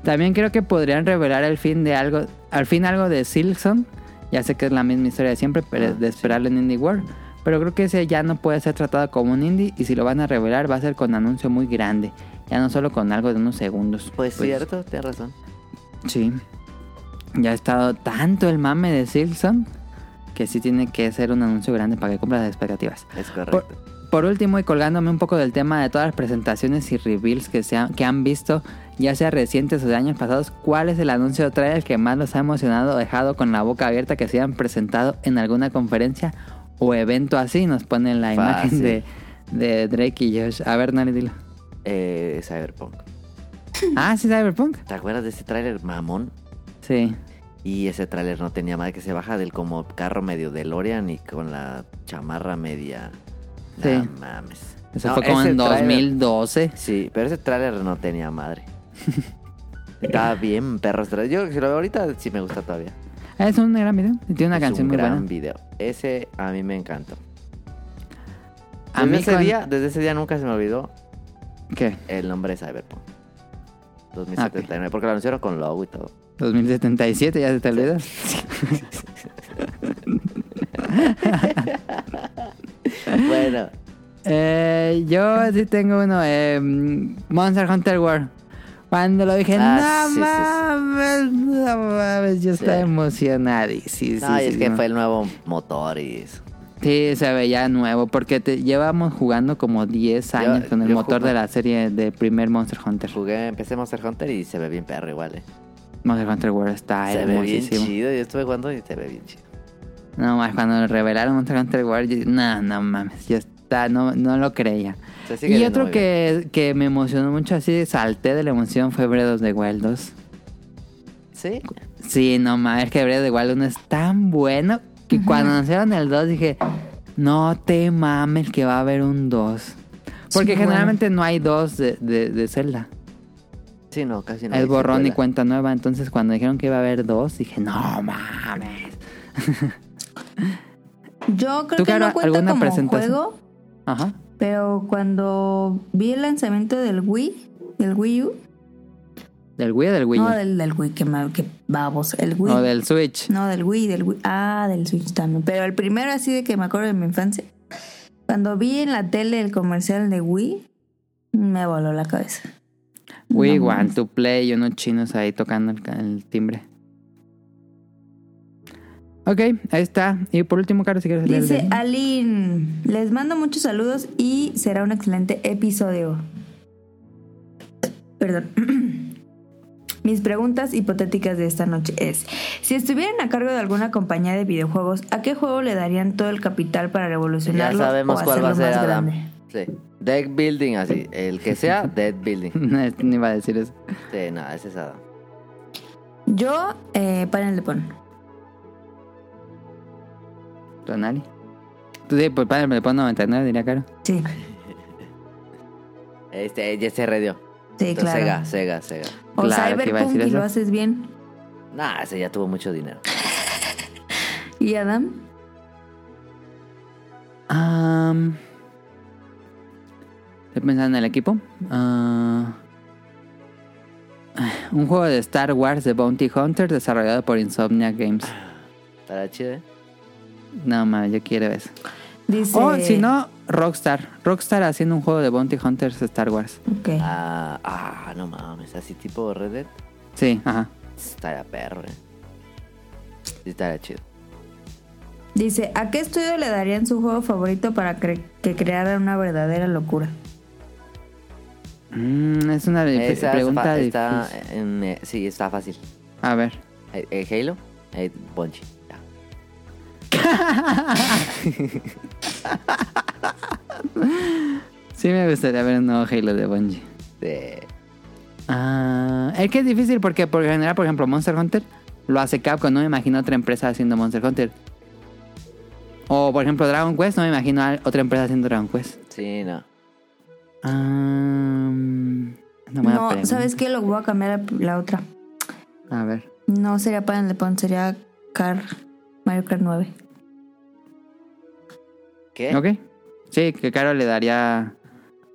Speaker 2: También creo que podrían revelar el fin de algo, al fin algo de Silson. Ya sé que es la misma historia de siempre, pero
Speaker 3: Ah,
Speaker 2: de esperarlo en Indie World. Pero creo que ese ya no puede ser tratado como un indie y si lo van a revelar va a ser con anuncio muy grande. Ya no solo con algo de unos segundos.
Speaker 3: Pues, cierto, tienes razón.
Speaker 2: Sí. Ya ha estado tanto el mame de Silson que sí tiene que ser un anuncio grande para que cumpla las expectativas.
Speaker 3: Es
Speaker 2: Por,
Speaker 3: correcto.
Speaker 2: por último, y colgándome un poco del tema de todas las presentaciones y reveals que, se han- que han visto, ya sea recientes o de años pasados, ¿cuál es el anuncio o trailer que más los ha emocionado o dejado con la boca abierta que se hayan presentado en alguna conferencia o evento así? Nos ponen la imagen
Speaker 3: Fácil.
Speaker 2: de, de Drake y Josh. A ver, Nari, dilo.
Speaker 3: Eh, Cyberpunk.
Speaker 2: Ah, sí, Cyberpunk.
Speaker 3: ¿Te acuerdas de ese tráiler mamón?
Speaker 2: Sí.
Speaker 3: Y ese tráiler no tenía madre que se baja del como carro medio DeLorean y con la chamarra media.
Speaker 2: Sí.
Speaker 3: No mames.
Speaker 2: Eso
Speaker 3: No,
Speaker 2: fue como
Speaker 3: ese
Speaker 2: en
Speaker 3: tráiler-
Speaker 2: 2012.
Speaker 3: Sí, pero ese tráiler no tenía madre. Está bien, perros. tra- Yo si lo veo ahorita sí me gusta todavía. Ah,
Speaker 2: Es un gran video. Y tiene una
Speaker 3: es
Speaker 2: canción
Speaker 3: un
Speaker 2: muy
Speaker 3: gran
Speaker 2: buena.
Speaker 3: video. Ese a mí me encantó.
Speaker 2: A
Speaker 3: desde,
Speaker 2: mí
Speaker 3: ese
Speaker 2: con-
Speaker 3: día, desde ese día nunca se me olvidó
Speaker 2: ¿Qué?
Speaker 3: el nombre de Cyberpunk.
Speaker 2: Ah,
Speaker 3: 2079, porque lo anunciaron con logo y todo.
Speaker 2: 2077, ya se te olvidó.
Speaker 3: Bueno,
Speaker 2: Eh, yo sí tengo uno. eh, Monster Hunter World. Cuando lo dije,
Speaker 3: Ah,
Speaker 2: no
Speaker 3: sí, sí,
Speaker 2: mames, no mames, yo estaba
Speaker 3: Sí.
Speaker 2: emocionadísimo. Sí,
Speaker 3: no, y es que
Speaker 2: no.
Speaker 3: fue el nuevo motor y eso.
Speaker 2: Sí, se veía nuevo, porque te, llevamos jugando como 10 años con el
Speaker 3: yo
Speaker 2: motor
Speaker 3: jugué-
Speaker 2: de la serie de primer Monster Hunter.
Speaker 3: Jugué, empecé Monster Hunter y se ve bien perro igual, eh.
Speaker 2: Monster Hunter World está
Speaker 3: se ve bien
Speaker 2: Ah, hermosísimo.
Speaker 3: chido, yo estuve jugando y se ve bien chido.
Speaker 2: No más, cuando revelaron Monster Hunter World, yo dije, no, no mames, yo está, no, no lo creía.
Speaker 3: Se sigue
Speaker 2: Y
Speaker 3: viendo
Speaker 2: otro
Speaker 3: muy bien.
Speaker 2: que, que me emocionó mucho, así salté de la emoción, fue Bredos de Wild 2.
Speaker 3: Sí,
Speaker 2: Sí, no mames, que Breath of the Wild 1 es tan bueno que cuando anunciaron el 2 dije, no te mames que va a haber un 2. Porque
Speaker 1: Sí,
Speaker 2: generalmente no hay 2 de, de, de Zelda.
Speaker 3: sí, no, casi no. hay
Speaker 2: es borrón y
Speaker 3: secuela.
Speaker 2: cuenta nueva. Entonces cuando dijeron que iba a haber 2, dije, no mames.
Speaker 1: Yo creo
Speaker 2: ¿Tú,
Speaker 1: que
Speaker 2: Caro,
Speaker 1: no cuenta
Speaker 2: alguna
Speaker 1: como
Speaker 2: presentación?
Speaker 1: juego,
Speaker 2: Ajá.
Speaker 1: pero cuando vi el lanzamiento del Wii, del Wii U,
Speaker 2: ¿Del Wii o del Wii?
Speaker 1: no del, del Wii, que mal, que babos, el Wii.
Speaker 2: O del Switch.
Speaker 1: No, del Wii, del Wii. Ah, del Switch también. Pero el primero así de que me acuerdo de mi infancia. Cuando vi en la tele el comercial de Wii, me voló la cabeza.
Speaker 2: Wii
Speaker 1: No
Speaker 2: Want to Play y unos chinos ahí tocando el, ca- el timbre. Ok, ahí está. Y por último, Caro, si quieres leer el
Speaker 1: Dice
Speaker 2: de-
Speaker 1: Aline, les mando muchos saludos y será un excelente episodio. Perdón. Mis preguntas hipotéticas de esta noche es, si estuvieran a cargo de alguna compañía de videojuegos, ¿a qué juego le darían todo el capital para
Speaker 3: Ya
Speaker 1: revolucionarlo
Speaker 3: sabemos
Speaker 1: o
Speaker 3: cuál va a
Speaker 1: hacerlo
Speaker 3: ser
Speaker 1: más
Speaker 3: Adam.
Speaker 1: grande?
Speaker 3: Sí. Deck Building, así. El que sea, Deck Building.
Speaker 2: Ni este iba a decir eso.
Speaker 3: Sí, no, ese es Adam.
Speaker 1: Yo, eh, panel de pon.
Speaker 2: Tonali. Tú sí, pues padre, me le pongo 99, diría Caro.
Speaker 1: Sí,
Speaker 3: Este, ya se redió.
Speaker 1: sí,
Speaker 3: Entonces,
Speaker 1: claro.
Speaker 3: Sega, Sega, Sega.
Speaker 1: O
Speaker 2: Claro que iba a
Speaker 1: Cyberpunk
Speaker 2: decir
Speaker 1: y lo
Speaker 2: eso.
Speaker 1: haces bien.
Speaker 3: Nah, ese ya tuvo mucho dinero.
Speaker 1: ¿Y Adam?
Speaker 2: Am, estoy pensando en el equipo. Ah, un juego de Star Wars de Bounty Hunter desarrollado por Insomnia Games.
Speaker 3: Estará chido, ¿eh?
Speaker 2: No mames, yo quiero eso.
Speaker 1: Dice.
Speaker 2: O Oh, si no, Rockstar. Rockstar haciendo un juego de Bounty Hunters de Star Wars.
Speaker 1: Ok.
Speaker 3: Ah, ah, no mames, así tipo Red Dead.
Speaker 2: Sí, ajá.
Speaker 3: Estaría perro, ¿eh? Sí, estaría chido.
Speaker 1: Dice: ¿A qué estudio le darían su juego favorito para cre- que creara una verdadera locura?
Speaker 2: Mm, es una dif-
Speaker 3: Esa
Speaker 2: pregunta pues.
Speaker 3: fa-
Speaker 2: difícil.
Speaker 3: está en, eh, sí, está fácil.
Speaker 2: A ver.
Speaker 3: Eh, eh, Halo, eh, Bungie. ya.
Speaker 2: Sí me gustaría ver un nuevo Halo de Bungie.
Speaker 3: Eh,
Speaker 2: Ah, es que es difícil porque por general, por ejemplo, Monster Hunter lo hace Capcom, no me imagino otra empresa haciendo Monster Hunter. O por ejemplo Dragon Quest, no me imagino a otra empresa haciendo Dragon Quest.
Speaker 3: sí, no.
Speaker 2: Ah, no, me da
Speaker 1: No,
Speaker 2: pena.
Speaker 1: ¿sabes qué? Lo voy a cambiar a la otra.
Speaker 2: A ver.
Speaker 1: No sería Pan Le Pon, sería Car. Mario Kart 9.
Speaker 3: ¿Qué?
Speaker 2: Ok. Sí, que Caro le daría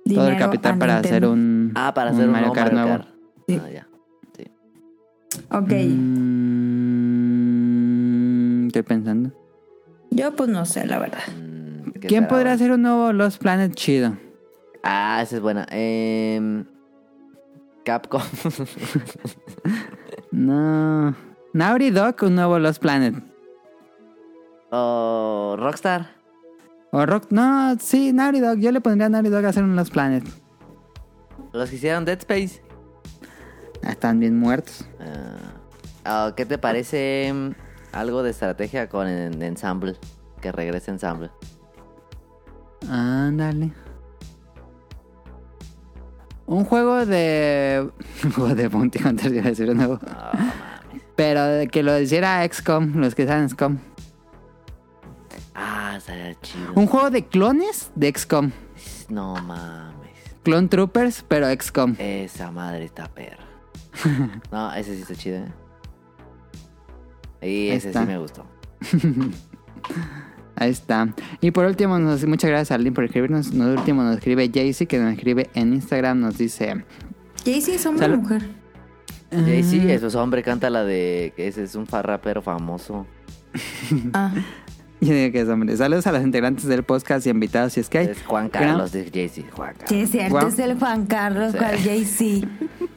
Speaker 2: todo el
Speaker 1: Dinero
Speaker 2: capital
Speaker 1: a
Speaker 2: para hacer
Speaker 1: Nintendo.
Speaker 2: un.
Speaker 3: Ah, para hacer un nuevo Mario Kart.
Speaker 1: Sí.
Speaker 3: Ah, ya.
Speaker 1: Ok.
Speaker 2: Mm, estoy pensando.
Speaker 1: Yo, pues no sé, la verdad.
Speaker 3: Mm, ¿qué
Speaker 2: ¿Quién
Speaker 3: será,
Speaker 2: podría
Speaker 3: güey?
Speaker 2: hacer un nuevo Lost Planet chido?
Speaker 3: Ah, esa es buena. Em, Capcom.
Speaker 2: No. Naughty Dog, un nuevo Lost Planet.
Speaker 3: o Rockstar.
Speaker 2: O Rock. No, sí, Naughty Dog. Yo le pondría a Naughty Dog a hacer un Lost Planet.
Speaker 3: Los que hicieron Dead Space.
Speaker 2: Ah, Están bien muertos.
Speaker 3: Ah, ah, ¿Qué te parece em, algo de estrategia con en- Ensemble? Que regrese Ensemble.
Speaker 2: Ándale. Un juego de. Un juego de Bounty Hunter, iba a decir de nuevo. Pero de que lo hiciera XCOM, los que saben XCOM.
Speaker 3: Ah, estaría chido.
Speaker 2: Un juego de clones de XCOM.
Speaker 3: No mames.
Speaker 2: Clone Troopers, pero XCOM.
Speaker 3: Esa madre está perra. no, ese sí está chido, ¿eh? Y
Speaker 2: Ahí
Speaker 3: ese
Speaker 2: está.
Speaker 3: sí me gustó.
Speaker 2: Ahí está. Y por último, nos- muchas gracias a Lynn por escribirnos. Nos último nos escribe Jaycee, que nos escribe en Instagram. Nos dice:
Speaker 1: Jaycee es hombre o
Speaker 2: Salud.
Speaker 1: mujer.
Speaker 3: Y sí,
Speaker 2: "Ah,
Speaker 3: eso es hombre, canta la de que ese es un fa- rapero famoso.
Speaker 1: Ah,
Speaker 2: Yo digo que es hombre. Saludos a los integrantes del podcast y invitados, si es que hay.
Speaker 3: Es Juan
Speaker 2: Gran-
Speaker 3: Carlos de Jay-Z. Juan Carlos.
Speaker 1: sí, es cierto,
Speaker 2: Guau.
Speaker 1: es el Juan Carlos,
Speaker 3: Sí.
Speaker 1: cual Jaycee.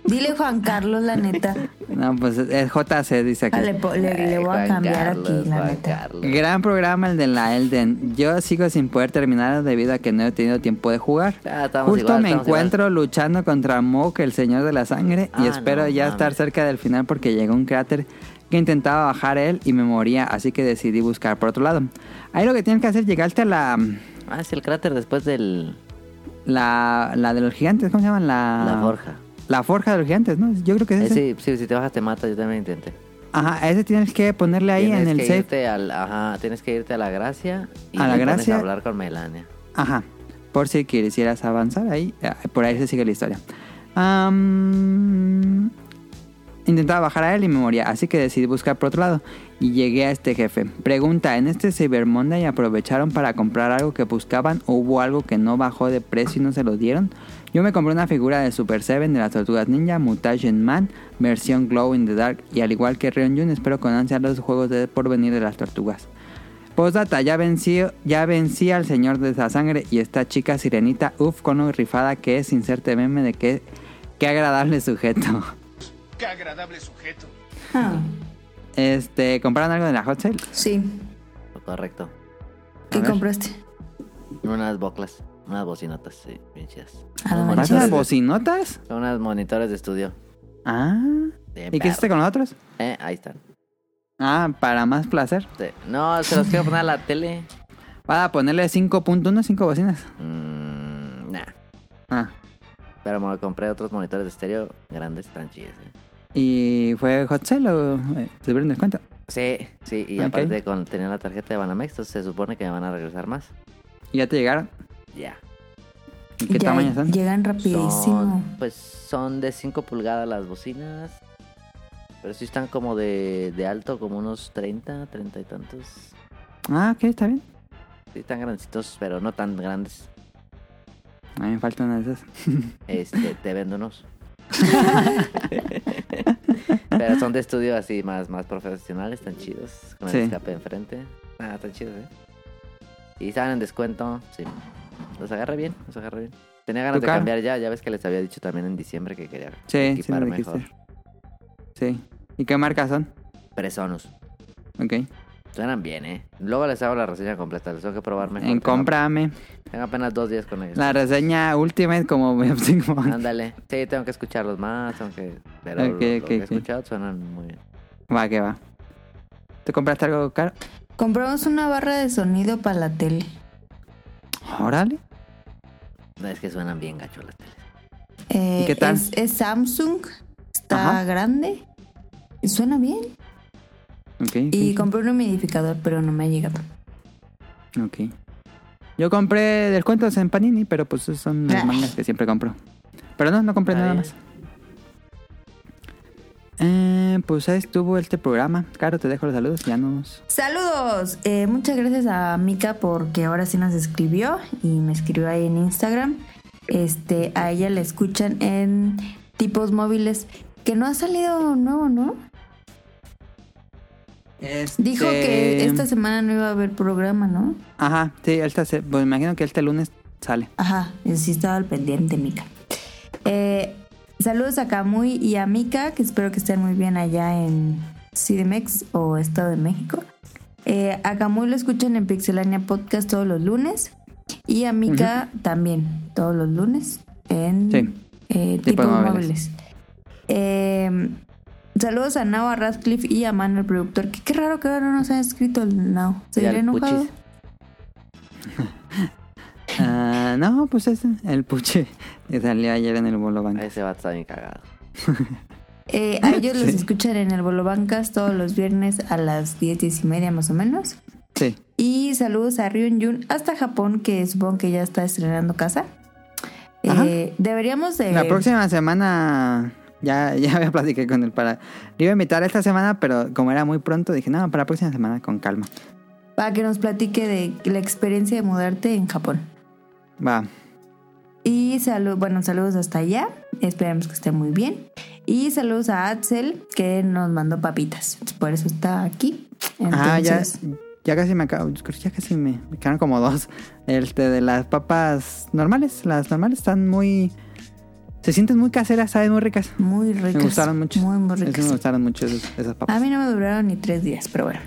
Speaker 1: Dile Juan Carlos, la neta.
Speaker 2: No, pues es JC, dice aquí.
Speaker 1: Ah, Le, po- le- le
Speaker 3: Ay,
Speaker 1: voy a
Speaker 3: Juan
Speaker 1: cambiar
Speaker 3: Carlos,
Speaker 1: aquí, la
Speaker 3: Juan
Speaker 1: neta.
Speaker 3: Carlos.
Speaker 2: Gran programa el de la Elden. Yo sigo sin poder terminar debido a que no he tenido tiempo de jugar.
Speaker 3: Ah, estamos
Speaker 2: Justo
Speaker 3: igual,
Speaker 2: me
Speaker 3: estamos
Speaker 2: encuentro luchando contra Mook, el señor de la sangre, y
Speaker 3: Ah,
Speaker 2: espero
Speaker 3: no
Speaker 2: ya
Speaker 3: mames.
Speaker 2: estar cerca del final porque llegó un cráter que intentaba bajar él y me moría, así que decidí buscar por otro lado. Ahí lo que tienes que hacer es llegarte a la,
Speaker 3: Ah, es el cráter después del.
Speaker 2: la, la de los gigantes, ¿cómo se llaman? La,
Speaker 3: La forja.
Speaker 2: La forja de los gigantes, ¿no? Yo creo que es
Speaker 3: Eh,
Speaker 2: ese.
Speaker 3: sí, sí, si te bajas te mata, yo también intenté.
Speaker 2: Ajá, ese tienes que ponerle ahí
Speaker 3: tienes
Speaker 2: en el
Speaker 3: que
Speaker 2: safe.
Speaker 3: irte al, ajá, tienes que irte a la gracia y
Speaker 2: A la
Speaker 3: te pones
Speaker 2: gracia.
Speaker 3: a hablar con Melania.
Speaker 2: Ajá. Por si quisieras avanzar ahí, eh, por ahí se sigue la historia. Am, intentaba bajar a él y me moría, así que decidí buscar por otro lado y llegué a este jefe. Pregunta, ¿en este Cyber Monday aprovecharon para comprar algo que buscaban o hubo algo que no bajó de precio y no se lo dieron? Yo me compré una figura de Super Seven de las Tortugas Ninja, Mutation Man, versión Glow in the Dark y al igual que Rion Jun espero con ansia los juegos de porvenir de las Tortugas. Postdata, ya vencí, ya vencí al señor de esa sangre y esta chica sirenita, uff, con lo rifada que es, inserte meme de que qué agradable sujeto.
Speaker 9: Qué agradable sujeto.
Speaker 1: Ah,
Speaker 2: Este, ¿compraron algo de la hot sale?
Speaker 1: sí.
Speaker 3: Correcto.
Speaker 2: A
Speaker 1: ¿Qué
Speaker 2: ver.
Speaker 1: compraste?
Speaker 3: Unas boclas, unas bocinotas, sí, bien chidas.
Speaker 1: Ah, no
Speaker 3: Unos
Speaker 1: manches.
Speaker 2: ¿Vas a las
Speaker 3: monitores de-
Speaker 2: bocinotas?
Speaker 3: Son unas monitores de estudio.
Speaker 2: Ah.
Speaker 3: Bien
Speaker 2: ¿Y qué
Speaker 3: perro.
Speaker 2: hiciste con los otros?
Speaker 3: Eh, ahí están.
Speaker 2: Ah, para más placer.
Speaker 3: Sí. No, se los quiero poner a la tele.
Speaker 2: Para ponerle 5.1, 5 bocinas.
Speaker 3: Mm, nah.
Speaker 2: Ah.
Speaker 3: Pero me compré otros monitores de estéreo grandes, tan chidos. eh.
Speaker 2: ¿Y fue hot sale o eh, te dieron descuento?
Speaker 3: Sí, sí, y
Speaker 2: Ok.
Speaker 3: aparte con, tenía la tarjeta de Banamex, entonces se supone que me van a regresar más.
Speaker 2: ¿Y ya te llegaron?
Speaker 3: Ya.
Speaker 2: ¿Y ¿Qué
Speaker 1: Ya
Speaker 2: tamaño son?
Speaker 1: Llegan
Speaker 3: Son-
Speaker 1: rapidísimo.
Speaker 3: pues son de 5 pulgadas las bocinas. Pero sí están como de, de alto, como unos 30, 30 y tantos.
Speaker 2: Ah, ok, está bien.
Speaker 3: Sí, están grandecitos, pero no tan grandes.
Speaker 2: A mí me falta una de esas.
Speaker 3: Este, te vendo unos. pero son de estudio así, más, más profesionales, están chidos. Con el
Speaker 2: Sí.
Speaker 3: escape enfrente. Ah, están chidos, ¿eh? Y estaban en descuento, sí. Los agarré bien, los agarré bien. Tenía ganas
Speaker 2: ¿Tu
Speaker 3: de
Speaker 2: cara?
Speaker 3: cambiar ya, ya ves que les había dicho también en diciembre que quería
Speaker 2: Sí, sí me
Speaker 3: equipar
Speaker 2: lo
Speaker 3: mejor.
Speaker 2: dijiste. Sí. ¿Y qué marcas son?
Speaker 3: Presonus.
Speaker 2: Ok.
Speaker 3: Suenan bien, ¿eh? Luego les hago la reseña completa, les tengo que probar mejor.
Speaker 2: En
Speaker 3: Tengo-
Speaker 2: cómprame.
Speaker 3: Tengo apenas dos días con ellos.
Speaker 2: La reseña última es como Optic Monk.
Speaker 3: Ándale. Sí, tengo que escucharlos más, tengo que... Pero
Speaker 2: Ok,
Speaker 3: lo- lo
Speaker 2: ok,
Speaker 3: que he
Speaker 2: ok.
Speaker 3: escuchado suenan muy bien.
Speaker 2: Va, que va. ¿Te compraste algo caro?
Speaker 1: Compramos una barra de sonido para la tele.
Speaker 2: Órale.
Speaker 3: No, Es que suenan bien gacho las teles.
Speaker 1: Eh,
Speaker 2: ¿Y qué tal?
Speaker 1: Es, es Samsung, está
Speaker 2: Ajá.
Speaker 1: grande, y suena bien.
Speaker 2: Ok.
Speaker 1: Y
Speaker 2: ok,
Speaker 1: compré un humidificador, pero no me ha llegado.
Speaker 2: ok. Yo compré descuentos en Panini, pero pues esos son los
Speaker 1: Ah.
Speaker 2: mangas que siempre compro. Pero no, no compré
Speaker 3: Está
Speaker 2: nada
Speaker 3: bien.
Speaker 2: más. Eh, pues ahí estuvo este programa. Caro, te dejo los saludos. Ya nos.
Speaker 1: Saludos, Eh, muchas gracias a Mika porque ahora sí nos escribió y me escribió ahí en Instagram. Este, a ella la escuchan en tipos móviles que no ha salido nuevo, ¿no? Dijo que
Speaker 2: Este,
Speaker 1: esta semana no iba a haber programa, ¿no?
Speaker 2: Ajá, sí, esta se... pues me imagino que este lunes sale.
Speaker 1: Ajá, sí estaba al pendiente, Mika. Eh, saludos a Camuy y a Mika, que espero que estén muy bien allá en CDMX o Estado de México. Eh, a Camuy lo escuchan en Pixelania Podcast todos los lunes. Y a Mika también, todos los lunes, en
Speaker 2: Sí.
Speaker 1: eh, tipos
Speaker 2: Tipos móviles.
Speaker 1: móviles. Eh, saludos a Nao, a Radcliffe y a Manu, el productor. Que qué raro que ahora no nos ha escrito el Nao. ¿Se
Speaker 3: Y al
Speaker 1: hubiera enojado?
Speaker 3: Puchis.
Speaker 2: Ah, no, pues es el puche que salió ayer en el Bolo Banca.
Speaker 3: Ese vato está bien cagado.
Speaker 1: Eh, a ellos los
Speaker 2: Sí.
Speaker 1: escuchan en el Bolo Bancas todos los viernes a las 10, 10 y media más o menos.
Speaker 2: Sí.
Speaker 1: Y saludos a Ryun Jun hasta Japón, que supongo que ya está estrenando casa.
Speaker 2: Ajá.
Speaker 1: Eh, deberíamos de...
Speaker 2: La próxima semana ya, ya había platiqué con él para. Le iba a invitar esta semana, pero como era muy pronto, dije, no, para la próxima semana con calma.
Speaker 1: Para que nos platique de la experiencia de mudarte en Japón.
Speaker 2: Va.
Speaker 1: Y salud, bueno, saludos hasta allá. Esperemos que esté muy bien. Y saludos a Axel, que nos mandó papitas. Por eso está aquí.
Speaker 2: Ah, ya,
Speaker 1: Entonces,
Speaker 2: ya casi me acabo. Ya casi me, me quedaron como dos. Este de las papas normales. Las normales están muy. Se sienten muy caseras, saben muy ricas.
Speaker 1: Muy ricas.
Speaker 2: Me gustaron mucho.
Speaker 1: Muy, muy
Speaker 2: Esas
Speaker 1: ricas.
Speaker 2: Me gustaron mucho esas, esas papas.
Speaker 1: A mí no me duraron ni tres días, pero bueno.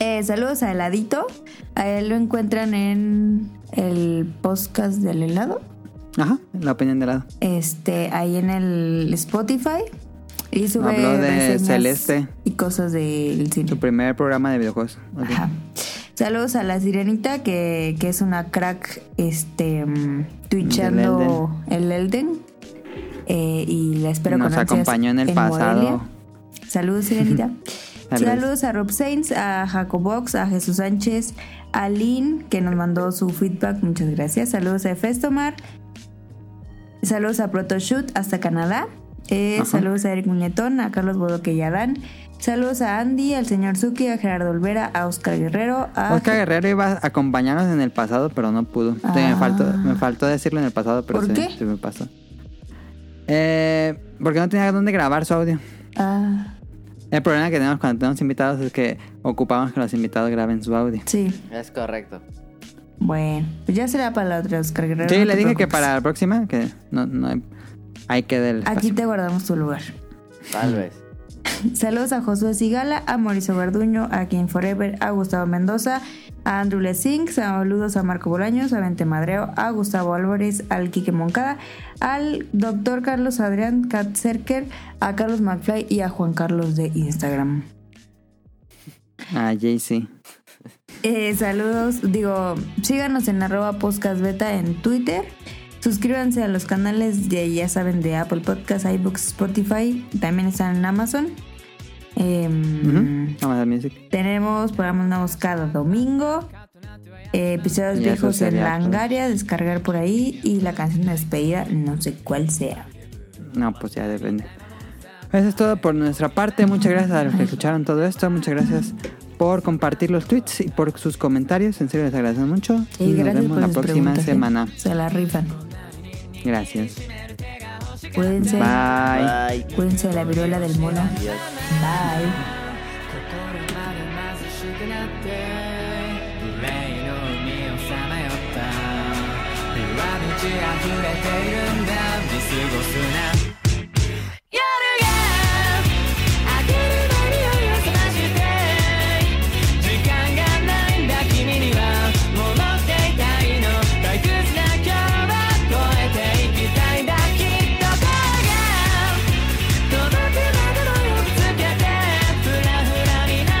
Speaker 1: Eh, saludos a Heladito. A él lo encuentran en el podcast del helado.
Speaker 2: Ajá, la opinión de lado.
Speaker 1: Este, ahí en el Spotify. Y sube
Speaker 2: Habló de
Speaker 1: reseñas
Speaker 2: Celeste.
Speaker 1: y cosas del cine.
Speaker 2: Su primer programa de videojuegos. Ok.
Speaker 1: Ajá. Saludos a la sirenita, que, que es una crack este mm, twitchando el Elden. Eh, y la espero
Speaker 2: Nos
Speaker 1: con ansias
Speaker 2: acompañó en el pasado.
Speaker 1: Morelia. Saludos, Sirenita.
Speaker 2: Saludos.
Speaker 1: Saludos a Rob Sainz, a Jacobox, a Jesús Sánchez, a Lynn, que nos mandó su feedback. Muchas gracias. Saludos a Festomar. Saludos a Protoshoot hasta Canadá. Eh,
Speaker 2: Ajá.
Speaker 1: saludos a Eric Muñetón, a Carlos Bodoque y Adán. Saludos a Andy, al señor Suki, a Gerardo Olvera, a Oscar Guerrero, a
Speaker 2: Oscar Guerrero iba a acompañarnos en el pasado, pero no pudo. Sí,
Speaker 1: Ah.
Speaker 2: me, faltó, me faltó decirlo en el pasado, pero
Speaker 1: ¿Por
Speaker 2: se,
Speaker 1: qué?
Speaker 2: se me pasó. Eh, porque no tenía dónde grabar su audio.
Speaker 1: Ah,
Speaker 2: El problema que tenemos cuando tenemos invitados es que ocupamos que los invitados graben su audio.
Speaker 1: sí.
Speaker 3: Es correcto.
Speaker 1: Bueno, pues ya será para la otra, Oscar Guerrero.
Speaker 2: Sí,
Speaker 1: no
Speaker 2: le
Speaker 1: te
Speaker 2: dije que
Speaker 1: preocupes.
Speaker 2: para la próxima, que no, no hay, hay que del
Speaker 1: Aquí te guardamos tu lugar.
Speaker 3: Tal vez.
Speaker 1: Saludos a Josué Sigala, a Mauricio Garduño, a King Forever, a Gustavo Mendoza, a Andrew Lessing, saludos a Marco Bolaños, a Vente Madreo, a Gustavo Álvarez, al Quique Moncada, al doctor Carlos Adrián Katzerker, a Carlos McFly y a Juan Carlos de Instagram.
Speaker 2: A Ah, Jay-Z.
Speaker 1: Eh, saludos, digo, síganos en arroba podcast beta en Twitter. Suscríbanse a los canales de, ya saben, de Apple Podcasts, iBooks, Spotify. También están en Amazon. Em,
Speaker 2: Vamos a Music.
Speaker 1: Tenemos programas nuevos cada domingo. eh, episodios
Speaker 2: Y eso
Speaker 1: viejos en
Speaker 2: sería todo.
Speaker 1: Langaria, descargar por ahí. Y la canción de despedida, no sé cuál sea.
Speaker 2: No, pues ya depende. Eso es todo por nuestra parte. Muchas gracias a los que escucharon todo esto. Muchas gracias por compartir los tweets y por sus comentarios. En serio, les agradecemos mucho.
Speaker 1: Y,
Speaker 2: nos
Speaker 1: gracias
Speaker 2: vemos
Speaker 1: por
Speaker 2: la
Speaker 1: sus
Speaker 2: próxima
Speaker 1: preguntas, ¿eh?
Speaker 2: semana.
Speaker 1: Se la rifan.
Speaker 2: Gracias.
Speaker 1: Cuídense.
Speaker 2: Bye.
Speaker 3: Bye.
Speaker 1: Cuídense de la viruela del mono. Bye.
Speaker 10: 心までまずしくなってグレイの海をさまよった弱口あふれているんだ見過ごすな夜が明ける間に酔いを覚まして時間がないんだ君にはもう持っていたいの退屈な今日は越えていきたいんだきっと声が届くまでの夜つけてフラフラになってしまうま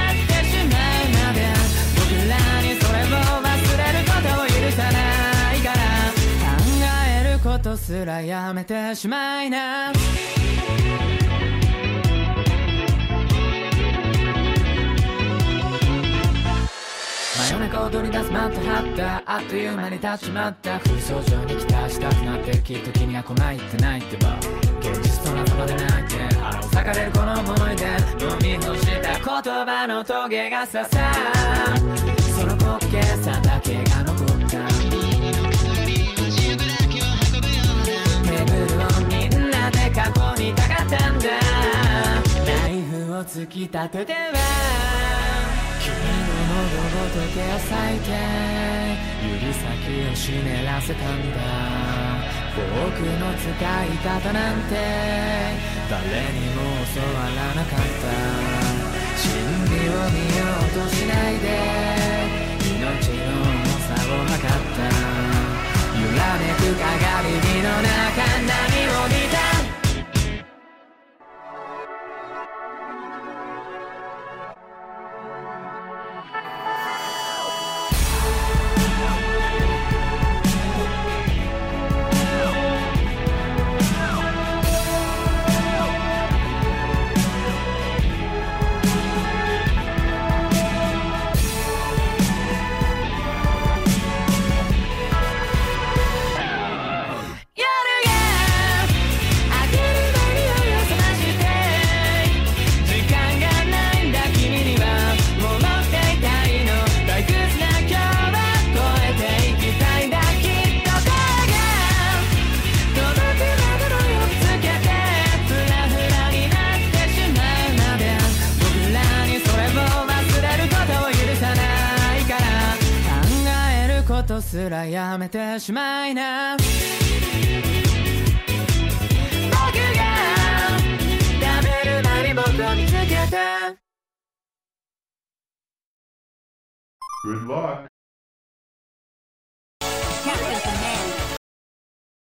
Speaker 10: で僕らにそれを忘れることを許さないから考えることすらやめてしまいな真夜中踊り出すマント張ったあっという間に立ちまった空想上に期待したくなってきっと君が来ないって泣いてば現実とのままで泣いてあの裂かれるこの思い出飲み干した言葉のトゲが刺さその滑稽さだけが残ったテーブルをみんなで囲みたかったんだナイフを突き立てては君の喉仏を裂いて指先を湿らせたんだフォークの使い方なんて誰にも教わらなかった真理を見ようとしないで命の重さを測った揺らめく鏡の中波を見た夜が明ける前に酔いを覚まして時間がないんだ君にはもう持っていたいの退屈な今日は越えていきたいんだきっと声が届くまでの夜つけてフラフラになってしまうまで僕らにそれを忘れることを許さないから考えることすらやめてしまいな僕が食べる前に僕を見つけて
Speaker 11: Good luck.